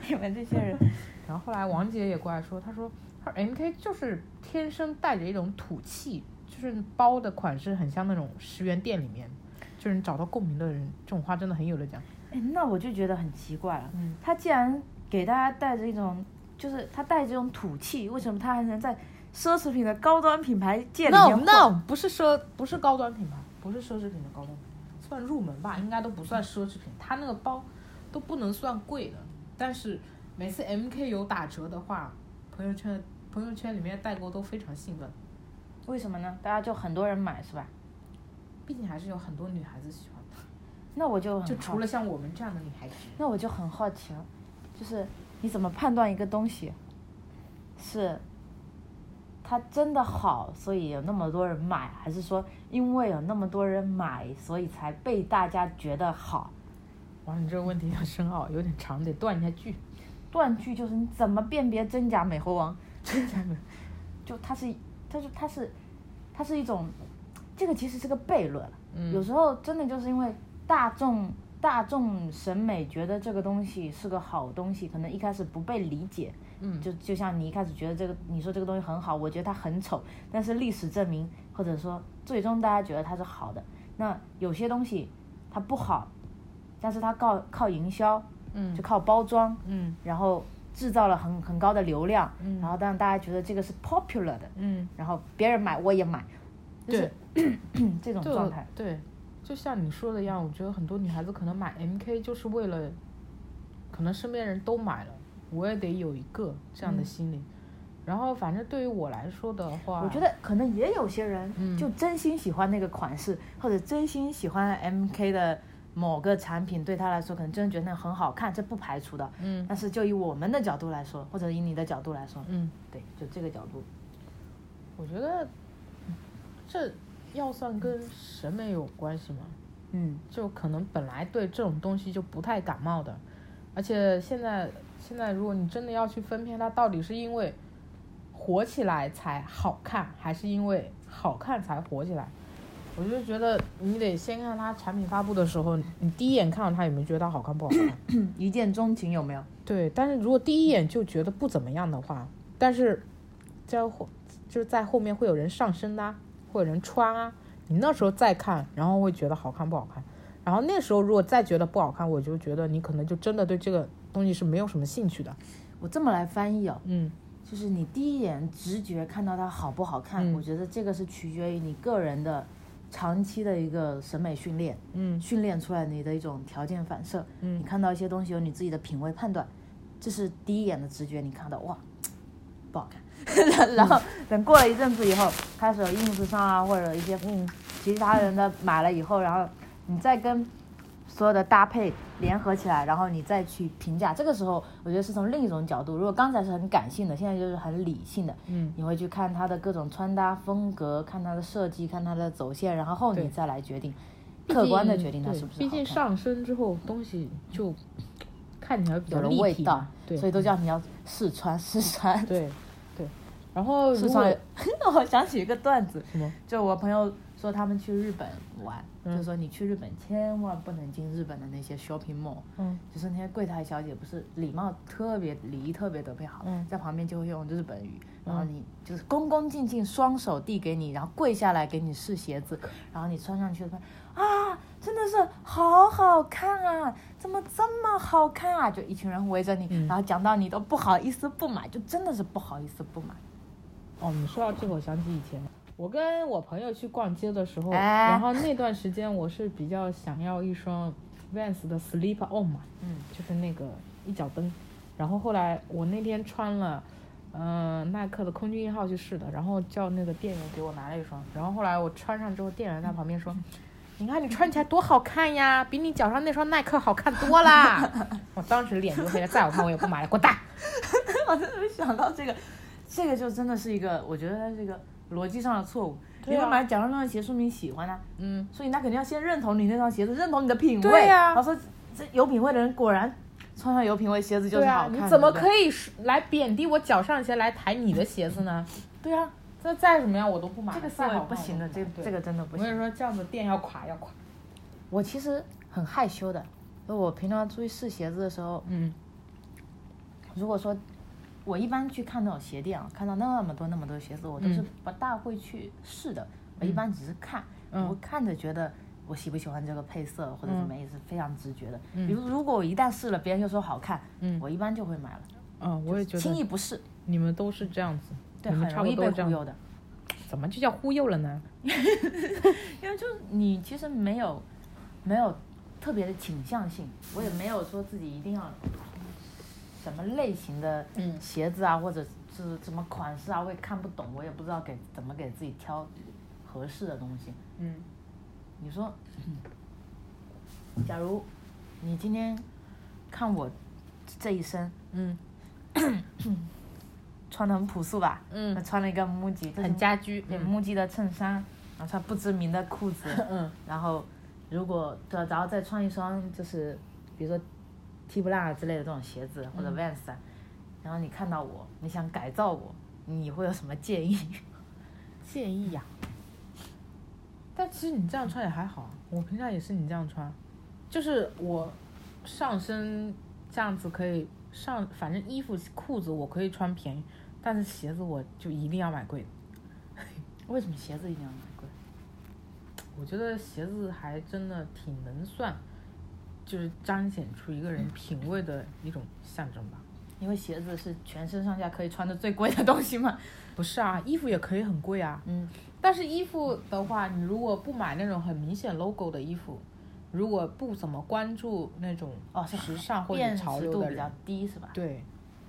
Speaker 1: 你们这些人，
Speaker 2: 然后后来王姐也过来说，她说她说 M K 就是天生带着一种土气，就是包的款式很像那种十元店里面，就是你找到共鸣的人，这种话真的很有得讲。
Speaker 1: 哎，那我就觉得很奇怪了。
Speaker 2: 嗯
Speaker 1: 他既然给大家带着一种，就是他带着这种土气，为什么他还能在奢侈品的高端品牌界里面
Speaker 2: No
Speaker 1: 混
Speaker 2: No，不是奢不是高端品牌，不是奢侈品的高端品牌，算入门吧，应该都不算奢侈品。它那个包都不能算贵的，但是每次 M K 有打折的话，朋友圈朋友圈里面代购都非常兴奋，
Speaker 1: 为什么呢？大家就很多人买是吧？
Speaker 2: 毕竟还是有很多女孩子喜欢它。
Speaker 1: 那我就很
Speaker 2: 就
Speaker 1: 好
Speaker 2: 除了像我们这样的女孩子，
Speaker 1: 那我就很好奇了，就是你怎么判断一个东西是它真的好，所以有那么多人买，还是说因为有那么多人买，所以才被大家觉得好？
Speaker 2: 哇，你这个问题很深奥，有点长，得断一下句。
Speaker 1: 断句就是你怎么辨别真假美猴王？ 真假美，就它是，它是，它是，它是一种，这个其实是个悖论了。
Speaker 2: 嗯
Speaker 1: 有时候真的就是因为大众大众审美觉得这个东西是个好东西，可能一开始不被理解。
Speaker 2: 嗯
Speaker 1: 就就像你一开始觉得这个，你说这个东西很好，我觉得它很丑，但是历史证明，或者说最终大家觉得它是好的。那有些东西它不好，但是它靠靠营销，
Speaker 2: 嗯
Speaker 1: 就靠包装，
Speaker 2: 嗯
Speaker 1: 然后制造了很很高的流量，
Speaker 2: 嗯
Speaker 1: 然后让大家觉得这个是 popular 的，
Speaker 2: 嗯，
Speaker 1: 然后别人买我也买，就是
Speaker 2: 对，
Speaker 1: 嗯 这种
Speaker 2: 就
Speaker 1: 状态。
Speaker 2: 对，就像你说的一样，我觉得很多女孩子可能买 MK 就是为了，可能身边人都买了，我也得有一个这样的
Speaker 1: 嗯
Speaker 2: 心理。然后，反正对于我来说的话，
Speaker 1: 我觉得可能也有些人
Speaker 2: 嗯
Speaker 1: 就真心喜欢那个款式，或者真心喜欢 MK 的某个产品，对他来说可能真的觉得那很好看，这不排除的。
Speaker 2: 嗯
Speaker 1: 但是就以我们的角度来说，或者以你的角度来说，
Speaker 2: 嗯，
Speaker 1: 对，就这个角度，
Speaker 2: 我觉得这要算跟审美有关系吗？
Speaker 1: 嗯
Speaker 2: 就可能本来对这种东西就不太感冒的，而且现在现在如果你真的要去分辨它到底是因为火起来才好看，还是因为好看才火起来，我就觉得你得先看它产品发布的时候，你第一眼看到它有没有觉得它好看不好看。
Speaker 1: 嗯，一见钟情有没有？
Speaker 2: 对，但是如果第一眼就觉得不怎么样的话，但是在后就是在后面会有人上身啊，会有人穿啊，你那时候再看，然后会觉得好看不好看，然后那时候如果再觉得不好看，我就觉得你可能就真的对这个东西是没有什么兴趣的。
Speaker 1: 我这么来翻译哦，
Speaker 2: 嗯
Speaker 1: 就是你第一眼直觉看到它好不好看，
Speaker 2: 嗯
Speaker 1: 我觉得这个是取决于你个人的长期的一个审美训练，
Speaker 2: 嗯
Speaker 1: 训练出来你的一种条件反射。你
Speaker 2: 嗯
Speaker 1: 看到一些东西有你自己的品味判断，这是第一眼的直觉，你看到哇，不好看。 然后等过了一阵子以后，开始有 ins 上啊，或者一些
Speaker 2: 嗯
Speaker 1: 其他人的买了以后，然后你再跟所有的搭配联合起来，然后你再去评价。这个时候，我觉得是从另一种角度。如果刚才是很感性的，现在就是很理性的，
Speaker 2: 嗯，
Speaker 1: 你会去看它的各种穿搭风格，看它的设计，看它的走线，然后
Speaker 2: 对
Speaker 1: 你再来决定，
Speaker 2: 毕
Speaker 1: 客观的
Speaker 2: 竟
Speaker 1: 决定它
Speaker 2: 对
Speaker 1: 是不是
Speaker 2: 毕
Speaker 1: 好
Speaker 2: 竟
Speaker 1: 看
Speaker 2: 上身之后东西就看起来比较
Speaker 1: 有了
Speaker 2: 立
Speaker 1: 味
Speaker 2: 体
Speaker 1: 道
Speaker 2: 嘛，对，
Speaker 1: 所以都叫你要试穿试穿。
Speaker 2: 对 对。然后
Speaker 1: 试
Speaker 2: 如
Speaker 1: 穿
Speaker 2: 果
Speaker 1: 有。 我想起一个段子，
Speaker 2: 什么？
Speaker 1: 就我朋友说他们去日本玩，
Speaker 2: 嗯
Speaker 1: 就说你去日本千万不能进日本的那些 shopping mall，
Speaker 2: 嗯
Speaker 1: 就是那些柜台小姐不是礼貌特别礼仪特别特别好，
Speaker 2: 嗯
Speaker 1: 在旁边就会用日本语，
Speaker 2: 嗯
Speaker 1: 然后你就是恭恭敬敬，双手递给你，然后跪下来给你试鞋子，然后你穿上去了，啊，真的是好好看啊，怎么这么好看啊？就一群人围着你，
Speaker 2: 嗯
Speaker 1: 然后讲到你都不好意思不买，就真的是不好意思不买。
Speaker 2: 哦，你说到这个，我想起以前我跟我朋友去逛街的时候，
Speaker 1: 哎
Speaker 2: 然后那段时间我是比较想要一双 Vans 的 Slip On 嘛，
Speaker 1: 嗯
Speaker 2: 就是那个一脚蹬。然后后来我那天穿了，嗯、耐克的空军一号去试的，然后叫那个店员给我拿了一双。然后后来我穿上之后，店员在旁边说：“ 你看你穿起来多好看呀，比你脚上那双耐克好看多啦。”我当时脸就黑了，再好看我也不买了，滚蛋。
Speaker 1: 我真的嗯 想到这个，这个就真的是一个，我觉得它是一个逻辑上的错误。
Speaker 2: 对
Speaker 1: 你
Speaker 2: 啊
Speaker 1: 会买假装那双鞋，说明你喜欢它，
Speaker 2: 嗯，
Speaker 1: 所以他肯定要先认同你那双鞋子，认同你的品味。
Speaker 2: 对啊
Speaker 1: 他说这有品味的人果然穿上有品味鞋子就
Speaker 2: 对
Speaker 1: 是好
Speaker 2: 啊，
Speaker 1: 看的。
Speaker 2: 你怎么
Speaker 1: 以？
Speaker 2: 可以是来贬低我脚上的鞋来抬你的鞋子呢？
Speaker 1: 对啊，
Speaker 2: 这再怎么样我都不买，
Speaker 1: 这个思
Speaker 2: 再
Speaker 1: 维
Speaker 2: 好
Speaker 1: 不行的，这个这。
Speaker 2: 我都不买对
Speaker 1: 个真的不
Speaker 2: 我跟你
Speaker 1: 行。
Speaker 2: 说，这样子店要垮要垮。
Speaker 1: 我其实很害羞的，我平常出去试鞋子的时候，
Speaker 2: 嗯
Speaker 1: 如果说我一般去看那种鞋店啊，看到那么多那么多鞋子，我都是
Speaker 2: 嗯
Speaker 1: 不大会去试的，我一般只是看，
Speaker 2: 嗯
Speaker 1: 我看着觉得。我喜不喜欢这个配色或者怎么也是非常直觉的。
Speaker 2: 嗯
Speaker 1: 比如，如果我一旦试了，别人又说好看，
Speaker 2: 嗯
Speaker 1: 我一般就会买了，
Speaker 2: 嗯，我也觉
Speaker 1: 轻易
Speaker 2: 得
Speaker 1: 不试，
Speaker 2: 你们都是这样子，
Speaker 1: 对，
Speaker 2: 你们
Speaker 1: 很
Speaker 2: 差
Speaker 1: 容
Speaker 2: 不
Speaker 1: 易
Speaker 2: 多
Speaker 1: 被
Speaker 2: 都这
Speaker 1: 忽
Speaker 2: 样。
Speaker 1: 悠的。
Speaker 2: 怎么就叫忽悠了呢？
Speaker 1: 因为就是你其实没有没有特别的倾向性，我也没有说自己一定要什么类型的
Speaker 2: 嗯
Speaker 1: 鞋子啊，或者是什么款式啊，我也看不懂，我也不知道给怎么给自己挑合适的东西。
Speaker 2: 嗯
Speaker 1: 你说，假如你今天看我这一身，
Speaker 2: 嗯
Speaker 1: 穿的很朴素吧，
Speaker 2: 嗯
Speaker 1: 她穿了一个 MUJI，
Speaker 2: 很家居，
Speaker 1: 对 MUJI 的衬衫，然后穿不知名的裤子，
Speaker 2: 嗯
Speaker 1: 然后如果对，然后再穿一双就是比如说 T 不辣之类的这种鞋子或者 Vans，、啊然后你看到我，你想改造我，你会有什么建议？
Speaker 2: 建议呀、但其实你这样穿也还好，啊我平常也是你这样穿，就是我上身这样子可以上，反正衣服裤子我可以穿便宜，但是鞋子我就一定要买贵的。
Speaker 1: 为什么鞋子一定要买贵？
Speaker 2: 我觉得鞋子还真的挺能算，就是彰显出一个人品味的一种象征吧。
Speaker 1: 因为鞋子是全身上下可以穿的最贵的东西嘛。
Speaker 2: 不是啊，衣服也可以很贵啊。
Speaker 1: 嗯，
Speaker 2: 但是衣服的话，你如果不买那种很明显 logo 的衣服，如果不怎么关注那种
Speaker 1: 哦是
Speaker 2: 时尚或者
Speaker 1: 辨
Speaker 2: 潮
Speaker 1: 识
Speaker 2: 流
Speaker 1: 度
Speaker 2: 的
Speaker 1: 比较
Speaker 2: 人，
Speaker 1: 低是吧？
Speaker 2: 对，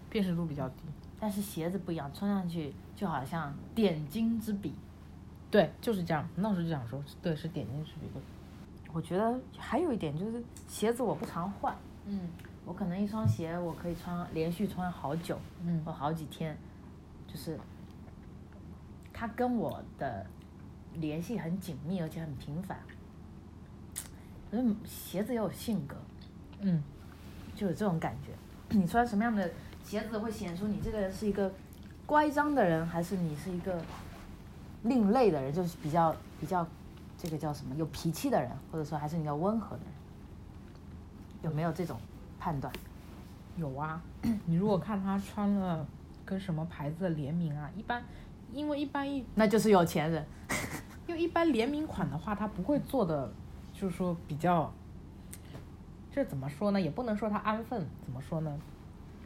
Speaker 2: 辨识度比较低。
Speaker 1: 但是鞋子不一样，穿上去就好像点睛之笔。
Speaker 2: 对，就是这样。那时候就想说，对，是点睛之笔的。
Speaker 1: 我觉得还有一点就是鞋子我不常换，
Speaker 2: 嗯
Speaker 1: 我可能一双鞋我可以穿连续穿好久，
Speaker 2: 嗯
Speaker 1: 或好几天，就是它跟我的联系很紧密，而且很频繁。嗯，鞋子也有性格，
Speaker 2: 嗯，
Speaker 1: 就有这种感觉。 你穿什么样的鞋子会显出你这个人是一个乖张的人，还是你是一个另类的人，就是比较比较这个叫什么有脾气的人，或者说还是你比较温和的人？有没有这种判断？
Speaker 2: 有啊。你如果看他穿了跟什么牌子的联名啊，一般，因为一般一
Speaker 1: 那就是有钱人。
Speaker 2: 因为一般联名款的话，它不会做的，就是说比较，这怎么说呢？也不能说它安分，怎么说呢？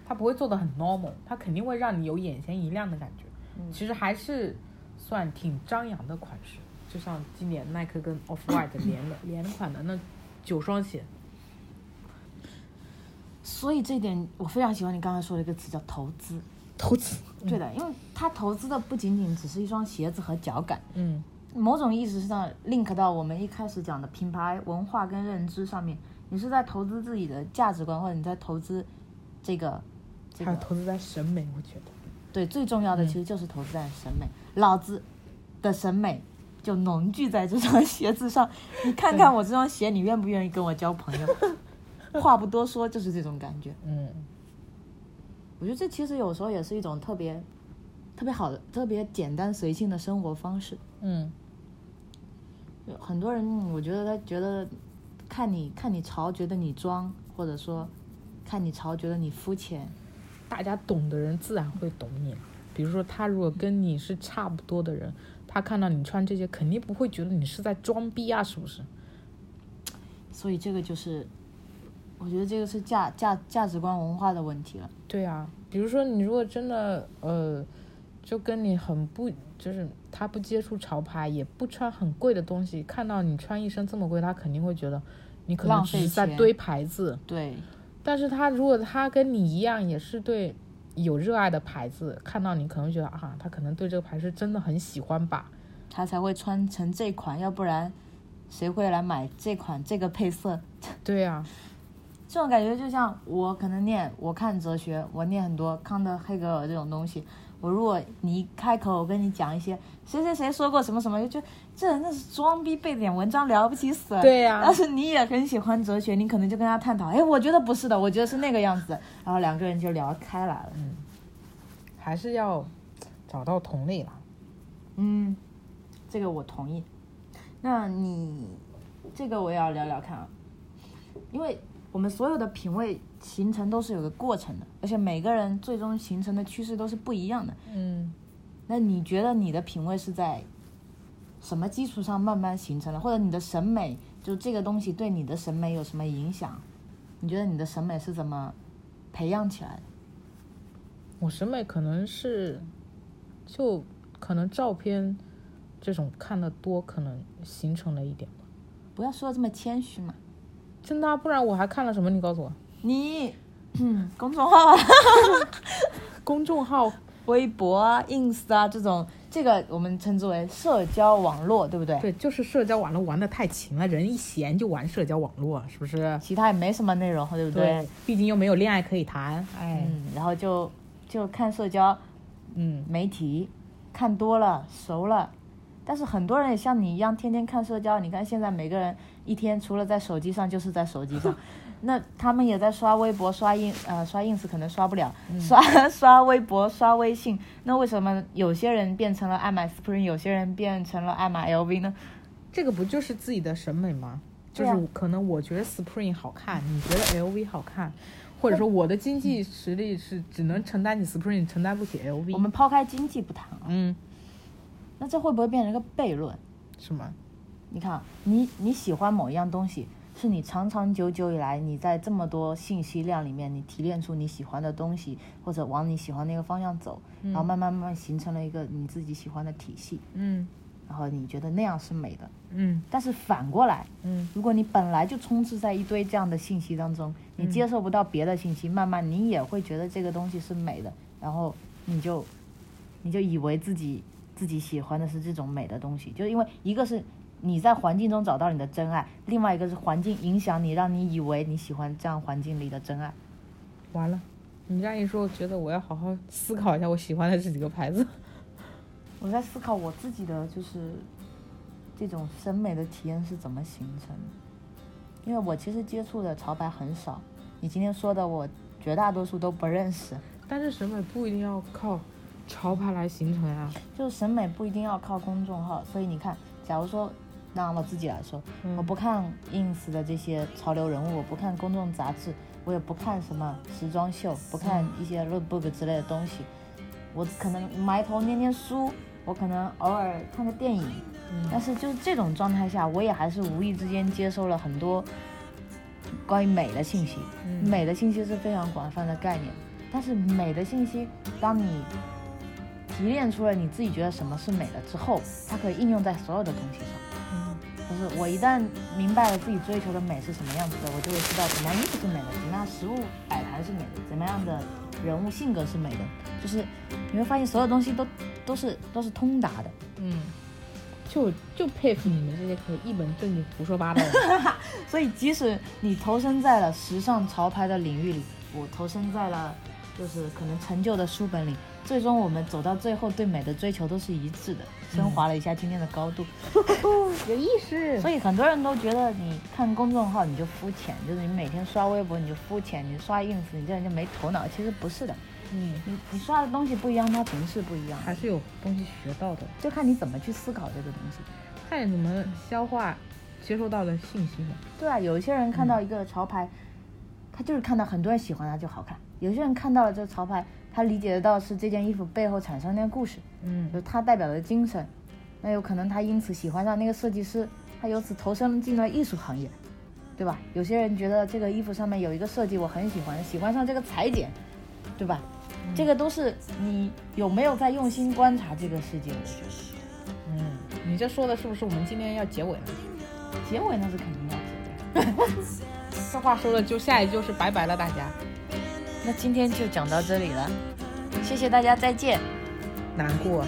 Speaker 2: 它不会做的很 normal，它肯定会让你有眼前一亮的感觉。
Speaker 1: 嗯
Speaker 2: 其实还是算挺张扬的款式，就像今年耐克跟 Off White 联 的联款的那九双鞋，
Speaker 1: 所以这一点我非常喜欢你刚才说的一个词叫投资。
Speaker 2: 投资，
Speaker 1: 对的，因为他投资的不仅仅只是一双鞋子和脚感，
Speaker 2: 嗯
Speaker 1: 某种意识上 link 到我们一开始讲的品牌文化跟认知上面，你是在投资自己的价值观，或者你在投资这个这
Speaker 2: 还有
Speaker 1: 个
Speaker 2: 投资在审美，我觉得。
Speaker 1: 对最重要的其实就是投资在审美。老子的审美就凝聚在这双鞋子上，你看看我这双鞋，你愿不愿意跟我交朋友？话不多说，就是这种感觉。
Speaker 2: 嗯，
Speaker 1: 我觉得这其实有时候也是一种特别特别好的、特别简单随性的生活方式。
Speaker 2: 嗯，
Speaker 1: 有很多人，我觉得他觉得看你看你潮，觉得你装，或者说看你潮，觉得你肤浅。
Speaker 2: 大家懂的人自然会懂你。比如说，他如果跟你是差不多的人，他看到你穿这些，肯定不会觉得你是在装逼啊，是不是？
Speaker 1: 所以这个就是，我觉得这个是价价价值观文化的问题了。
Speaker 2: 对啊，比如说你如果真的呃，就跟你很不，就是他不接触潮牌，也不穿很贵的东西，看到你穿一身这么贵，他肯定会觉得你可能
Speaker 1: 浪
Speaker 2: 只
Speaker 1: 费
Speaker 2: 是在
Speaker 1: 钱
Speaker 2: 堆牌子。
Speaker 1: 对，
Speaker 2: 但是他如果他跟你一样，也是对有热爱的牌子，看到你可能会觉得啊，他可能对这个牌是真的很喜欢吧。
Speaker 1: 他才会穿成这款，要不然谁会来买这款这个配色？
Speaker 2: 对啊，
Speaker 1: 这种感觉就像我可能念，我看哲学，我念很多康德、黑格尔这种东西。我如果你一开口，我跟你讲一些谁谁谁说过什么什么，就觉得这人那是装逼，背点文章了不起死了。
Speaker 2: 对啊呀
Speaker 1: 但是你也很喜欢哲学，你可能就跟他探讨，哎，我觉得不是的，我觉得是那个样子，然后两个人就聊开来了。
Speaker 2: 还是要找到同类啦。
Speaker 1: 嗯，这个我同意。那你这个我也要聊聊看啊，因为我们所有的品味形成都是有个过程的，而且每个人最终形成的趋势都是不一样的。
Speaker 2: 嗯，
Speaker 1: 那你觉得你的品味是在什么基础上慢慢形成的，或者你的审美就这个东西对你的审美有什么影响？你觉得你的审美是怎么培养起来的？
Speaker 2: 我审美可能是就可能照片这种看的多，可能形成了一点吧。
Speaker 1: 不要说的这么谦虚嘛，
Speaker 2: 真的啊、不然我还看了什么？你告诉我。
Speaker 1: 你公众号啊。
Speaker 2: 公众号
Speaker 1: 微博啊、ins 啊这种，这个我们称之为社交网络，对不对？
Speaker 2: 对，就是社交网络玩的太勤了，人一闲就玩社交网络，是不是？
Speaker 1: 其他也没什么内容，对不对？
Speaker 2: 毕竟又没有恋爱可以谈，哎，
Speaker 1: 嗯，然后就就看社交
Speaker 2: 嗯，
Speaker 1: 媒体，看多了熟了，但是很多人也像你一样天天看社交。你看现在每个人一天除了在手机上就是在手机上，那他们也在刷微博、刷 ins 呃刷 ins 可能刷不了，刷 刷微博、刷微信。那为什么有些人变成了爱买 Spring，有些人变成了爱买 LV 呢？
Speaker 2: 这个不就是自己的审美吗？就
Speaker 1: 对啊
Speaker 2: 是可能我觉得 Spring 好看，你觉得 LV 好看，或者说我的经济实力是只能承担你 Spring，承担不起 LV。
Speaker 1: 我们抛开经济不谈啊，
Speaker 2: 嗯，
Speaker 1: 那这会不会变成一个悖论？
Speaker 2: 什么？
Speaker 1: 你看啊，你你喜欢某一样东西，是你长长久久以来，你在这么多信息量里面，你提炼出你喜欢的东西，或者往你喜欢那个方向走，然后慢慢慢慢形成了一个你自己喜欢的体系，
Speaker 2: 嗯
Speaker 1: 然后你觉得那样是美的。
Speaker 2: 嗯
Speaker 1: 但是反过来，
Speaker 2: 嗯
Speaker 1: 如果你本来就充斥在一堆这样的信息当中，你接受不到别的信息，慢慢你也会觉得这个东西是美的，然后你就你就以为自己自己喜欢的是这种美的东西，就是因为一个是你在环境中找到你的真爱，另外一个是环境影响你，让你以为你喜欢这样环境里的真爱。
Speaker 2: 完了，你这样一说，我觉得我要好好思考一下我喜欢的这几个牌子。
Speaker 1: 我在思考我自己的就是这种审美的体验是怎么形成的，因为我其实接触的潮牌很少，你今天说的我绝大多数都不认识，
Speaker 2: 但是审美不一定要靠潮牌来形成呀、
Speaker 1: 就是审美不一定要靠公众号，所以你看，假如说让我自己来说，
Speaker 2: 嗯
Speaker 1: 我不看 ins 的这些潮流人物，我不看公众杂志，我也不看什么时装秀，不看一些 lookbook 之类的东西，我可能埋头念念书，我可能偶尔看个电影，
Speaker 2: 嗯
Speaker 1: 但是就是这种状态下，我也还是无意之间接收了很多关于美的信息。
Speaker 2: 嗯
Speaker 1: 美的信息是非常广泛的概念，但是美的信息，当你提炼出了你自己觉得什么是美的之后，它可以应用在所有的东西上。
Speaker 2: 嗯
Speaker 1: 就是我一旦明白了自己追求的美是什么样子的，我就会知道什么样衣服是美的，什么样食物摆盘是美的，怎么样的人物性格是美的。就是你会发现所有东西都都是都是通达的。
Speaker 2: 嗯，就就佩服你们这些可以一本正经胡说八道的。
Speaker 1: 所以即使你投身在了时尚潮牌的领域里，我投身在了就是可能陈旧的书本里，最终我们走到最后对美的追求都是一致的，升华了一下今天的高度。
Speaker 2: 有意识
Speaker 1: 所以很多人都觉得你看公众号你就肤浅，就是你每天刷微博你就肤浅，你刷 ins 你这人就没头脑。其实不是的，
Speaker 2: 嗯，
Speaker 1: 你你刷的东西不一样，它形式不一样，
Speaker 2: 还是有东西学到的，
Speaker 1: 就看你怎么去思考这个东西。
Speaker 2: 看你们消化接收到的信息嘛。
Speaker 1: 对啊，有一些人看到一个潮牌，他就是看到很多人喜欢它就好看；有些人看到了这个潮牌，他理解得到是这件衣服背后产生的故事，
Speaker 2: 嗯
Speaker 1: 就是它代表的精神。那有可能他因此喜欢上那个设计师，他由此投身进了艺术行业，对吧？有些人觉得这个衣服上面有一个设计我很喜欢，喜欢上这个裁剪，对吧？这个都是你有没有在用心观察这个世界的事情。
Speaker 2: 嗯，你这说的是不是我们今天要结尾了？
Speaker 1: 结尾那是肯定要结的。
Speaker 2: 这话说了就下一句就是拜拜了，大家。
Speaker 1: 那今天就讲到这里了，谢谢大家，再见。
Speaker 2: 难过。